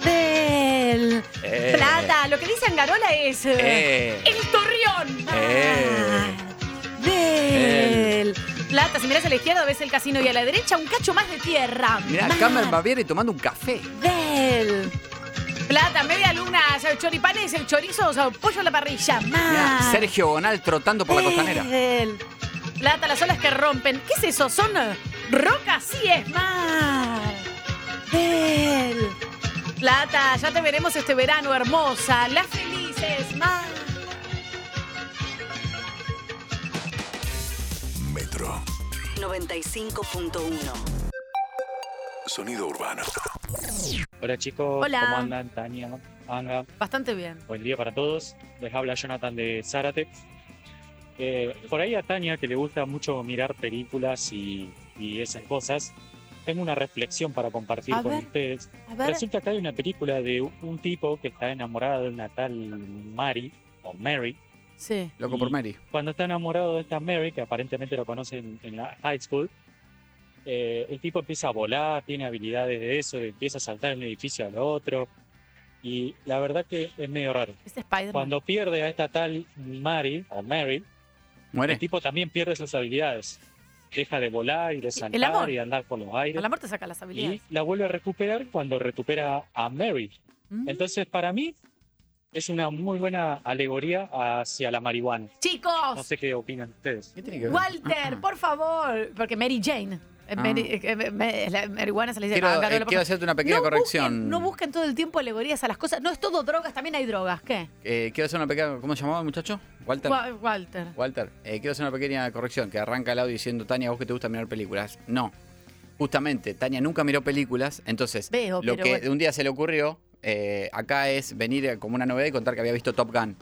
[SPEAKER 5] del
[SPEAKER 2] Eh.
[SPEAKER 5] plata. Lo que dice Angarola es eh,
[SPEAKER 2] Eh.
[SPEAKER 5] el torreón
[SPEAKER 2] Eh.
[SPEAKER 5] del plata. Si miras a la izquierda ves el casino y a la derecha un cacho más de tierra.
[SPEAKER 2] Mirá,
[SPEAKER 5] Mar
[SPEAKER 2] Cameron Bavieri tomando un café.
[SPEAKER 5] del plata, media luna, o sea, choripanes, el chorizo, o sea, pollo a la parrilla. Mar
[SPEAKER 2] Sergio Bonal trotando
[SPEAKER 5] Eh.
[SPEAKER 2] por la costanera.
[SPEAKER 5] del plata, las olas que rompen. ¿Qué es eso? Son eh, rocas, sí es mar. Del plata, ya te veremos este verano, hermosa. Las felices, mar.
[SPEAKER 26] Metro.
[SPEAKER 3] 95.1.
[SPEAKER 26] Sonido urbano.
[SPEAKER 1] Hola chicos,
[SPEAKER 5] Hola.
[SPEAKER 1] ¿cómo andan? Tania, Anga,
[SPEAKER 5] Bastante bien.
[SPEAKER 1] buen día para todos. Les habla Jonathan de Zárate. Eh, por ahí a Tania, que le gusta mucho mirar películas y, y esas cosas, tengo una reflexión para compartir
[SPEAKER 5] A
[SPEAKER 1] con
[SPEAKER 5] ver,
[SPEAKER 1] ustedes.
[SPEAKER 5] a ver.
[SPEAKER 1] Resulta que hay una película de un tipo que está enamorado de una tal Mary, o Mary,
[SPEAKER 5] Sí.
[SPEAKER 2] Loco por Mary.
[SPEAKER 1] cuando está enamorado de esta Mary, que aparentemente lo conoce en, en la high school, eh, el tipo empieza a volar, tiene habilidades de eso, empieza a saltar de un edificio al otro. Y la verdad que es medio raro.
[SPEAKER 5] Este Spider-Man.
[SPEAKER 1] Cuando pierde a esta tal Mary, o Mary,
[SPEAKER 2] Muere.
[SPEAKER 1] el tipo también pierde sus habilidades. Deja de volar y de saltar
[SPEAKER 5] amor.
[SPEAKER 1] y de andar por los aires.
[SPEAKER 5] A la muerte saca las habilidades.
[SPEAKER 1] Y la vuelve a recuperar cuando recupera a Mary.
[SPEAKER 5] Mm.
[SPEAKER 1] Entonces, para mí, es una muy buena alegoría hacia la marihuana.
[SPEAKER 5] Chicos,
[SPEAKER 1] No sé qué opinan ustedes.
[SPEAKER 5] Walter, por favor. Porque Mary Jane. eh, Mary,
[SPEAKER 2] Ah.
[SPEAKER 5] eh, eh, me- la marihuana se le dice
[SPEAKER 2] Quiero,
[SPEAKER 5] ah, Angarola,
[SPEAKER 2] eh,
[SPEAKER 5] por
[SPEAKER 2] quiero
[SPEAKER 5] favor.
[SPEAKER 2] hacerte una pequeña
[SPEAKER 5] No
[SPEAKER 2] corrección.
[SPEAKER 5] busquen- no busquen todo el tiempo alegorías a las cosas. No es todo drogas, también hay drogas. ¿Qué?
[SPEAKER 2] Eh, quiero hacer una pequeña. ¿Cómo se llamaba el muchacho? Walter.
[SPEAKER 5] Wa- Walter.
[SPEAKER 2] Walter, eh, quiero hacer una pequeña corrección que arranca el audio diciendo, Tania, vos que te gusta mirar películas. No. Justamente, Tania nunca miró películas, entonces
[SPEAKER 5] Veo,
[SPEAKER 2] lo
[SPEAKER 5] pero
[SPEAKER 2] que
[SPEAKER 5] bueno.
[SPEAKER 2] un día se le ocurrió eh, acá es venir como una novedad y contar que había visto Top Gun.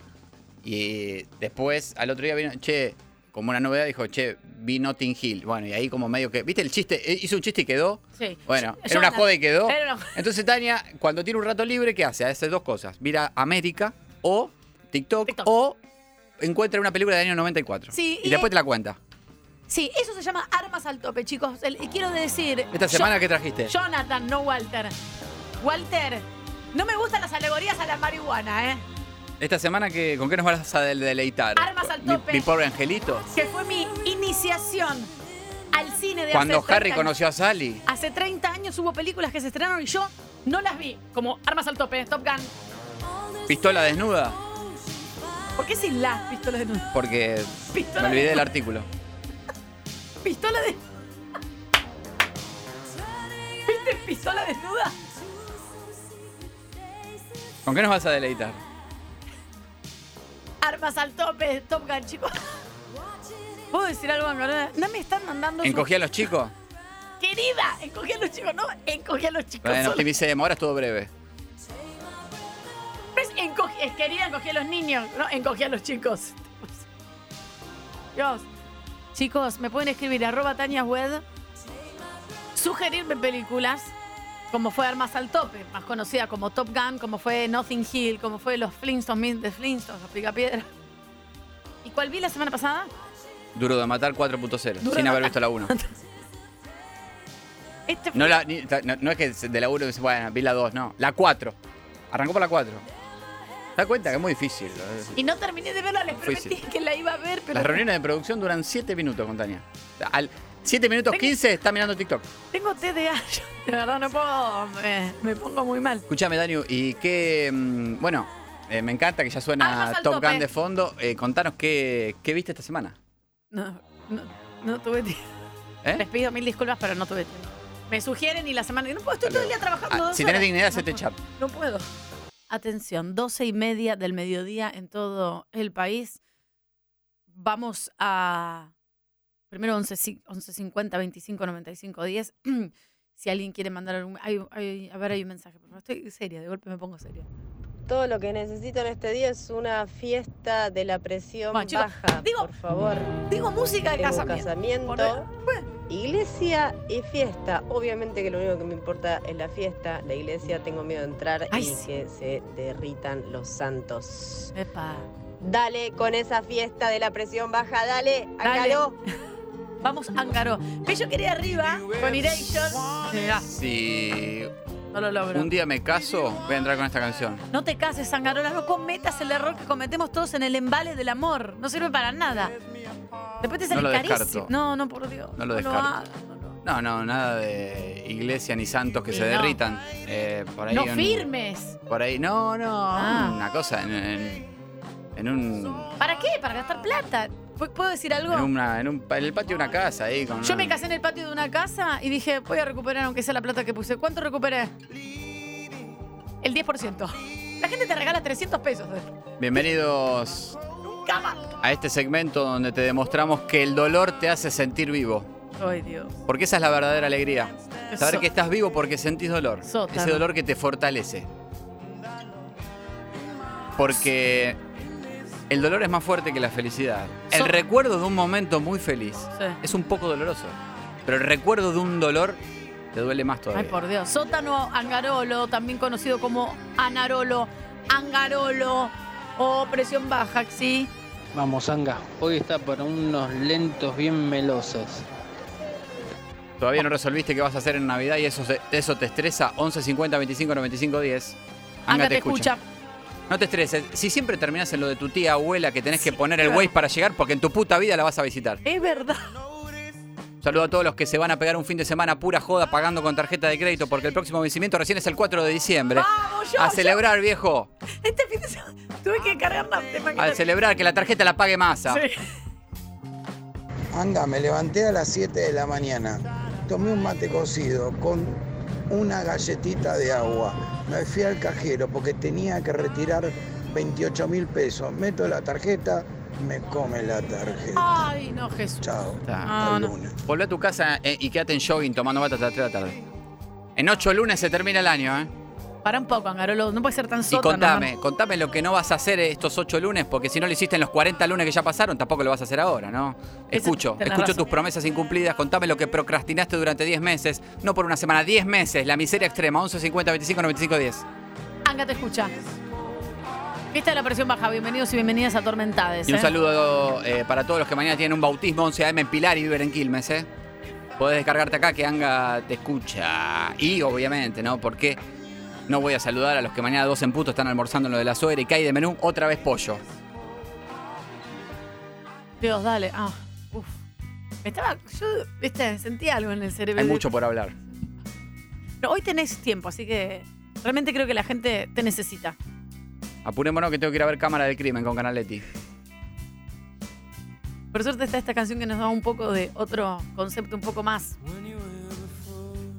[SPEAKER 2] Y después, al otro día vino, che, como una novedad, dijo, che, vi Notting Hill. Bueno, y ahí como medio que, ¿viste el chiste? Eh, Hizo un chiste y quedó.
[SPEAKER 5] Sí.
[SPEAKER 2] Bueno,
[SPEAKER 5] Yo-
[SPEAKER 2] era una
[SPEAKER 5] yo-
[SPEAKER 2] joda y quedó.
[SPEAKER 5] Era una-
[SPEAKER 2] Entonces Tania, cuando tiene un rato libre, ¿qué hace? Hace dos cosas. Mira América o TikTok, o encuentra una película del año 94.
[SPEAKER 5] Sí,
[SPEAKER 2] y,
[SPEAKER 5] y-
[SPEAKER 2] después te la cuenta.
[SPEAKER 5] Sí, eso se llama armas al tope, chicos. El- y quiero decir.
[SPEAKER 2] Esta
[SPEAKER 5] Jo-
[SPEAKER 2] semana, ¿qué trajiste?
[SPEAKER 5] Jonathan, no Walter. Walter, no me gustan las alegorías a la marihuana, ¿eh?
[SPEAKER 2] Esta semana, ¿qué- ¿con qué nos vas a del- deleitar?
[SPEAKER 5] Armas al
[SPEAKER 2] Mi-
[SPEAKER 5] tope.
[SPEAKER 2] Mi, pobre angelito.
[SPEAKER 5] Que fue mi ini iniciación al cine de
[SPEAKER 2] Cuando
[SPEAKER 5] hace
[SPEAKER 2] Harry
[SPEAKER 5] 30
[SPEAKER 2] conoció a Sally.
[SPEAKER 5] Hace 30 años hubo películas que se estrenaron y yo no las vi, como Armas al Tope, Top Gun.
[SPEAKER 2] Pistola desnuda.
[SPEAKER 5] ¿Por qué sin las pistolas de nuevo?
[SPEAKER 2] Porque
[SPEAKER 5] Pistola
[SPEAKER 2] me olvidé del
[SPEAKER 5] desnuda.
[SPEAKER 2] artículo.
[SPEAKER 5] Pistola de. ¿Viste pistola desnuda?
[SPEAKER 2] ¿Con qué nos vas a deleitar?
[SPEAKER 5] Armas al tope, Top Gun, chicos. ¿Puedo decir algo, Angarona? No me están mandando. sus-
[SPEAKER 2] ¿Encogí a los chicos?
[SPEAKER 5] Querida, encogí a los chicos, no, encogí a los chicos.
[SPEAKER 2] Bueno,
[SPEAKER 5] solo.
[SPEAKER 2] optimicemos, ahora estuvo breve.
[SPEAKER 5] Pues encogí, es querida, encogí a los niños, no, encogí a los chicos. Dios. Chicos, me pueden escribir arroba Tania Wed, sugerirme películas, como fue Armas al Tope, más conocida como Top Gun, como fue Nothing Hill, como fue Los Flintstones, Mis- de Flintstones, Los Picapiedra. ¿Y cuál vi la semana pasada?
[SPEAKER 2] Duro de matar 4.0,
[SPEAKER 5] Duro
[SPEAKER 2] sin
[SPEAKER 5] de
[SPEAKER 2] haber
[SPEAKER 5] matar.
[SPEAKER 2] visto la 1.
[SPEAKER 5] Este
[SPEAKER 2] No, la, ni- ta- no, no es que se- de la 1 dice, bueno, vi la 2, no. La 4. Arrancó por la 4. ¿Te das cuenta que es muy difícil? eh?
[SPEAKER 5] Y no terminé de verla, les prometí
[SPEAKER 2] Difícil.
[SPEAKER 5] que la iba a ver, pero
[SPEAKER 2] Las reuniones de producción duran 7 minutos con Tania. Al 7 minutos 15 está mirando TikTok.
[SPEAKER 5] tengo TDA, yo de verdad no puedo, me, me pongo muy mal.
[SPEAKER 2] Escúchame, Daniel, y qué. mm, Bueno, eh, me encanta que ya
[SPEAKER 5] Armas
[SPEAKER 2] suena
[SPEAKER 5] al
[SPEAKER 2] Top
[SPEAKER 5] tope.
[SPEAKER 2] Gun de fondo. Eh, contanos qué, qué viste esta semana.
[SPEAKER 5] No, no, no tuve tiempo.
[SPEAKER 2] ¿Eh?
[SPEAKER 5] Les pido mil disculpas, pero no tuve tiempo. Me sugieren y la semana. No puedo, estoy todo el día trabajando.
[SPEAKER 2] Ah,
[SPEAKER 5] dos
[SPEAKER 2] si tenés
[SPEAKER 5] horas.
[SPEAKER 2] dignidad,
[SPEAKER 5] No
[SPEAKER 2] hacete
[SPEAKER 5] puedo,
[SPEAKER 2] chap.
[SPEAKER 5] No puedo. Atención, 12 y media del mediodía en todo el país. Vamos a. Primero 11, ci- 11 50 25 95 10. Si alguien quiere mandar algún. hay- hay- a ver, hay un mensaje, por favor. Estoy seria, de golpe me pongo seria.
[SPEAKER 10] Todo lo que necesito en este día es una fiesta de la presión
[SPEAKER 5] Bueno, chicos,
[SPEAKER 10] baja, por favor.
[SPEAKER 5] Digo música de
[SPEAKER 10] Tengo
[SPEAKER 5] casamiento.
[SPEAKER 10] casamiento, iglesia y fiesta. Obviamente que lo único que me importa es la fiesta. La iglesia tengo miedo de entrar
[SPEAKER 5] Ay,
[SPEAKER 10] y
[SPEAKER 5] sí.
[SPEAKER 10] que se derritan los santos.
[SPEAKER 5] Epa.
[SPEAKER 10] Dale con esa fiesta de la presión baja, dale,
[SPEAKER 5] Dale.
[SPEAKER 10] Angaró.
[SPEAKER 5] Vamos, Ángaró. Que yo quería arriba con Iration. Mirá,
[SPEAKER 2] Si
[SPEAKER 5] no lo logro.
[SPEAKER 2] un día me caso, voy a entrar con esta canción.
[SPEAKER 5] No te cases, Angarola, no cometas el error que cometemos todos en el embale del amor. No sirve para nada. Después te
[SPEAKER 2] No
[SPEAKER 5] sale
[SPEAKER 2] lo
[SPEAKER 5] carísimo.
[SPEAKER 2] descarto.
[SPEAKER 5] No, no, por Dios.
[SPEAKER 2] No lo
[SPEAKER 5] hagas.
[SPEAKER 2] descarto. No, no, nada de iglesia ni santos que se
[SPEAKER 5] No.
[SPEAKER 2] derritan. Eh, por ahí
[SPEAKER 5] No
[SPEAKER 2] un-
[SPEAKER 5] firmes.
[SPEAKER 2] Por ahí, no, no.
[SPEAKER 5] Ah.
[SPEAKER 2] Una cosa, en, en- en un.
[SPEAKER 5] ¿Para qué? Para gastar plata. ¿Pu- ¿Puedo decir algo?
[SPEAKER 2] En, una- en un- en el patio de una casa ahí con.
[SPEAKER 5] Yo
[SPEAKER 2] una-
[SPEAKER 5] me casé en el patio de una casa y dije, voy a recuperar aunque sea la plata que puse. ¿Cuánto recuperé? El 10%. La gente te regala 300 pesos.
[SPEAKER 2] Bienvenidos
[SPEAKER 5] Nunca más.
[SPEAKER 2] a este segmento donde te demostramos que el dolor te hace sentir vivo.
[SPEAKER 5] Ay, Dios.
[SPEAKER 2] Porque esa es la verdadera alegría. Saber
[SPEAKER 5] Eso.
[SPEAKER 2] que estás vivo porque sentís dolor.
[SPEAKER 5] Sótano.
[SPEAKER 2] Ese dolor que te fortalece. Porque el dolor es más fuerte que la felicidad. El recuerdo de un momento muy feliz
[SPEAKER 5] Sí.
[SPEAKER 2] es un poco doloroso. Pero el recuerdo de un dolor te duele más
[SPEAKER 5] Ay,
[SPEAKER 2] todavía.
[SPEAKER 5] por Dios. Sótano Angarolo, también conocido como Anarolo, Angarolo o presión baja, ¿sí?
[SPEAKER 8] Vamos, Anga, hoy está para unos lentos bien melosos.
[SPEAKER 2] Todavía no resolviste qué vas a hacer en Navidad y eso, se- eso te estresa. 11 50 25 95 10.
[SPEAKER 5] Anga te escucha.
[SPEAKER 2] No te estreses. Si siempre terminás en lo de tu tía abuela que tenés que poner el Waze para llegar porque en tu puta vida la vas a visitar.
[SPEAKER 5] Es verdad.
[SPEAKER 2] Saludo a todos los que se van a pegar un fin de semana pura joda pagando con tarjeta de crédito porque el próximo vencimiento recién es el 4 de diciembre.
[SPEAKER 5] ¡Vamos, Ah, yo,
[SPEAKER 2] a
[SPEAKER 5] yo!
[SPEAKER 2] celebrar, viejo.
[SPEAKER 5] Este fin de semana tuve que cargar la tema
[SPEAKER 2] A celebrar que la tarjeta la pague masa.
[SPEAKER 3] Anda, me levanté a las 7 de la mañana. Tomé un mate cocido con una galletita de agua. Me fui al cajero porque tenía que retirar 28 mil pesos. Meto la tarjeta, me come la tarjeta.
[SPEAKER 5] Ay, no, Jesús.
[SPEAKER 3] Chao.
[SPEAKER 2] Volvé a tu casa eh, y quédate en jogging tomando mate hasta las 3 de la tarde. En 8 lunes se termina el año, ¿eh?
[SPEAKER 5] Para un poco, Angarolo, no puede ser tan
[SPEAKER 2] Y
[SPEAKER 5] sótano.
[SPEAKER 2] contame, contame lo que no vas a hacer estos 8 lunes, porque si no lo hiciste en los 40 lunes que ya pasaron, tampoco lo vas a hacer ahora, ¿no? Escucho,
[SPEAKER 5] tenés
[SPEAKER 2] escucho
[SPEAKER 5] razón.
[SPEAKER 2] tus promesas incumplidas, contame lo que procrastinaste durante 10 meses, no por una semana, 10 meses, la miseria extrema, 11, 50, 25, 95, 10.
[SPEAKER 5] Anga te escucha. Fiesta de la presión baja, bienvenidos y bienvenidas a Tormentades.
[SPEAKER 2] Y un
[SPEAKER 5] ¿eh?
[SPEAKER 2] saludo eh, para todos los que mañana tienen un bautismo 11 AM en Pilar y viven en Quilmes, ¿eh? Podés descargarte acá que Anga te escucha. Y obviamente, ¿no? Porque no voy a saludar a los que mañana dos en puto están almorzando en lo de la suegra y cae de menú otra vez pollo.
[SPEAKER 5] Dios, dale. Ah, uf. Me estaba. Yo, viste, sentí algo en el cerebro.
[SPEAKER 2] Hay mucho por hablar.
[SPEAKER 5] No, hoy tenés tiempo, así que realmente creo que la gente te necesita.
[SPEAKER 2] Apurémonos que tengo que ir a ver Cámara del Crimen con Canaletti.
[SPEAKER 5] Por suerte está esta canción que nos da un poco de otro concepto, un poco más.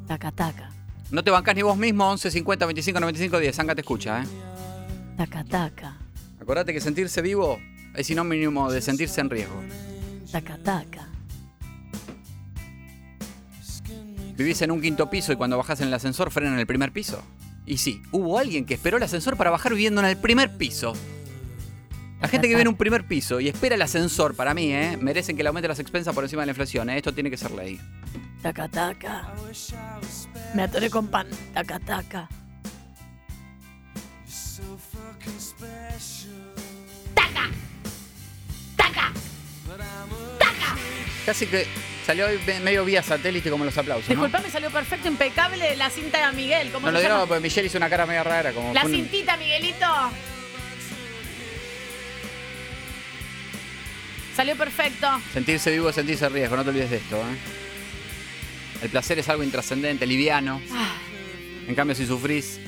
[SPEAKER 5] Taca, taca,
[SPEAKER 2] No te bancas ni vos mismo, 11 50 25 95 10. Sanga te escucha, ¿eh?
[SPEAKER 5] taca, taca,
[SPEAKER 2] Acordate que sentirse vivo es sinónimo de sentirse en riesgo.
[SPEAKER 5] taca, taca.
[SPEAKER 2] Vivís en un quinto piso y cuando bajás en el ascensor frenan en el primer piso. Y sí, hubo alguien que esperó el ascensor para bajar viviendo en el primer piso. La gente que vive en un primer piso y espera el ascensor, para mí, ¿eh? merecen que le aumente las expensas por encima de la inflación. ¿eh? Esto tiene que ser ley.
[SPEAKER 5] Taca, taca. Me atoré con pan. Taca, taca.
[SPEAKER 2] Casi que salió hoy me- medio vía satélite como los aplausos. ¿no?
[SPEAKER 5] Disculpame, salió perfecto, impecable la cinta de Miguel. ¿Cómo
[SPEAKER 2] No
[SPEAKER 5] se
[SPEAKER 2] lo digo
[SPEAKER 5] llama?
[SPEAKER 2] porque Michelle hizo una cara medio rara. Como
[SPEAKER 5] La
[SPEAKER 2] fue un-
[SPEAKER 5] cintita, Miguelito. Salió perfecto.
[SPEAKER 2] Sentirse vivo, es sentirse en riesgo, no te olvides de esto. ¿eh? El placer es algo intrascendente, liviano.
[SPEAKER 5] Ah.
[SPEAKER 2] En cambio, si sufrís,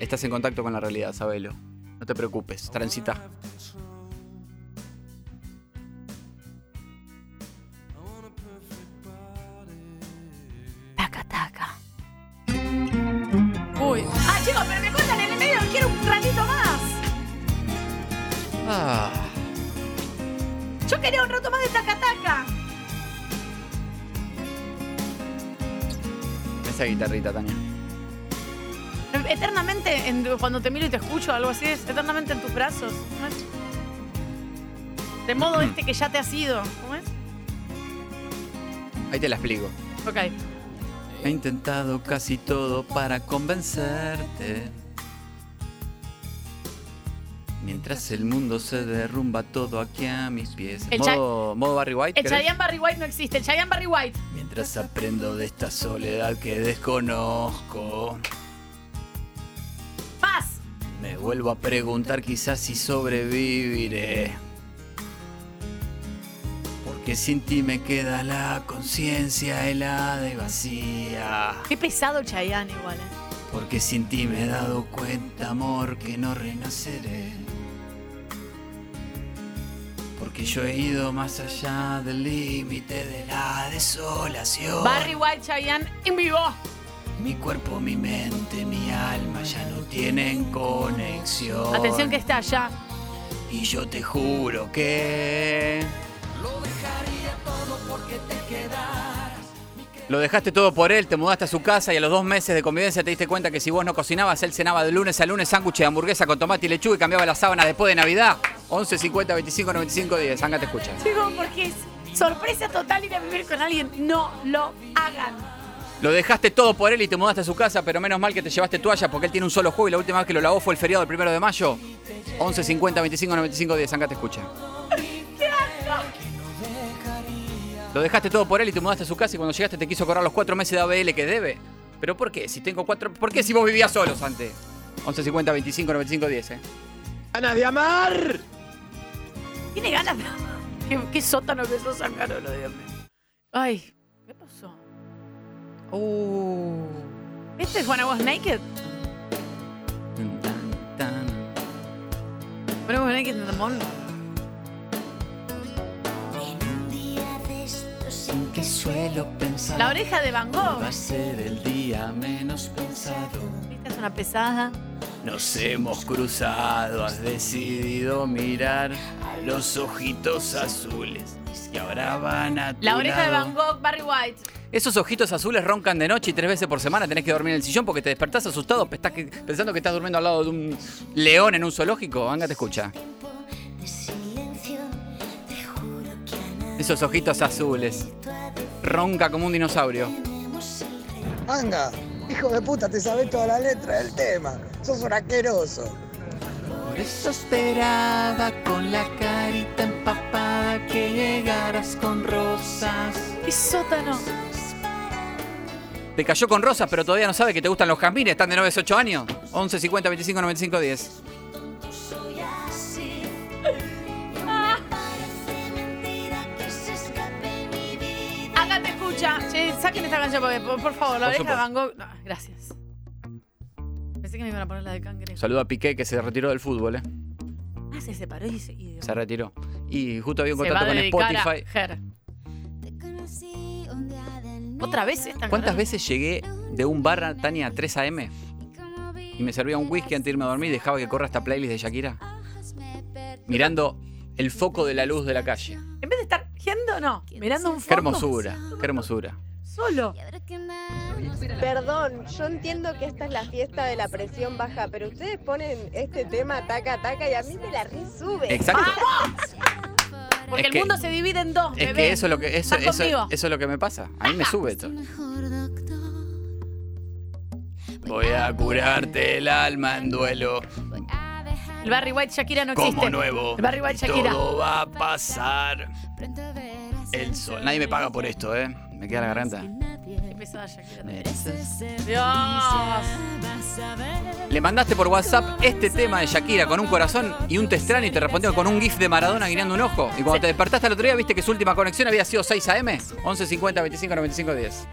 [SPEAKER 2] estás en contacto con la realidad, sabelo. No te preocupes, transita.
[SPEAKER 5] Taca, taca. Uy. Ah, chicos, pero me cortan en el medio. Quiero un ratito más.
[SPEAKER 2] Ah,
[SPEAKER 5] Yo quería un rato más de taca, taca.
[SPEAKER 2] esa guitarrita, Tania.
[SPEAKER 5] Eternamente, en- cuando te miro y te escucho, algo así es. Eternamente en tus brazos. ¿Cómo es? De modo este que ya te has ido. ¿Cómo es?
[SPEAKER 2] Ahí te la explico.
[SPEAKER 5] Ok.
[SPEAKER 2] He intentado casi todo para convencerte. Mientras el mundo se derrumba todo aquí a mis pies.
[SPEAKER 5] El Chai-
[SPEAKER 2] modo, modo Barry White.
[SPEAKER 5] El
[SPEAKER 2] ¿querés?
[SPEAKER 5] Chayanne Barry White no existe. El Chayanne Barry White.
[SPEAKER 2] Mientras aprendo de esta soledad que desconozco,
[SPEAKER 5] Paz.
[SPEAKER 2] me vuelvo a preguntar quizás si sobreviviré. Porque sin ti me queda la conciencia helada y vacía.
[SPEAKER 5] Qué pesado el Chayanne igual. ¿eh?
[SPEAKER 2] Porque sin ti me he dado cuenta, amor, que no renaceré. Porque yo he ido más allá del límite de la desolación.
[SPEAKER 5] Barry White, Chayanne, en vivo.
[SPEAKER 2] Mi cuerpo, mi mente, mi alma ya no tienen conexión.
[SPEAKER 5] Atención que está allá.
[SPEAKER 2] Y yo te juro que... Lo dejaste todo por él, te mudaste a su casa y a los dos meses de convivencia te diste cuenta que si vos no cocinabas, él cenaba de lunes a lunes sándwiches de hamburguesa con tomate y lechuga y cambiaba la sábana después de Navidad. 11, 50, 25, 95, 10. Anga te escucha.
[SPEAKER 5] Chicos, porque es sorpresa total ir a vivir con alguien. No lo hagan.
[SPEAKER 2] Lo dejaste todo por él y te mudaste a su casa, pero menos mal que te llevaste toalla porque él tiene un solo juego y la última vez que lo lavó fue el feriado del primero de mayo. 11, 50, 25, 95, 10. Anga te escucha.
[SPEAKER 5] ¡Qué asco!
[SPEAKER 2] Lo dejaste todo por él y te mudaste a su casa y cuando llegaste te quiso cobrar los cuatro meses de ABL que debe. ¿Pero por qué? Si tengo cuatro... ¿Por qué si vos vivías solos antes? 11, 50, 25, 95, 10, eh.
[SPEAKER 5] ¡Ganas de amar! Tiene ganas de amar. Qué, qué sótano que sos, Angarolo, Dios mío. Ay, ¿qué pasó? Uh. ¿Este es When I Was Naked? When I Was Naked in the Morning.
[SPEAKER 2] En que suelo pensar.
[SPEAKER 5] La oreja de Van Gogh.
[SPEAKER 2] Va a ser el día menos pensado.
[SPEAKER 5] Esta es una pesada.
[SPEAKER 2] Nos hemos cruzado, has decidido mirar a los ojitos azules que ahora van a tu
[SPEAKER 5] La oreja de
[SPEAKER 2] lado.
[SPEAKER 5] Van Gogh, Barry White.
[SPEAKER 2] Esos ojitos azules roncan de noche y tres veces por semana tenés que dormir en el sillón porque te despertás asustado pestás que- pensando que estás durmiendo al lado de un león en un zoológico. Vanga te escucha. Esos ojitos azules. Ronca como un dinosaurio.
[SPEAKER 3] Anga, hijo de puta, te sabes toda la letra del tema. Sos un asqueroso.
[SPEAKER 2] Por eso esperaba con la carita empapada que llegaras con rosas.
[SPEAKER 5] ¡Qué sótano!
[SPEAKER 2] Te cayó con rosas, pero todavía no sabe que te gustan los jazmines. Están de 9 a 8 años. 11, 50, 25, 95, 10.
[SPEAKER 9] Parece mentira que se escape mi vida.
[SPEAKER 5] saquen esta canción, porque, por, por favor, la
[SPEAKER 2] Por
[SPEAKER 5] oreja de
[SPEAKER 2] supuesto.
[SPEAKER 5] Van Gogh. No, gracias. Pensé que me iban a poner la de cangrejo.
[SPEAKER 2] Saludo a Piqué que se retiró del fútbol, ¿eh?
[SPEAKER 5] Ah, se separó y se. y-
[SPEAKER 2] Se retiró. Y justo había un
[SPEAKER 5] se va
[SPEAKER 2] contrato
[SPEAKER 5] a
[SPEAKER 2] con
[SPEAKER 5] dedicar a
[SPEAKER 2] Spotify.
[SPEAKER 5] Her. Otra vez esta
[SPEAKER 2] ¿Cuántas veces llegué de un bar a Tania a 3 AM? Y me servía un whisky antes de irme a dormir y dejaba que corra esta playlist de Shakira. Mirando el foco de la luz de la calle.
[SPEAKER 5] En vez de estar yendo, no, mirando un
[SPEAKER 2] Qué
[SPEAKER 5] fondo.
[SPEAKER 2] hermosura, qué hermosura.
[SPEAKER 5] Solo.
[SPEAKER 10] Perdón, yo entiendo que esta es la fiesta de la presión baja, pero ustedes ponen este tema taca taca y a mí me la resube.
[SPEAKER 2] Exacto.
[SPEAKER 5] Porque
[SPEAKER 2] Es
[SPEAKER 5] el
[SPEAKER 2] que-
[SPEAKER 5] mundo se divide en dos.
[SPEAKER 2] Es
[SPEAKER 5] bebé.
[SPEAKER 2] que eso es lo que eso,
[SPEAKER 5] Estás
[SPEAKER 2] eso-
[SPEAKER 5] conmigo.
[SPEAKER 2] eso es lo que me pasa. A mí me sube esto. Voy a curarte el alma en duelo
[SPEAKER 5] El Barry White Shakira no existe.
[SPEAKER 2] como nuevo.
[SPEAKER 5] El Barry White Shakira.
[SPEAKER 2] Todo va a pasar. El sol. Nadie me paga por esto, ¿eh? Me queda la garganta.
[SPEAKER 5] Qué pesada Shakira. Dios.
[SPEAKER 2] Le mandaste por WhatsApp este tema de Shakira con un corazón y un te extraño y te respondió con un gif de Maradona guiñando un ojo. Y cuando te despertaste el otro día, viste que su última conexión había sido 6 AM, 11 50 25 95 10.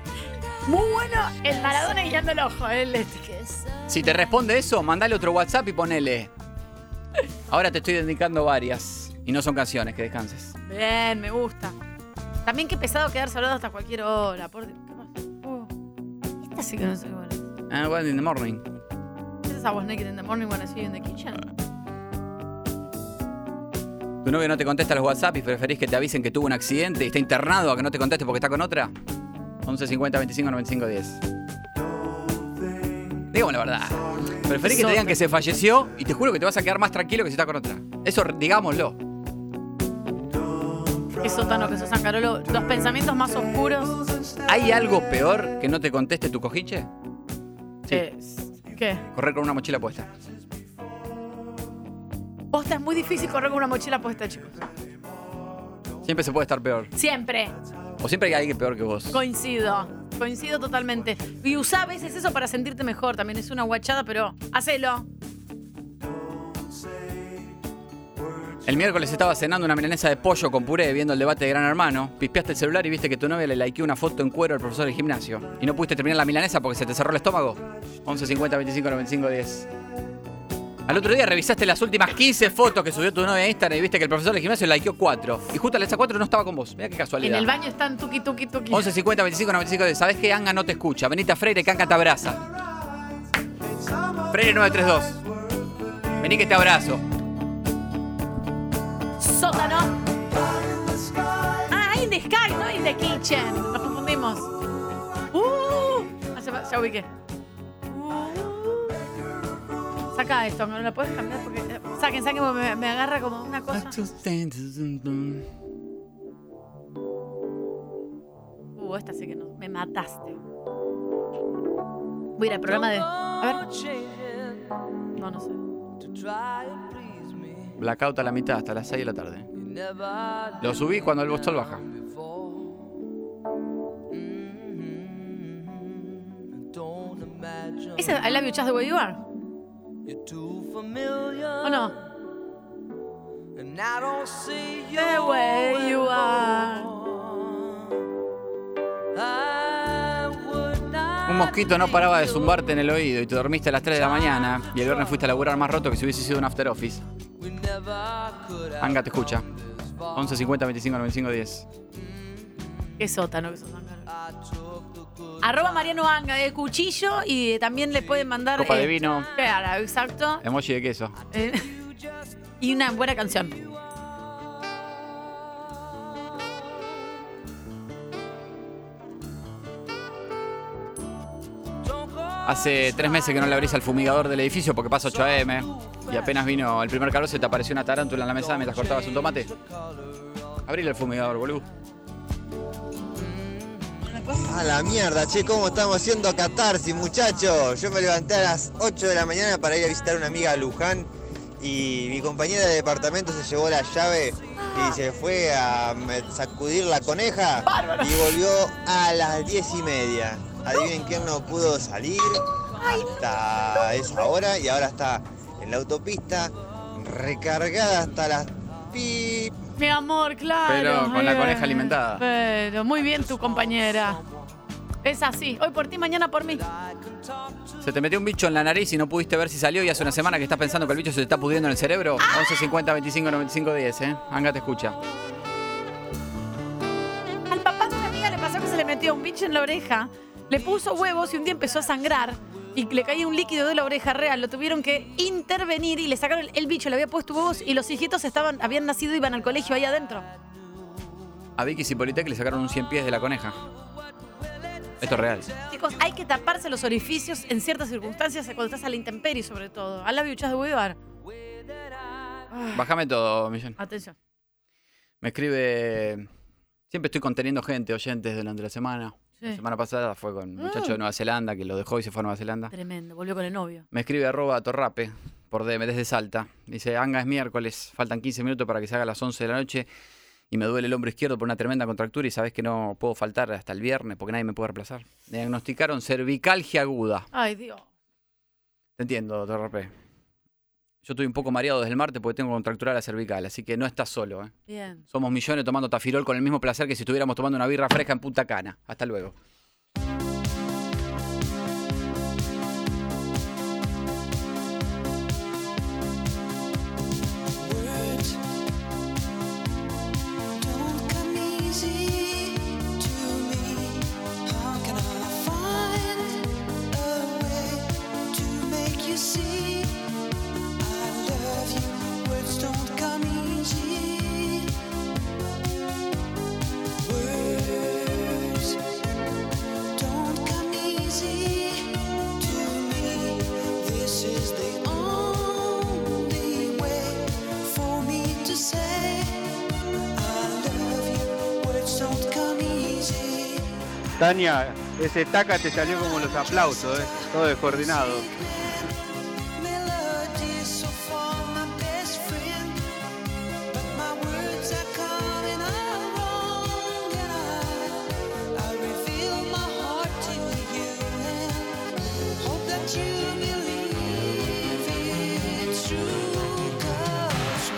[SPEAKER 5] Muy bueno el Maradona guiando el ojo. El este que es.
[SPEAKER 2] Si te responde eso, mandale otro WhatsApp y ponele. Ahora te estoy dedicando varias y no son canciones, que descanses.
[SPEAKER 5] Bien, me gusta. También qué pesado quedarse hablando hasta cualquier hora. Por... Dios, ¿Qué pasa? Oh. Esta sí que no soy buena.
[SPEAKER 2] Ah, well, in the morning.
[SPEAKER 5] This is I was naked in the morning when I see you in the kitchen.
[SPEAKER 2] Tu novio no te contesta los WhatsApp y preferís que te avisen que tuvo un accidente y está internado a que no te conteste porque está con otra. 11 50 25 95 10. Digamos la verdad. Preferís que te digan que se falleció y te juro que te vas a quedar más tranquilo que si está con otra. Eso, digámoslo.
[SPEAKER 5] Qué sótano que sos, San Carolo. Los pensamientos más oscuros.
[SPEAKER 2] ¿Hay algo peor que no te conteste tu cojiche?
[SPEAKER 5] Sí. ¿Qué?
[SPEAKER 2] Correr con una mochila puesta.
[SPEAKER 5] Posta, es muy difícil correr con una mochila puesta, chicos.
[SPEAKER 2] Siempre se puede estar peor.
[SPEAKER 5] Siempre.
[SPEAKER 2] O siempre hay alguien peor que vos.
[SPEAKER 5] Coincido. Coincido totalmente. Y usá a veces eso para sentirte mejor. También es una guachada, pero hacelo.
[SPEAKER 2] El miércoles estaba cenando una milanesa de pollo con puré viendo el debate de Gran Hermano. Pispeaste el celular y viste que tu novia le likeó una foto en cuero al profesor del gimnasio. Y no pudiste terminar la milanesa porque se te cerró el estómago. 11 50 25 95 10. Al otro día revisaste las últimas 15 fotos que subió tu novia a Instagram y viste que el profesor del gimnasio likeó 4. Y justo a esas 4 no estaba con vos. Mira qué
[SPEAKER 5] En
[SPEAKER 2] casualidad.
[SPEAKER 5] el baño están tuqui, tuqui, tuqui.
[SPEAKER 2] 11 50 25 95 10. Sabés que Anga no te escucha. Venite a Freire que Anga te abraza. Freire 932. Vení que te abrazo.
[SPEAKER 5] Sótano. Ah, in the sky, no in the kitchen. Nos confundimos. Uh, Ah, ya, ya ubiqué. Uh. Saca esto, ¿no la puedes cambiar? Porque, eh, saquen, saquen, porque me, me agarra como una cosa. Uh, esta sí que no. Me mataste. Voy a ir al programa de. A ver. No, no sé.
[SPEAKER 2] Blackout a la mitad, hasta las 6 de la tarde. Lo subí cuando el Bostol baja.
[SPEAKER 5] ¿Ese es I Love You Just The Way You Are? ¿O no? The way you are.
[SPEAKER 2] Un mosquito no paraba de zumbarte en el oído y te dormiste a las 3 de la mañana y el viernes fuiste a laburar más roto que si hubiese sido un after office. Anga te escucha. 11 50 25 95 10.
[SPEAKER 5] Qué sótano que sos, Anga. Arroba Mariano Anga de cuchillo y eh, también le pueden mandar.
[SPEAKER 2] Copa de
[SPEAKER 5] eh,
[SPEAKER 2] vino.
[SPEAKER 5] Claro, exacto.
[SPEAKER 2] Emoji de queso.
[SPEAKER 5] Eh, y una buena canción.
[SPEAKER 2] Hace 3 meses que no le abrís al fumigador del edificio porque pasa 8 AM y apenas vino el primer calor se te apareció una tarántula en la mesa mientras cortabas un tomate. Abrile el fumigador, boludo.
[SPEAKER 9] A la mierda, che, ¿cómo estamos haciendo catarsis, muchachos? Yo me levanté a las 8 de la mañana para ir a visitar a una amiga a Luján y mi compañera de departamento se llevó la llave y se fue a me- sacudir la coneja y volvió a las 10 y media. Adivinen quién no pudo salir hasta esa hora y ahora está en la autopista recargada hasta las pi
[SPEAKER 5] Mi amor, claro. Eh,
[SPEAKER 2] Pero con la
[SPEAKER 5] bien.
[SPEAKER 2] coneja alimentada.
[SPEAKER 5] Pero muy bien tu compañera.
[SPEAKER 23] Es así. Hoy por ti, mañana por mí.
[SPEAKER 2] Se te metió un bicho en la nariz y no pudiste ver si salió y hace una semana que estás pensando que el bicho se te está pudriendo en el cerebro. 11 50 25 95 10, ¿eh? Anga te escucha.
[SPEAKER 23] Al papá de una amiga le pasó que se le metió un bicho en la oreja, le puso huevos y un día empezó a sangrar y le caía un líquido de la oreja real. Lo tuvieron que intervenir y le sacaron el, el bicho, le había puesto huevos y los hijitos estaban, habían nacido y iban al colegio ahí adentro.
[SPEAKER 2] A Vicky Cipolitec le sacaron un 100 pies de la coneja. Esto es real.
[SPEAKER 23] Chicos, hay que taparse los orificios en ciertas circunstancias cuando estás a la intemperie, sobre todo. A la biuchas de Bolívar.
[SPEAKER 2] Bájame todo, Millón.
[SPEAKER 23] Atención.
[SPEAKER 2] Me escribe. Siempre estoy conteniendo gente, oyentes durante la semana. La
[SPEAKER 23] Sí.
[SPEAKER 2] semana pasada fue con un muchacho
[SPEAKER 23] Mm.
[SPEAKER 2] de Nueva Zelanda que lo dejó y se fue a Nueva Zelanda.
[SPEAKER 23] Tremendo. Volvió con el novio.
[SPEAKER 2] Me escribe arroba torrape por DM desde Salta. Dice, Anga es miércoles, faltan 15 minutos para que se haga las 11 de la noche y me duele el hombro izquierdo por una tremenda contractura y sabes que no puedo faltar hasta el viernes porque nadie me puede reemplazar. Me diagnosticaron cervicalgia aguda.
[SPEAKER 23] Ay, Dios.
[SPEAKER 2] Te entiendo, Torrape. Yo estoy un poco mareado desde el martes porque tengo contractura de la cervical, así que no estás solo. ¿eh?
[SPEAKER 23] Bien.
[SPEAKER 2] Somos millones tomando tafirol con el mismo placer que si estuviéramos tomando una birra fresca en Punta Cana. Hasta luego.
[SPEAKER 20] Words don't come easy to me. How can I find a way to make you see I love you? Words don't come easy. Words don't come easy to me. This is the only way for me to say I love you. Words don't come easy.
[SPEAKER 6] Tania, ese taca te salió como los aplausos, ¿eh? todo descoordinado.
[SPEAKER 20] Melodies so far my best friend, but my words are coming out wrong, and I I reveal my heart to you and hope that you believe it's true. 'Cause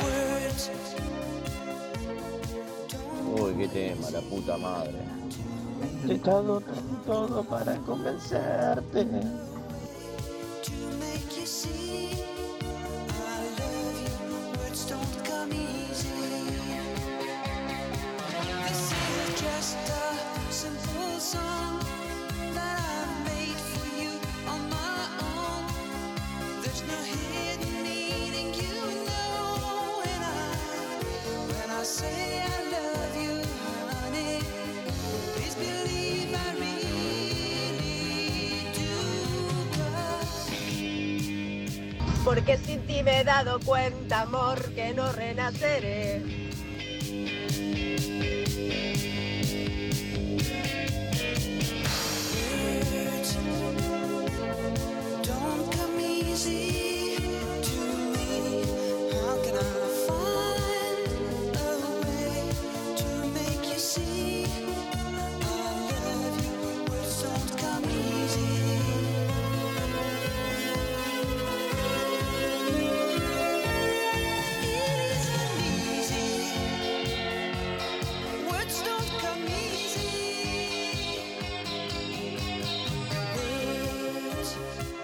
[SPEAKER 20] words
[SPEAKER 12] Uy, qué tema, la puta madre. Te cago en todo para convencerte.
[SPEAKER 20] make you see I love you. Words don't come easy. This is just a simple song that I made for you on my own. There's no hidden meaning, you know. And I, when I say I love you, honey, please believe I really do. 'Cause
[SPEAKER 10] Porque sin ti me he dado cuenta, amor, que no renaceré.
[SPEAKER 20] Words don't come easy to me. How can I find a way to make you see I love you? Words don't come easy. Words don't come easy.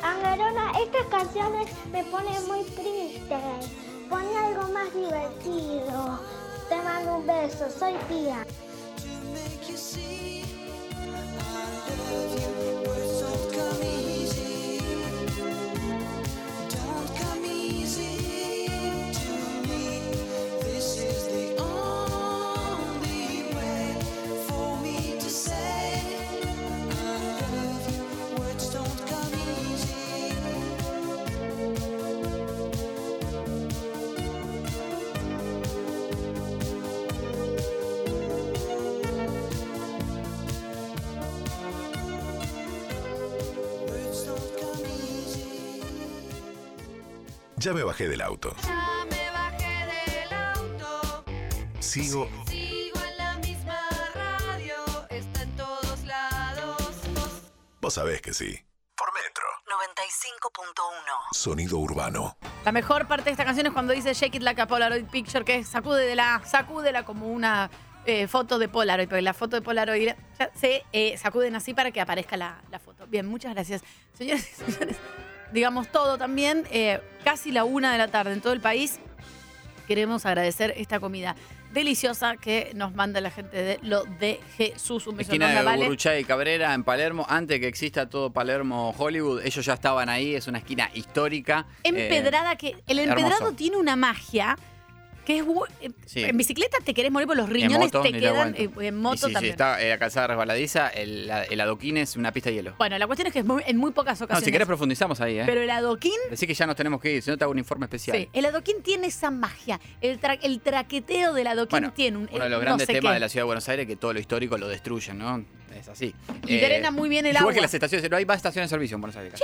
[SPEAKER 13] Ah, Verona, estas canciones me ponen muy triste. Pone algo más divertido. Te mando un beso, soy Pía.
[SPEAKER 20] make you see I love you. Words don't come easy. Don't come easy to me. This is the only way for me to say I love you. Words don't come easy. Words don't come
[SPEAKER 7] Ya me bajé del auto.
[SPEAKER 20] Ya me bajé del auto.
[SPEAKER 7] Sigo
[SPEAKER 20] Sigo en la misma radio. Está en todos lados.
[SPEAKER 7] Vos sabés que sí. Por metro. 95.1. Sonido urbano.
[SPEAKER 23] La mejor parte de esta canción es cuando dice Shake It Like a Polaroid Picture, que es sacúdela, sacúdela como una
[SPEAKER 5] eh, foto de Polaroid, porque la foto de Polaroid ya se eh, sacuden así para que aparezca la, la foto. Bien, muchas gracias. Señores y señores, digamos todo también, eh, casi la una de la tarde en todo el país, queremos agradecer esta comida deliciosa que nos manda la gente de Lo de Jesús. Un beso enorme
[SPEAKER 2] Esquina
[SPEAKER 5] a
[SPEAKER 2] de
[SPEAKER 5] Vale.
[SPEAKER 2] Guruchay y Cabrera en Palermo, antes que exista todo Palermo Hollywood, ellos ya estaban ahí, es una esquina histórica.
[SPEAKER 5] Empedrada,
[SPEAKER 2] Eh,
[SPEAKER 5] que el
[SPEAKER 2] hermoso.
[SPEAKER 5] empedrado tiene una magia que es... bu- eh,
[SPEAKER 2] Sí.
[SPEAKER 5] En bicicleta te querés morir por los riñones,
[SPEAKER 2] moto,
[SPEAKER 5] te
[SPEAKER 2] ni te
[SPEAKER 5] quedan...
[SPEAKER 2] aguanto.
[SPEAKER 5] eh, en
[SPEAKER 2] y
[SPEAKER 5] moto
[SPEAKER 2] sí, sí,
[SPEAKER 5] también.
[SPEAKER 2] está eh, la calzada resbaladiza, el, la- el adoquín es una pista de hielo.
[SPEAKER 5] Bueno, la cuestión es que es muy- en muy pocas
[SPEAKER 2] No,
[SPEAKER 5] ocasiones.
[SPEAKER 2] si querés profundizamos ahí, ¿eh?
[SPEAKER 5] Pero el adoquín,
[SPEAKER 2] Decí que ya nos tenemos que ir, si no te hago un informe especial.
[SPEAKER 5] sí, el adoquín tiene esa magia. El, tra- el traqueteo del adoquín
[SPEAKER 2] Bueno,
[SPEAKER 5] tiene un. eh,
[SPEAKER 2] Uno de los
[SPEAKER 5] no
[SPEAKER 2] grandes
[SPEAKER 5] sé
[SPEAKER 2] temas
[SPEAKER 5] qué.
[SPEAKER 2] de la ciudad de Buenos Aires que todo lo histórico lo destruyen, ¿no? Es así.
[SPEAKER 5] Y drena muy bien el
[SPEAKER 2] igual
[SPEAKER 5] agua.
[SPEAKER 2] eh, que las estaciones, no hay más estaciones de servicio en Buenos Aires.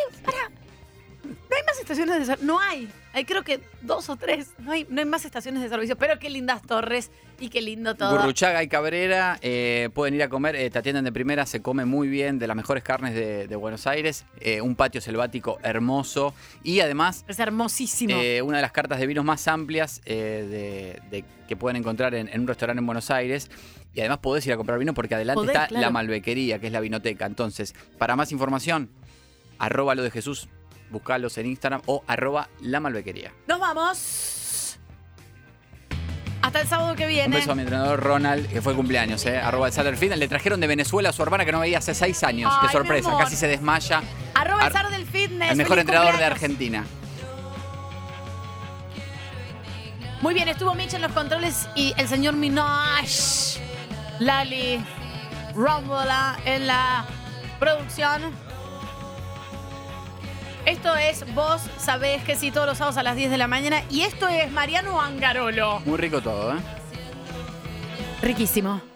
[SPEAKER 5] No hay más estaciones de servicio. No hay. Hay creo que dos o tres. No hay, no hay más estaciones de servicio. Pero qué lindas torres y qué lindo todo.
[SPEAKER 2] Gurruchaga y Cabrera eh, pueden ir a comer, eh, te atienden de primera, se come muy bien, de las mejores carnes de, de Buenos Aires, eh, un patio selvático hermoso y además...
[SPEAKER 5] Es hermosísimo.
[SPEAKER 2] eh, una de las cartas de vinos más amplias eh, de- de- que pueden encontrar en, en un restaurante en Buenos Aires. Y además podés ir a comprar vino porque adelante
[SPEAKER 5] Podés,
[SPEAKER 2] está
[SPEAKER 5] claro.
[SPEAKER 2] la Malbequería, que es la vinoteca. Entonces, para más información, arroba lo de Jesús, buscalos en Instagram o arroba la Malbequería.
[SPEAKER 5] Nos vamos. Hasta el sábado que viene.
[SPEAKER 2] Un beso a mi entrenador Ronald, que fue cumpleaños, ¿eh? Arroba el Saddle Fitness. Le trajeron de Venezuela a su hermana que no veía hace seis años.
[SPEAKER 5] Ay,
[SPEAKER 2] Qué sorpresa,
[SPEAKER 5] mi amor.
[SPEAKER 2] casi se desmaya.
[SPEAKER 5] Arroba el
[SPEAKER 2] Ar-
[SPEAKER 5] zar del fitness.
[SPEAKER 2] El mejor
[SPEAKER 5] Feliz
[SPEAKER 2] entrenador de
[SPEAKER 5] cumpleaños.
[SPEAKER 2] Argentina.
[SPEAKER 5] Muy bien, estuvo Mitch en los controles y el señor Minaj, Lali, Rombola en la producción. Esto es Vos Sabés que sí, todos los sábados a las 10 de la mañana. Y esto es Mariano Angarolo.
[SPEAKER 2] Muy rico todo, ¿eh?
[SPEAKER 5] Riquísimo.